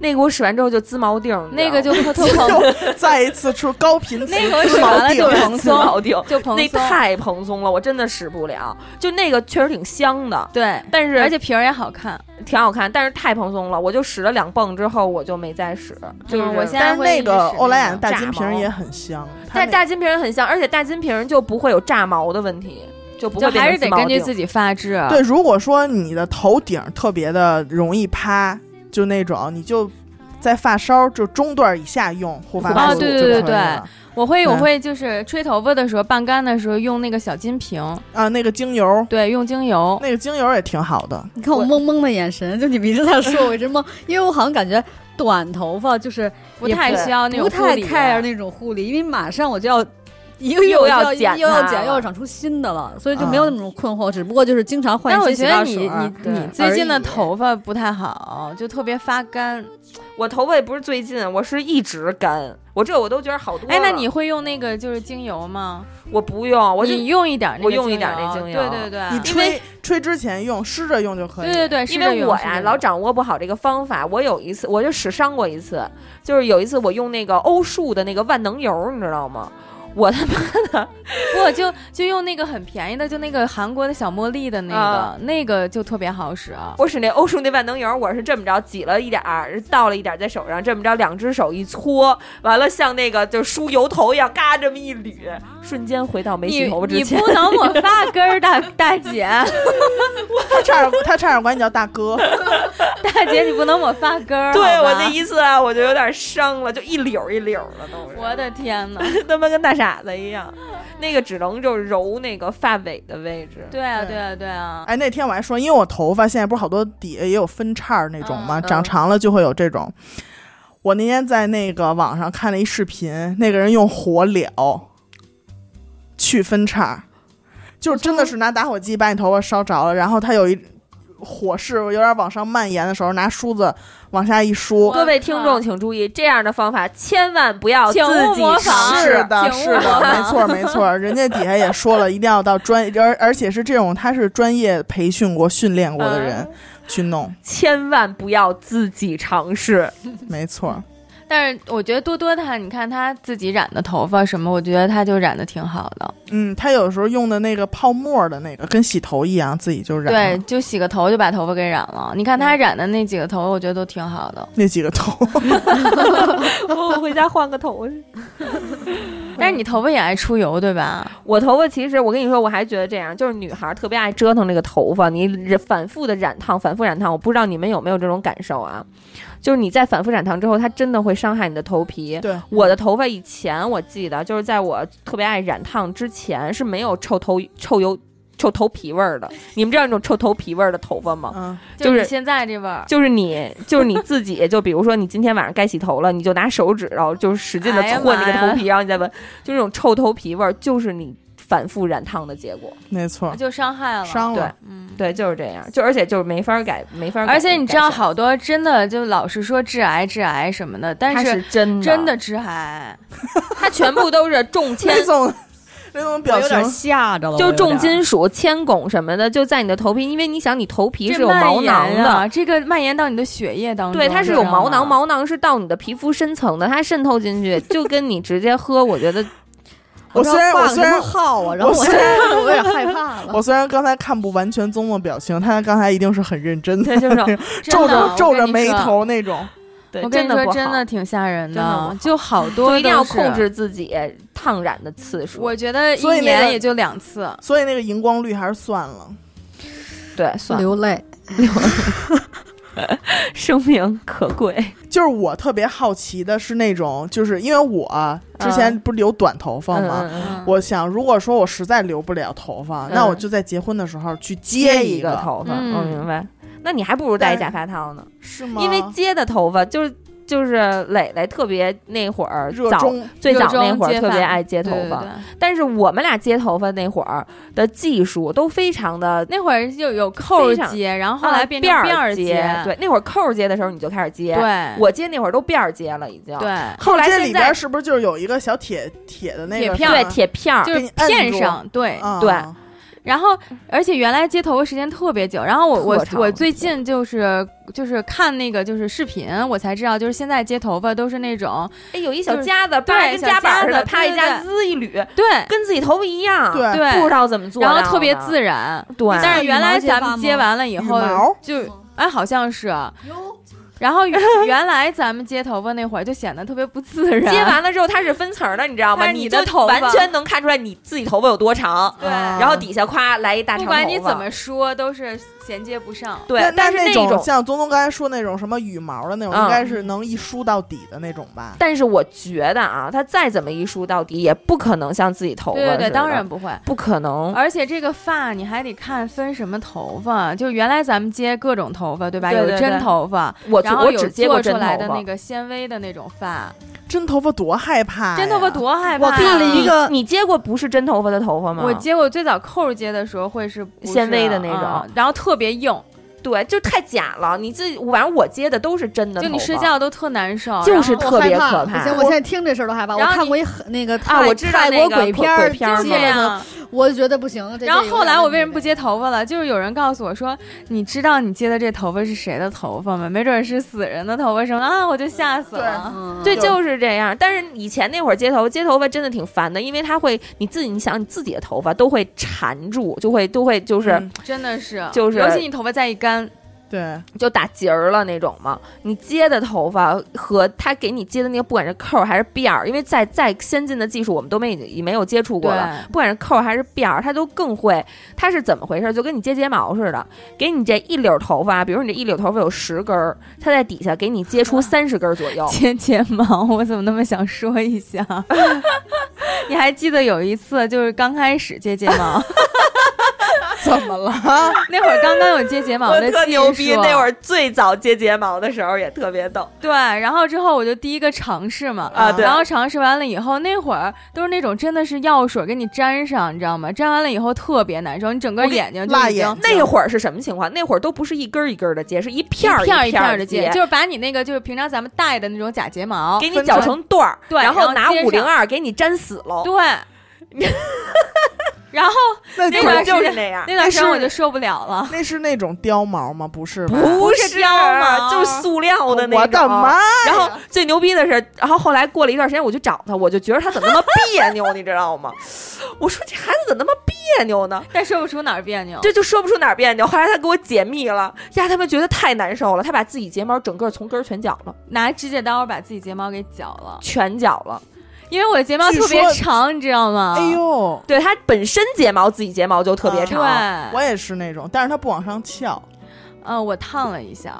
S3: 那个我使完之后就滋毛腚，
S2: 那 个就特特蓬，
S1: 又再一次出高频词，
S2: 那个
S1: 自
S2: 使
S1: 毛
S2: 完了
S1: 病
S2: 就蓬
S3: 滋
S2: 松，
S3: 毛腚，
S2: 就蓬
S3: 那
S2: 松。
S3: 太蓬松了，我真的使不了。就那个确实挺香的，
S2: 对，
S3: 但是
S2: 而且皮儿也好看。
S3: 挺好看，但是太蓬松了，我就使了两泵之后我就没再使，就是、
S2: 嗯我现在
S1: 但是那个欧莱雅大
S3: 炸
S1: 金瓶儿
S3: 毛
S1: 也很香，它
S3: 但
S1: 那
S3: 大金瓶很香，而且大金瓶就不会有炸毛的问题，就不
S2: 就
S3: 会
S2: 还是得根据
S3: 己
S2: 自己发质。啊
S1: 对，如果说你的头顶特别的容易趴，就那种，你就在发梢就中段以下用护发素
S2: 啊
S1: 就
S2: 对对
S1: 可以
S2: 对对
S1: 了
S2: 我会我
S5: 嗯
S1: 对
S2: 会就是吹头发的时候，半干的时候用那个小金瓶，
S1: 啊，那个精油，
S2: 对，用精油。
S1: 那个精油也挺好的。
S5: 你看我懵懵的眼神，就你们一直在说，我一直懵，因为我好像感觉短头发就是
S2: 不
S5: 也
S2: 太需啊要那种
S5: 不太
S2: 护理
S5: care 那种护理，因为马上我就要。一个月
S3: 又
S5: 我就
S3: 要
S5: 要
S3: 剪
S5: 又要
S3: 它
S5: 剪，
S3: 了
S5: 又要长出新的了，所以就没有
S1: 啊
S5: 那种困惑，只不过就是经常换
S2: 但我
S5: 一些
S2: 觉
S5: 洗
S2: 得你你
S5: 发水儿。啊
S2: 你
S3: 对
S2: 最近的
S5: 而已
S2: 头发不太好，就特别发干。
S3: 我头发也不是最近，我是一直干，我这我都觉得好多了。
S2: 哎，那你会用那个就是精油吗？
S3: 我不用，我就
S2: 你用一点那个
S3: 我用一点那精油
S2: 对对对，
S1: 你
S2: 因为
S1: 吹吹之前用，湿着用就可以。
S2: 对对对，是
S3: 因
S2: 这
S3: 为
S2: 个
S3: 我
S2: 是
S3: 呀
S2: 这个
S3: 老掌握不好这个方法，我有一次我就使伤过一次，就是有一次我用那个欧舒的那个万能油，你知道吗？我他妈
S2: 不就就用那个很便宜的，就那个韩国的小茉莉的那个，
S3: 啊
S2: 那个就特别好使啊。
S3: 我使那欧舒那万能油，我是这么着挤了一点儿，倒了一点儿在手上，这么着两只手一搓，完了像那个就梳油头一样，嘎这么一捋，瞬间回到没
S2: 你
S3: 洗头发
S2: 你
S3: 之前。
S2: 不能 抹发根儿，大大姐，
S1: 他差点他差点管你叫大哥，
S2: 大姐你不能抹发根儿。
S3: 对
S2: 好吧
S3: 我那一次啊，我就有点伤了，就一绺儿一绺儿了都是。
S2: 我的天呐。
S3: 他妈跟大傻子一样，那个只能就揉那个发尾的位置。
S2: 对 啊，
S1: 对
S2: 对啊，对啊。
S1: 哎，那天我还说，因为我头发现在不是好多底下也有分叉儿那种吗？
S3: 嗯嗯
S1: 长长了就会有这种。我那天在那个网上看了一视频，那个人用火燎去分叉儿，就是真的是拿打火机把你头发烧着了，然后他有一火势有点往上蔓延的时候，拿梳子往下一梳。
S3: 各位听众请注意，这样的方法千万不要自
S2: 请勿
S3: 己
S2: 模仿
S3: 尝
S1: 是
S3: 试。
S1: 的，
S2: 请
S1: 是
S2: 勿模
S1: 的，
S2: 仿
S1: 没错没错，人家底下也说了，一定要到专，而而且是这种他是专业培训过、训练过的人
S3: 嗯
S1: 去弄，
S3: 千万不要自己尝试。
S1: 没错。
S2: 但是我觉得多多她，你看她自己染的头发什么，我觉得她就染的挺好的。
S1: 嗯，他有时候用的那个泡沫的那个，跟洗头一样，自己就染
S2: 对
S1: 了，
S2: 就洗个头就把头发给染了。你看她
S3: 嗯
S2: 染的那几个头，我觉得都挺好的。
S1: 那几个头。
S3: 我回家换个头去。嗯
S2: 但是你头发也爱出油，对吧？
S3: 我头发其实，我跟你说，我还觉得这样，就是女孩特别爱折腾这个头发，你染反复的染烫，反复染烫，我不知道你们有没有这种感受啊？就是你在反复染烫之后，它真的会伤害你的头皮。
S1: 对，
S3: 我的头发以前我记得，就是在我特别爱染烫之前是没有臭头臭油臭头皮味儿的。你们知道那种臭头皮味儿的头发吗？
S1: 嗯，
S3: 就是
S2: 你现在这味儿，
S3: 就是你，就是你自己，就比如说你今天晚上该洗头了，你就拿手指，然后就是使劲的
S2: 哎呀
S3: 搓那个
S2: 妈呀
S3: 头皮，然后你再闻，就那种臭头皮味儿，就是你反复染烫的结果。
S1: 没错，
S2: 就伤害了。
S1: 伤了。
S2: 嗯。
S3: 对，就是这样，就而且就是没法改，没法改。
S2: 而且你知道，
S3: 改善，
S2: 好多真的就老是说致癌、致癌什么的，但
S3: 它
S2: 是
S3: 是真的，
S2: 真的，致癌。
S3: 它全部都是重铅。
S1: 雷总，雷总表
S5: 我有点
S1: 情，
S5: 吓
S2: 哦
S5: 着了，
S3: 就
S5: 我有
S3: 重
S5: 点
S3: 金属、铅汞什么的，就在你的头皮，因为你想，你头皮
S2: 这
S3: 是有毛
S2: 蔓延
S3: 囊的，
S2: 啊，这个蔓延到你的血液当中。
S3: 对，它是有
S2: 知道吗
S3: 毛囊，。毛囊是到你的皮肤深层的，它渗透进去，就跟你直接 喝，我觉得
S1: 我虽然
S5: 不知道
S1: 我虽
S5: 挂个什
S1: 然
S5: 么号啊，然后
S1: 我
S5: 我
S1: 虽然
S7: 我 有点害怕了。
S1: 我虽然刚才看不完全宗的表情，他刚才一定是很认真的，
S3: 对，就是
S1: 皱
S2: 真的
S1: 着皱着眉。
S2: 我跟你说
S1: 头那种。
S3: 对，
S2: 我跟你
S3: 的
S2: 说，
S3: 不
S2: 真
S3: 好
S2: 的挺吓人
S3: 真的不好
S2: 的，就好多
S3: 就一定要
S2: 都是
S3: 控。制自己烫染的次数。
S2: 我觉得一
S1: 所以那
S2: 年
S1: 个
S2: 也就两次。
S1: 所以那个荧光绿还是算了。
S3: 对，算了，
S5: 流泪。
S3: 生命可 贵。
S1: 就是我特别好奇的是那种，就是因为我啊之前不是留短头发吗？
S3: 嗯嗯嗯
S2: 嗯
S1: 我想，如果说我实在留不了头发，
S3: 嗯
S1: 那我就在结婚的时候去
S3: 接
S1: 一
S3: 一个头发，
S2: 嗯
S3: 我明白。那你还不如戴一
S1: 但
S3: 假发套呢，
S1: 是吗？
S3: 因为接的头发就是就是磊磊特别那会儿
S1: 热
S3: 早
S1: 衷
S3: 最早
S2: 热衷
S3: 那会儿
S2: 接
S3: 特别
S2: 发
S3: 爱接头
S2: 对对
S3: 发，
S2: 对
S3: 但是我们俩接头发那会儿的技术都非常的。
S2: 那会儿就有扣儿接，然后后来变成
S3: 辫
S2: 辫
S3: 儿
S2: 接，
S3: 对，那会儿扣儿接的时候你就开始接，
S2: 对，
S3: 我接那会儿都辫儿接了已经。
S2: 对，
S3: 后来
S1: 这
S3: 现
S1: 里边
S3: 在
S1: 是不是就是有一个小铁铁的那个
S2: 铁片
S3: 对
S1: 是吧
S3: 铁片儿，
S2: 就是
S1: 给你摁
S2: 片
S1: 住
S2: 上对。
S1: 啊
S3: 对
S2: 然后，而且原来接头发时间特别久。然后我我
S3: 特长
S2: 我最近就是就是看那个就是视频，我才知道，就是现在接头发都是那种
S3: 哎有一
S2: 就
S3: 小
S2: 是
S3: 夹子，
S2: 对
S3: 叭跟
S2: 小
S3: 夹板
S2: 夹
S3: 儿似的，
S2: 子
S3: 啪
S2: 对
S3: 一夹，
S2: 对
S3: 滋一捋，
S2: 对，
S3: 跟自己头发一样，
S1: 对
S2: 对
S3: 呃不知道怎么做到
S2: 然
S3: 的，
S2: 后特别自然。
S3: 对，
S2: 但是原来
S5: 羽毛接发
S2: 咱们
S5: 吗
S2: 接完了以
S1: 羽
S2: 后
S1: 毛
S2: 就哎好像是，然后 原原来咱们接头发那会儿就显得特别不自然，
S3: 接完了之后它是分层儿的，你嗯知道吗？
S2: 但是
S3: 你
S2: 你
S3: 就
S2: 的头发
S3: 完全能看出来你自己头发有多长，
S2: 对，
S1: 啊
S3: 然后底下夸来一大
S2: 不
S3: 长头发，
S2: 管你怎么说都是衔接不上。
S1: 那
S3: 对，但是
S1: 那
S3: 种
S1: 种像宗宗刚才说那种什么羽毛的那种，
S3: 嗯
S1: 应该是能一梳到底的那种吧？
S3: 但是我觉得啊，它再怎么一梳到底，也不可能像自己头发
S2: 对对
S3: 似
S2: 对，
S3: 的
S2: 当然不会。
S3: 不可能。
S2: 而且这个发你还得看分什么头发，就原来咱们接各种头发，对吧？
S3: 对对
S2: 有
S3: 对
S2: 真头发，
S3: 我
S2: 然
S3: 做
S2: 后
S3: 我
S2: 有
S3: 只接过
S2: 做
S3: 真
S2: 出
S3: 头
S2: 来
S3: 发，
S2: 的那个纤维的那种发，
S1: 真头发多害哎怕呀，
S2: 真头发多害怕。啊
S5: 我看了一个
S3: 呃你接过不是真头发的头发吗？
S2: 我接过最早扣儿接的时候会是不是啊
S3: 纤维的那种
S2: 嗯然后特别硬，
S3: 对，就太假了。你自己，反正我接的都是真的头
S2: 就
S3: 发，
S2: 你睡觉都特难受，
S3: 就
S2: 然
S3: 是
S2: 后
S3: 特别
S7: 我害
S3: 可
S7: 不
S3: 怕
S7: 行，我现在听这事儿都害怕。我
S2: 然后
S7: 看
S2: 你
S7: 过一很那个
S3: 啊，
S7: 泰
S3: 我知道
S7: 泰
S3: 那
S7: 国
S3: 个
S7: 鬼片儿，
S3: 鬼片儿
S2: 就
S3: 嘛
S2: 是
S7: 这
S2: 这
S7: 样
S2: 样。
S7: 我觉得不行。这
S2: 然后
S7: 这有
S2: 后
S7: 点
S2: 来我
S7: 问
S2: 为什么
S7: 题
S2: 不接头发了？就是有人告诉我说，你知道你接的这头发是谁的头发吗？没准是死人的头发什么的啊，我就吓死了。
S5: 嗯，
S3: 对，
S1: 就
S3: 就是这样。但是以前那会儿接头发，接头发真的挺烦的，因为它会你自己，你想你自己的头发都会缠住，就会都会就是、
S1: 嗯
S2: 真的是，
S3: 就是
S2: 尤其你头发再一干，
S1: 对，
S3: 就打结儿了那种嘛。你接的头发和他给你接的那个，不管是扣儿还是辫儿，因为再再先进的技术我们都没已没有接触过了，
S2: 对。
S3: 不管是扣儿还是辫儿，它都更会。它是怎么回事？就跟你接睫毛似的，给你这一绺头发，比如你这一绺头发有十根儿，它在底下给你接出三十根儿左右
S2: 接睫毛，我怎么那么想说一下？ 你还记得有一次，就是刚开始接睫毛，
S1: 怎么了？
S2: 那会儿刚刚有接睫毛
S3: 我
S2: 的
S3: 特牛逼，
S2: 技术
S3: 那会儿最早接睫毛的时候也特别逗，
S2: 对，然后之后我就第一个尝试嘛，嗯
S3: 啊对
S2: 然后尝试完了以后，那会儿都是那种真的是药水给你沾上，你知道吗？沾完了以后特别难受，你整个眼睛就
S1: 辣
S2: 已经
S1: 眼
S3: 那会儿是什么情况？那会儿都不是一根儿一根儿的接，是一片儿
S2: 一片儿
S3: 一
S2: 一
S3: 片
S2: 片
S3: 儿
S2: 儿
S3: 地
S2: 的
S3: 接，
S2: 就是把你那个就是平常咱们戴的那种假睫毛，
S3: 给你
S1: 分
S3: 绞
S1: 成
S3: 成段儿，
S2: 对
S3: 然
S2: 然
S3: 后
S2: 后
S3: 拿
S2: 接
S3: 五零
S2: 上
S3: 二给你粘死喽。
S2: 对，然后
S1: 那
S2: 那
S1: 种
S2: 会
S3: 对，
S2: 儿
S3: 就是那样。
S2: 那段时间
S1: 是
S2: 我就受不了了。
S1: 那是那种貂毛吗？不是吧？
S3: 不
S2: 是貂
S3: 嘛，
S2: 吗
S3: 就是塑料的那种。
S1: 我的妈！
S3: 然后最牛逼的是，然后后来过了一段时间，我去找他，我就觉得他怎么那么别扭，你知道吗？我说这孩子怎么那么别扭呢？
S2: 但说不出哪儿别扭，
S3: 这就说不出哪儿别扭。后来他给我解密了，呀，他们觉得太难受了，他把自己睫毛整个从根儿全绞了，
S2: 拿指甲刀把自己睫毛给绞了，
S3: 全绞了。
S2: 因为我的睫毛
S1: 据
S2: 特别
S1: 说
S2: 长，你知道
S3: 嗯
S2: 吗？
S1: 哎呦，
S3: 对他本身睫毛自己睫毛就特别
S1: 啊
S2: 对，
S3: 长，
S1: 我也是那种，但是它不往上翘。
S2: 嗯，我烫了 一下，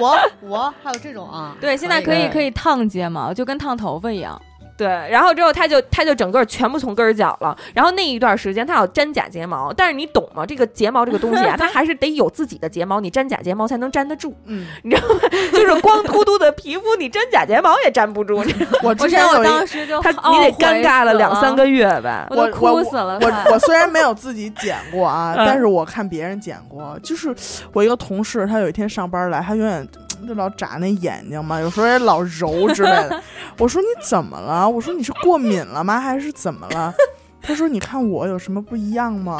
S5: 我
S7: 我还有这种啊，
S5: 啊，
S2: 对，现在
S1: 哎
S2: 可以
S3: 对
S2: 可以烫睫毛，就跟烫头发一样。
S3: 对，然后之后他就他就整个全部从根儿绞了，然后那一段时间他要粘假睫毛，但是你懂吗？这个睫毛这个东西 啊，它还是得有自己的睫毛，你粘假睫毛才能粘得住，
S1: 嗯，
S3: 就是光秃秃的皮肤，你粘假睫毛也粘不住， 你知道吗
S1: 我
S2: 我
S1: 之
S2: 知
S1: 前
S2: 道，我
S1: 有一
S2: 当时就
S3: 他
S2: 懊
S3: 你得
S2: 悔
S3: 尴尬了
S2: 死
S3: 两三个月呗。
S2: 我都
S1: 我
S2: 哭死 了，快
S1: 我我虽然没有自己剪过啊，
S3: 嗯
S1: 但是我看别人剪过。就是我一个同事，他有一天上班来，他永远就老眨那眼睛嘛，有时候也老揉之类 的。我说你怎么了？我说你是过敏了吗？还是怎么了？他说你看我有什么不一样吗？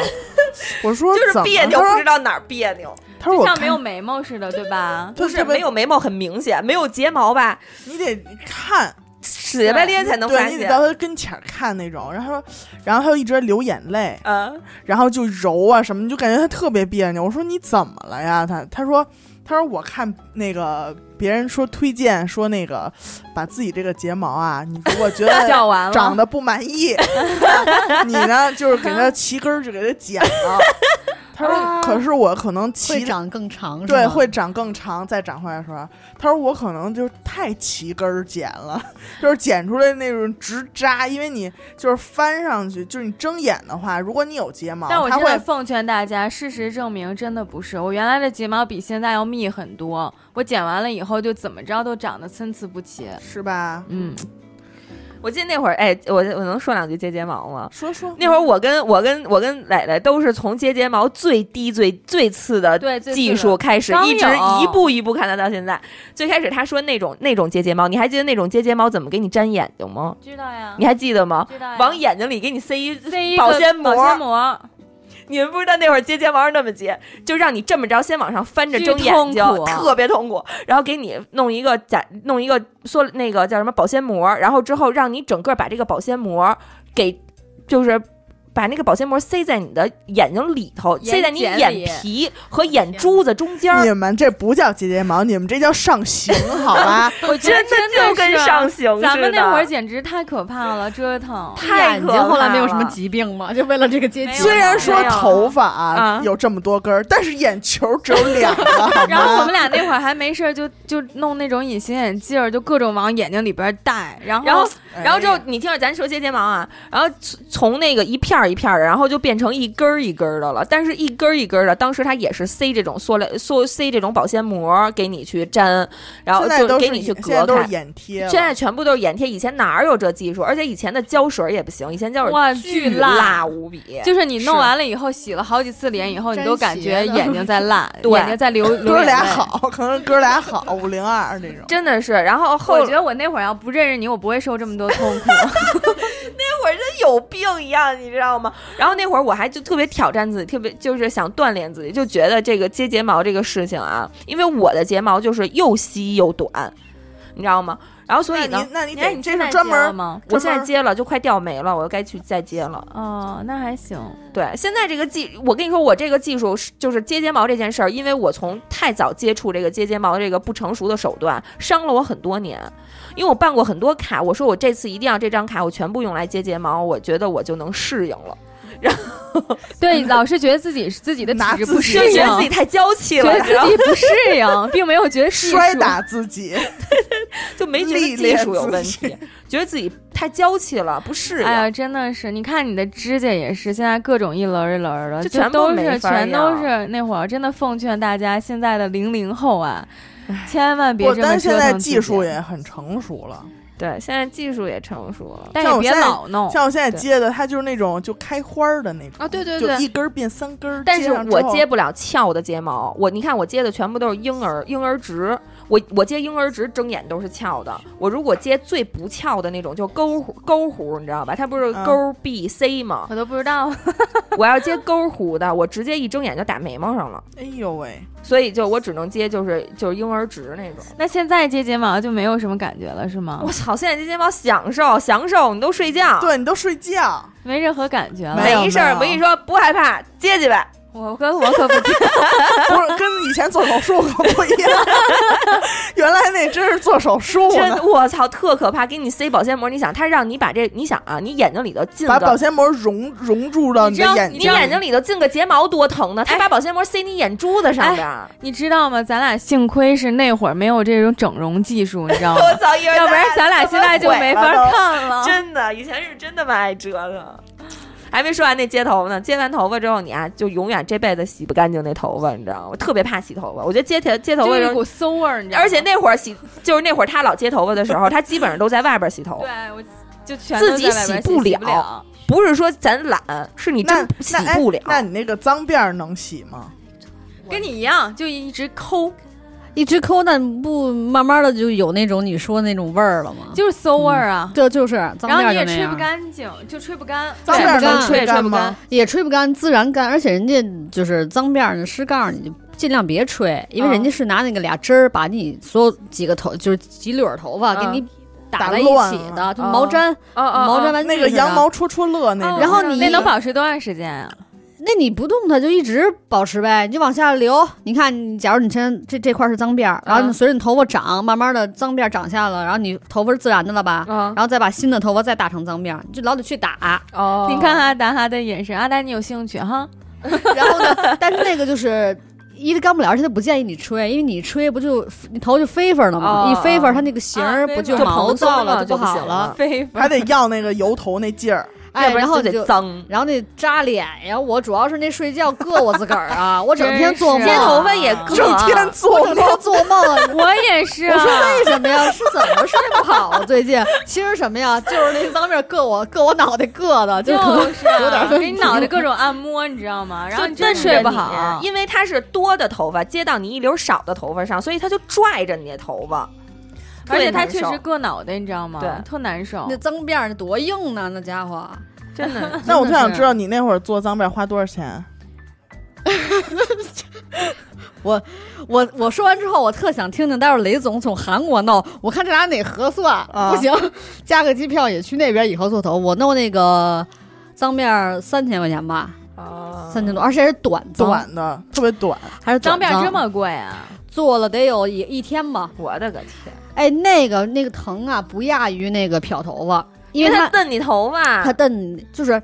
S1: 我说
S3: 就是
S1: 怎么
S3: 别
S1: 了？
S3: 扭，
S1: 他
S3: 不
S1: 说
S3: 知道哪儿别扭，
S1: 他说我
S2: 像没
S1: 看
S2: 有眉毛似的，对吧？
S1: 就
S3: 就是
S1: 特别
S3: 没有眉毛很明显，没有睫毛吧，
S1: 你得看，
S3: 死白咧才能发
S1: 对你得
S3: 现。
S1: 到他跟前儿看那种。然后他说，然后他就一直流眼泪。
S3: 嗯，
S1: 然后就揉啊什么，就感觉他特别别扭。我说你怎么了呀？他他说他说我看那个别人说推荐说那个把自己这个睫毛啊，你如果觉
S2: 笑
S1: 得
S2: 完
S1: 长
S2: 了，
S1: 得不满意，你呢就是给它齐根儿就给它剪了。他说，
S2: 啊
S1: 可是我可能
S7: 会
S1: 齐
S7: 长更长，是
S1: 对
S7: 吗
S1: 会长更长，再长回来的时候，他说我可能就是太齐根儿剪了，就是剪出来那种直扎，因为你就是翻上去，就是你睁眼的话，如果你有睫毛，
S2: 但我
S1: 它
S2: 真
S1: 会
S2: 的奉劝大家，事实证明真的不是。我原来的睫毛比现在要密很多，我剪完了以后就怎么着都长得参差不齐。
S1: 是吧？
S2: 嗯，
S3: 我记得那会儿，哎，我我能说两句接睫毛吗？
S1: 说说
S3: 那会儿我跟我跟我跟磊磊都是从接睫毛最低最最次的
S2: 对，最次
S3: 技
S2: 的
S3: 术开始，
S2: 刚
S3: 一直
S2: 有
S3: 一步一步看到到现在。最开始他说那种那种接睫毛，你还记得那种接睫毛怎么给你粘眼睛吗？
S2: 知道呀
S3: 你，还记得吗？
S2: 知道呀。
S3: 往眼睛里给你塞 一
S2: 这一
S3: 保
S2: 个
S3: 鲜膜
S2: 保鲜膜，
S3: 你们不知道那会儿接睫毛是那么接，就让你这么着先往上翻着
S2: 巨
S3: 睁眼睛
S2: 痛苦，
S3: 特别痛苦。然后给你弄一个假，弄一个说那个叫什么保鲜膜，然后之后让你整个把这个保鲜膜给，就是把那个保鲜膜塞在你的眼睛里头，
S2: 眼
S3: 塞在你
S2: 睑
S3: 眼
S2: 里嗯
S3: 皮和眼珠子中间儿。
S1: 你们这不叫接睫毛，你们这叫上 刑，好吧？
S2: 我觉得
S3: 真的啊就跟
S2: 是
S3: 上刑似的，
S2: 咱们那会儿简直太可怕了，折腾。
S3: 太
S5: 眼
S3: 可
S5: 睛后来没有什么
S3: 怕了
S5: 疾病吗？就为了这个接
S2: 没有
S5: 睫
S1: 虽然说
S3: 哎没有
S1: 头发啊
S3: 啊
S1: 有这么多根儿，但是眼球只有两个， 好
S2: 然后我
S1: 吗
S2: 们？俩那会儿还没事儿，就就弄那种隐形眼镜儿，就各种往眼睛里边儿戴，然后
S3: 然后
S1: 哎
S3: 然后之后你听着，咱说接睫毛啊，然后从从那个一片儿一片儿的，然后就变成一根儿一根儿的了。但是，一根儿一根儿的，当时它也是塞这种塑料、塑塞这种保鲜膜给你去粘，然后
S1: 现在
S3: 就
S1: 都
S3: 给
S1: 是
S3: 你去
S1: 现在
S3: 隔
S1: 都是
S3: 开。
S1: 眼贴了，
S3: 现在全部都是眼贴，以前哪儿有这技术？而且以前的胶水也不行，以前胶
S2: 哇
S3: 水巨
S2: 巨辣
S3: 辣无比，
S2: 就是你弄
S3: 是
S2: 完了以后，洗了好几次脸以后，你
S7: 沾
S2: 都感
S7: 血
S2: 觉
S7: 的
S2: 眼睛在烂，
S3: 对
S2: 眼睛在流流
S1: 哥
S2: 眼泪。
S1: 俩好，可能哥俩好，五零二这种。
S3: 真的是。然后后
S2: 我觉得我那会儿要不认识你，我不会受这么多痛苦。
S3: 那会儿真 有病一样，你知道吗？然后那会儿我还就特别挑战自己，特别就是想锻炼自己，就觉得这个接睫毛这个事情啊，因为我的睫毛就是又稀又短，你知道吗？然后所以
S1: 那
S3: 呢
S1: 你，那你
S2: 哎
S1: 得这是专门儿，
S2: 吗？
S3: 我现
S1: 专
S3: 在
S1: 门
S3: 接了就快掉没了，我该去再接了。
S2: 哦，那还行。
S3: 对，现在这个技，我跟你说，我这个技术是就是接睫毛这件事儿，因为我从太早接触这个接睫毛这个不成熟的手段，伤了我很多年。因为我办过很多卡，我说我这次一定要这张卡我全部用来接睫毛，我觉得我就能适应了。
S2: 对，老是觉得自己自己的体
S1: 拿
S2: 质
S1: 自
S2: 不
S1: 己
S2: 适
S3: 就
S2: 应，
S3: 觉得自己
S2: 觉
S3: 太娇气了
S2: 得，
S3: 你知道
S2: 自
S3: 吗
S2: 己不适应，并没有觉得技术
S1: 摔。打自己，
S3: 就没觉得技术有问题，觉得自己太娇气了，不适应。
S2: 哎呀，真的是！你看你的指甲也是，现在各种一轮儿一轮儿的，
S3: 就
S2: 就
S3: 全部
S2: 都
S3: 没
S2: 是
S3: 法
S2: 全都
S3: 要
S2: 是那会儿，真的奉劝大家，现在的零零后啊，千万别
S1: 不，
S2: 这么
S1: 但
S2: 折
S1: 现在
S2: 腾自
S1: 技术
S2: 己
S1: 也很成熟了。
S3: 对，现在技术也成熟了，
S2: 但
S1: 像
S2: 也
S1: 我
S2: 别
S1: 现在
S2: 老弄。
S1: 像我现在
S3: 对
S1: 接的，它就是那种就开花儿的那种
S2: 啊对对
S1: 就
S2: 对
S1: 一根儿变三根儿。
S3: 但是
S1: 上之
S3: 我
S1: 后
S3: 接不了翘的睫毛。我你看我接的全部都是婴儿婴儿直，我我接婴儿直睁眼都是翘的。我如果接最不翘的那种，就勾弧勾弧，你知道吧？它不是
S1: 嗯
S3: 勾 B C 吗？
S2: 我都不知道，
S3: 我要接勾弧的，我直接一睁眼就打眉毛上了。
S1: 哎呦喂，
S3: 所以就我只能接就是就是婴儿直那种。
S2: 那现在接睫毛就没有什么感觉了，是吗
S3: 我？操！现在接睫毛享受享受，你都睡觉，
S1: 对你都睡觉，
S2: 没任何感觉了。
S1: 没有
S3: 没事儿。
S1: 没有
S3: 我跟你说，不害怕，接去呗。
S2: 我可我可不接，
S1: 不是跟以前做手术可不一样， 原来那真是做手术呢，
S3: 真，我操，特可怕！给你塞保鲜膜，你想，他让你把这，你想啊，你眼睛里头进
S1: 把保
S3: 个，
S1: 鲜膜融融入到你的
S2: 你知道
S1: 眼
S3: 你哎
S1: 睛
S3: 眼
S1: 里。
S3: 睛里头进个睫毛多疼呢，他把保鲜膜塞你眼珠子上边儿。
S2: 你知道吗？咱俩幸亏是那会儿没有这种整容技术，你知道吗？
S3: 哎我操，要
S2: 要不然咱俩现在就没法看了。
S3: 真的，以前是真他妈爱折腾。还没说完那接头发呢，接完头发之后，你啊就永远这辈子洗不干净那头发，你知道吗？我特别怕洗头发，我觉得接头接头
S2: 就
S3: 发的
S2: 是
S3: 时
S2: 一
S3: 候
S2: 股馊味儿，你知道吗？
S3: 而且那会儿洗，就是那会儿他老接头发的时候，他基本上都在外边洗头，
S2: 对我就全都在
S3: 自己洗
S2: 外边
S3: 不
S2: 洗
S3: 了
S2: 不了，
S3: 不是说咱懒，是你
S1: 那
S3: 真洗
S1: 那哎
S3: 不了。
S1: 那你那个脏辫儿能洗吗？
S2: 跟你一样，就一直抠，
S5: 一直抠，那不慢慢的就有那种你说那种味儿了吗？
S2: 就是馊味儿啊。
S5: 这就是脏
S2: 然后
S5: 辫
S2: 你也
S5: 就那
S2: 吹不
S5: 样，
S2: 干净，就吹不干。
S1: 脏辫儿
S5: 吹不干
S1: 能吹
S3: 对吹
S1: 干
S3: 不
S1: 吗？
S5: 也吹不干，自然干。而且人家就是脏辫儿、湿杠儿，你就尽量别吹，因为
S2: 嗯
S5: 人家是拿那个俩针儿把你所有几个头，就是几缕儿头发给
S3: 嗯
S5: 你
S1: 打
S5: 打嗯在一
S1: 乱
S5: 起
S1: 了
S5: 的，就毛毡、
S3: 哦哦
S5: 毛毡
S3: 哦
S5: 玩具
S1: 那个
S5: 似的
S1: 羊毛戳戳乐那
S2: 哦
S1: 种，
S5: 然后你
S2: 那能保持多长时间啊？
S5: 那你不动它就一直保持呗，你就往下流。你看，你假如你先这这块是脏辫儿，
S3: 嗯
S5: 然后你随着你头发长，慢慢的脏辫儿长下了，然后你头发是自然的了吧？
S3: 嗯
S5: 然后再把新的头发再打成脏辫儿，你就老得去打。
S3: 哦
S2: 你看看阿达哈的眼神，阿达你有兴趣哈？
S7: 然后呢，但是那个就是。一是干不了，而且他不建议你吹，因为你吹不就你头就飞粉了吗？
S3: 哦
S7: 一飞粉，它那个形
S2: 啊
S7: 儿
S2: 飞
S7: 不就
S2: 粉
S7: 毛
S3: 就膨
S7: 躁
S3: 胀
S7: 就
S3: 了就
S7: 不
S3: 不
S7: 好
S3: 行
S5: 嗯
S3: 了
S2: 非
S1: 还得要那个油头那劲儿。
S7: 哎，
S3: 要不
S7: 然后
S3: 就
S7: 你
S3: 得
S7: 就
S3: 脏。
S7: 然后那扎脸呀，我主要是那睡觉硌我自个儿啊，我整天做梦，
S3: 接头发也
S7: 我
S3: 硌
S1: 整天做
S7: 整
S1: 梦，
S7: 天做梦，
S2: 啊
S7: 啊
S2: 我也是
S7: 我
S2: 啊，
S7: 说为什么呀？是怎么睡不好啊？最近其实什么呀，就是那脏面硌我，硌我脑袋硌的，就是可能
S2: 就是啊
S7: 有点问题
S2: 给你脑袋各种按摩，你知道吗？然后你啊
S3: 就
S2: 真
S3: 真睡
S2: 睡
S3: 不
S2: 不
S3: 好
S2: 好，，
S3: 因为它是多的头发接到你一绺少的头发上，所以它就拽着你的头发，
S2: 而且它确
S3: 特
S2: 实
S3: 别
S2: 硌
S3: 难受
S2: 脑袋，你知道吗？
S3: 对
S2: 特难受
S5: 那。脏辫儿那多硬呢，那家伙。
S3: 真 的
S1: 那我特想
S5: 是
S1: 知道你那会儿做脏辫花多少钱？
S5: 我我说完之后，我特想听听，待会儿雷总从韩国弄，
S7: 我看这俩哪合算，
S1: 啊
S7: 不行，加个机票也去那边以后做头。我弄那个脏面儿三千块钱吧，
S5: 哦
S3: 啊
S7: 三千多，而且还是短脏，
S1: 短的，特别短。
S7: 还是短
S2: 脏辫这么贵啊？
S7: 做了得有一一天吧。
S3: 我的个天！
S7: 哎，那个那个疼啊，不亚于那个漂头发，因
S3: 因
S7: 为
S3: 为它
S7: 它
S3: 蹬你头发
S7: 它，蹬就是。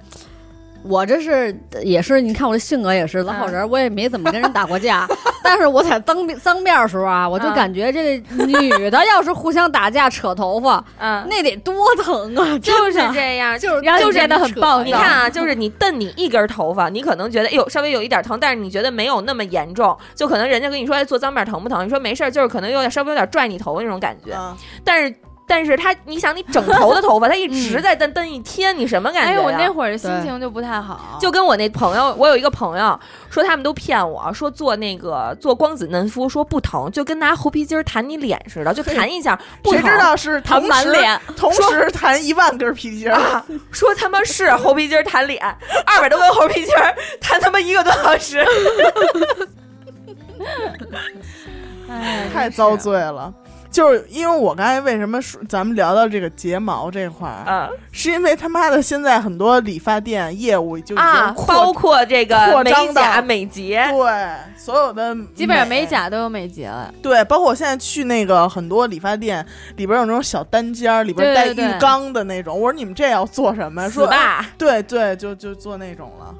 S7: 我这是也是，你看我这性格也是老好人，我也没怎么跟人打过架，但是我在脏脏辫儿的时候啊，我就
S3: 嗯
S7: 感觉这个女的要是互相打架扯头发，
S3: 嗯，
S7: 那得多疼啊！
S3: 就
S7: 真
S3: 是
S7: 的
S3: 这样，
S7: 就是
S2: 然后
S7: 就
S2: 你
S7: 是
S2: 觉得很暴
S3: 你
S2: 躁
S3: 看啊，就是你蹬你一根头发，你可能觉得哎呦稍微有一点疼，但是你觉得没有那么严重，就可能人家跟你说哎做脏辫疼不疼？你说没事儿，就是可能有点稍微有点拽你头发那种感觉。
S1: 啊
S3: 但是但是他，你想你整头的头发，他一
S1: 嗯
S3: 直在蹬蹬一天，你什么感觉
S2: 哎，
S3: 呀？
S2: 我那会儿心
S7: 对
S2: 情就不太好，
S3: 就跟我那朋友，我有一个朋友说他们都骗我说做那个做光子嫩肤说不疼，就跟拿猴皮筋儿弹你脸似的，就弹一下不
S1: 谁
S3: 疼。
S1: 知道是
S3: 弹
S1: 同
S3: 满
S1: 时
S3: 脸，
S1: 同时弹一万根皮筋儿，
S3: 啊， 说他妈是猴皮筋儿弹脸，二百多根猴皮筋儿弹他妈一个多 小时。
S2: 哎
S1: 太遭。罪了。就是因为我刚才为什么说咱们聊到这个睫毛这块儿，
S3: 啊
S1: 是因为他妈的现在很多理发店业务就已
S3: 啊
S1: 经，扩
S3: 包括这个
S1: 扩
S3: 美
S1: 张的
S3: 甲、美睫，
S1: 对所有的
S2: 基本上美甲都有美睫了，
S1: 对，包括我现在去那个很多理发店，里边有那种小单间儿，里边
S2: 对
S1: 带
S2: 对对
S1: 浴缸的那种。我说你们这要做什么？
S3: 死
S1: 说哎
S3: 吧！
S1: 对对，就就做那种了。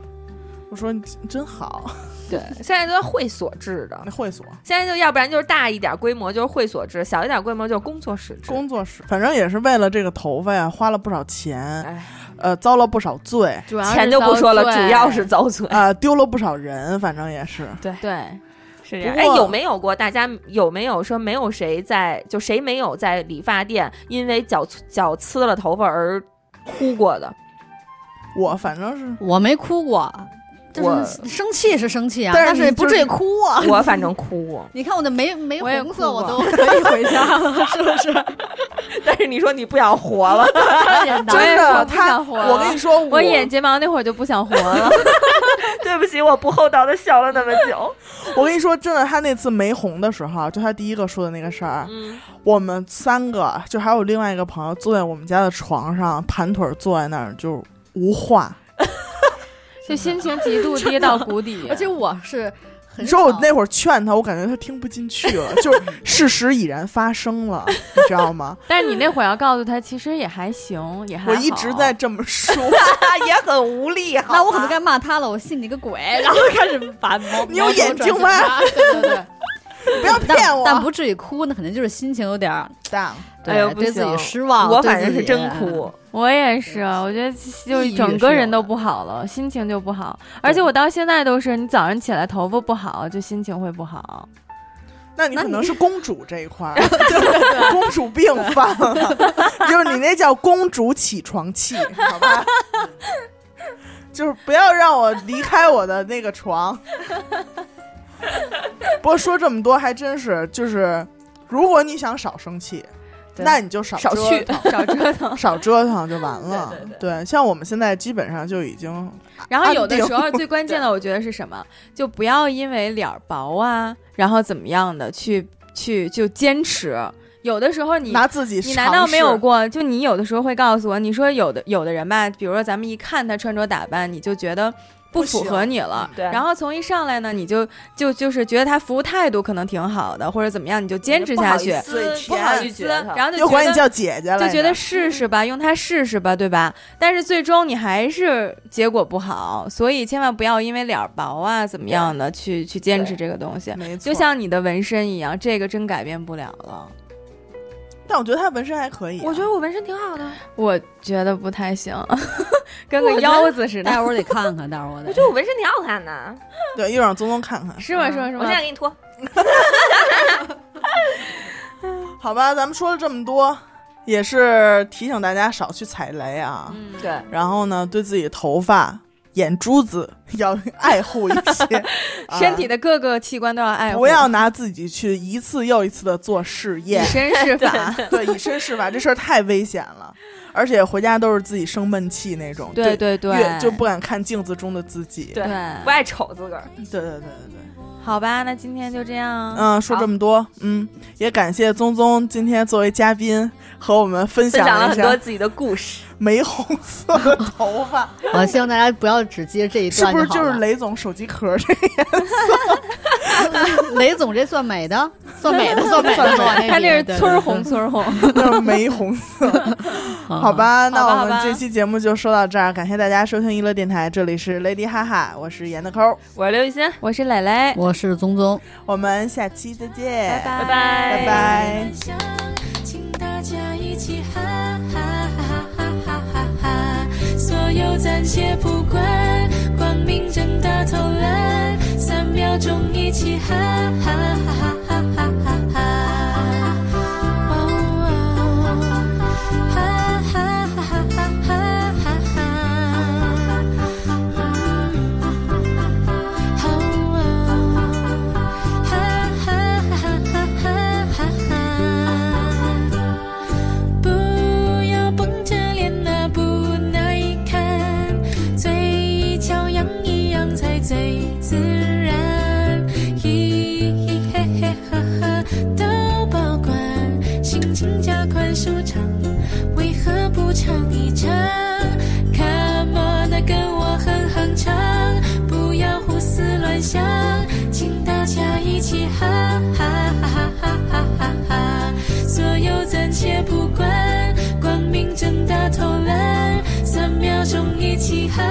S1: 我说你真真好，
S3: 对，现在都是会所制的。
S1: 那会所、
S3: 现在就要不然就是大一点规模就是会所制，小一点规模就是工作室制。
S1: 工作室，反正也是为了这个头发呀，花了不少
S2: 啊
S1: 钱，
S3: 哎，
S1: 呃，遭了不少罪，
S2: 主要是
S3: 钱就不说了，
S2: 遭罪
S3: 主要是遭罪。
S1: 啊、丢了不少人，反正也是。
S2: 对，
S3: 是
S1: 样
S3: 哎，
S1: 不过
S3: 有没有过大家有没有说没有谁在就谁没有在理发店因为绞绞呲了头发而哭过 的？
S1: 我反正是
S5: 我没哭过，就
S3: 我
S5: 是生气是生气啊，
S1: 但是
S5: 但是
S1: 你
S5: 也不
S1: 就
S5: 至于
S1: 是
S5: 哭 啊。
S3: 我反正哭 过。
S5: 你看我那眉眉
S2: 我也
S5: 红色，
S2: 哭
S5: 我
S2: 过
S5: 都可以回 家了，是不是？
S3: 但是你说你不想活了，
S2: 我也
S1: 真
S2: 说
S1: 的，
S2: 我不
S1: 他
S2: 想活了
S1: 我跟你说，我
S2: 我眼睫毛那会儿就不想活了，
S3: 对不起，我不厚道的笑了那么 久。
S1: 我跟你说，真的，他那次没红的时候，啊就他第一个说的那个事儿，
S3: 嗯，
S1: 我们三个就还有另外一个朋友坐在我们家的床上，盘腿坐在那儿就无话。
S2: 就心情极度跌到谷底。
S5: 而且我是
S1: 你
S5: 很
S1: 说我
S5: 少
S1: 那会儿劝他，我感觉他听不进去了，就是事实已然发生了， 你知道吗？
S2: 但是你那会儿要告诉他，其实也还行，也还好
S1: 我一直在这么说，
S3: 也很无力。好
S5: 那我可能
S3: 吗
S5: 该骂他了，我信你个鬼！然后开始把毛
S1: 你有
S5: 毛头
S1: 眼
S5: 转
S1: 睛
S5: 向
S1: 吗
S5: 他对对对，
S1: 不要骗我。
S5: 但不至于哭，那肯定就是心情有点儿
S1: 当
S5: 对、
S3: 哎呦不
S5: 对自己
S3: 行
S5: 失望。
S3: 我
S5: 对
S3: 反正
S5: 自
S3: 是
S5: 己
S3: 真 哭，
S2: 我也是，我觉得嗯就是
S5: 抑郁
S2: 整
S5: 是
S2: 个
S5: 有
S2: 人
S5: 的
S2: 都不好了，心情就不好。而且我到现在都是，你早上起来头发不好，就心情会不好。
S1: 那你可能是公主这一块儿，公主病犯了， 就是你那叫公主起床气，好吧？ 就是不要让我离开我的那个床。不过说这么多，还真是就是，如果你想少生气，
S3: 对
S1: 那你就少
S3: 少
S1: 折
S3: 去
S1: 腾
S2: 少折 腾。
S1: 少折腾就完了。
S3: 对对
S1: 像我们现在基本上就已经
S2: 啊然后有
S1: 安
S2: 的
S1: 定
S2: 时候最关键的，我觉得是什么？就不要因为脸儿薄啊，然后怎么样的去去就坚持。有的时候你
S1: 拿自己
S2: 你
S1: 尝
S2: 难道没有
S1: 试
S2: 过？就你有的时候会告诉我，你说有的有的人吧，比如说咱们一看他穿着打扮，你就觉得不符合你了。
S3: 对
S2: 然后从一上来呢，你就就就是觉得他服务态度可能挺好的，或者怎么样，你就坚持下去，
S1: 嘴
S3: 不
S1: 甜
S3: 好
S2: 意
S3: 意
S2: 思
S3: 思，
S2: 然后就
S1: 又管
S2: 觉
S1: 你
S2: 得
S1: 叫姐姐了，
S2: 就觉得试试吧，用它试试吧，对吧？但是最终你还是结果不好，所以千万不要因为脸儿薄啊怎么样的去去坚持这个东西。
S1: 没错。
S2: 就，像你的纹身一样，这个真改变不了了。
S1: 但我觉得他纹身还可以啊、
S3: 我觉得我纹身挺好的，
S2: 我觉得不太行， 跟个腰子似
S5: 待
S2: 的。
S5: 会儿我得看看，待会儿我
S3: 我
S5: 得
S3: 觉。得我纹身挺好看的。
S1: 对，一会儿让宗宗看看。
S2: 是吗？是吗？是
S3: 我
S2: 吗
S3: 现？在给你脱。
S1: 好吧，咱们说了这么多，也是提醒大家少去踩雷啊。
S2: 嗯，
S3: 对，
S1: 然后呢，对自己头发、眼珠子 要爱护一些，啊
S2: 身体的各个器官都要爱护。
S1: 不要拿自己去一次又一次的做试
S2: 以，
S1: 验
S2: 身试 法。
S1: 对，以身试法，这事儿太危险了。而且回家都是自己生闷气那种，
S2: 对
S1: 就
S2: 对对，
S1: 越就不敢看镜子中的自己。
S3: 对
S2: 对。
S3: 不爱瞅自个儿。
S1: 对对对对对，
S2: 好吧，那今天就这样。
S1: 嗯，说这么多，嗯，也感谢宗宗今天作为嘉宾和我们分
S3: 分
S1: 享
S3: 享了
S1: 了一
S3: 很多
S1: 下
S3: 自己的故事，
S1: 玫红色的头发。
S5: 我希望大家不要只接这一
S1: 是
S5: 段
S1: 不
S5: 就是好
S1: 就是
S5: 了。
S1: 雷总手机壳这个？
S5: 雷总这算美的，算美的，算美的。
S2: 他哎这是村儿红，
S5: 对对对
S2: 村儿红。
S1: 就是玫红色，
S5: 好
S1: 好。吧？那我
S2: 好吧
S1: 们这期节目就说到这儿，感谢大家收听娱乐电台，这里是 Lady 哈哈，我是严的抠儿，
S3: 我是刘雨欣，
S2: 我是蕾蕾，
S5: 我是宗宗。
S1: 我们下期再见，
S2: 拜
S3: 拜拜
S1: 拜拜
S8: 想，请大家一起哈哈哈哈哈哈哈！所有暂且不管，光明正大投篮，三秒钟一起哈哈哈哈哈哈哈哈！Oh, 哦，哈哈哈哈哈哈哈哈！哦，哈哈哈哈哈哈哈！不要绷着脸啊，不耐看，嘴角扬一扬才最自然。嘿嘿嘿呵呵都保管，心情加快舒畅，为何不唱一唱？Come on，那跟我哼哼唱，不要胡思乱想，请大家一起哈哈哈哈哈哈哈！所有暂且不管，光明正大投篮，三秒钟一起哈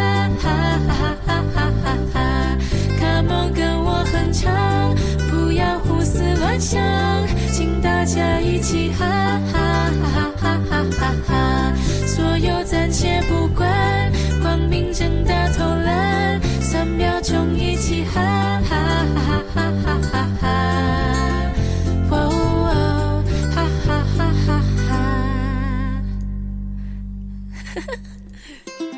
S8: 哈哈哈哈哈哈！Come on，跟我哼唱，不要胡思乱想，请大家一起哈哈哈哈哈哈哈！所有暂且不管，光明正大投篮，三秒钟一起哈哈哈哈哈哈哈！哇哦，哈哈哈哈哈！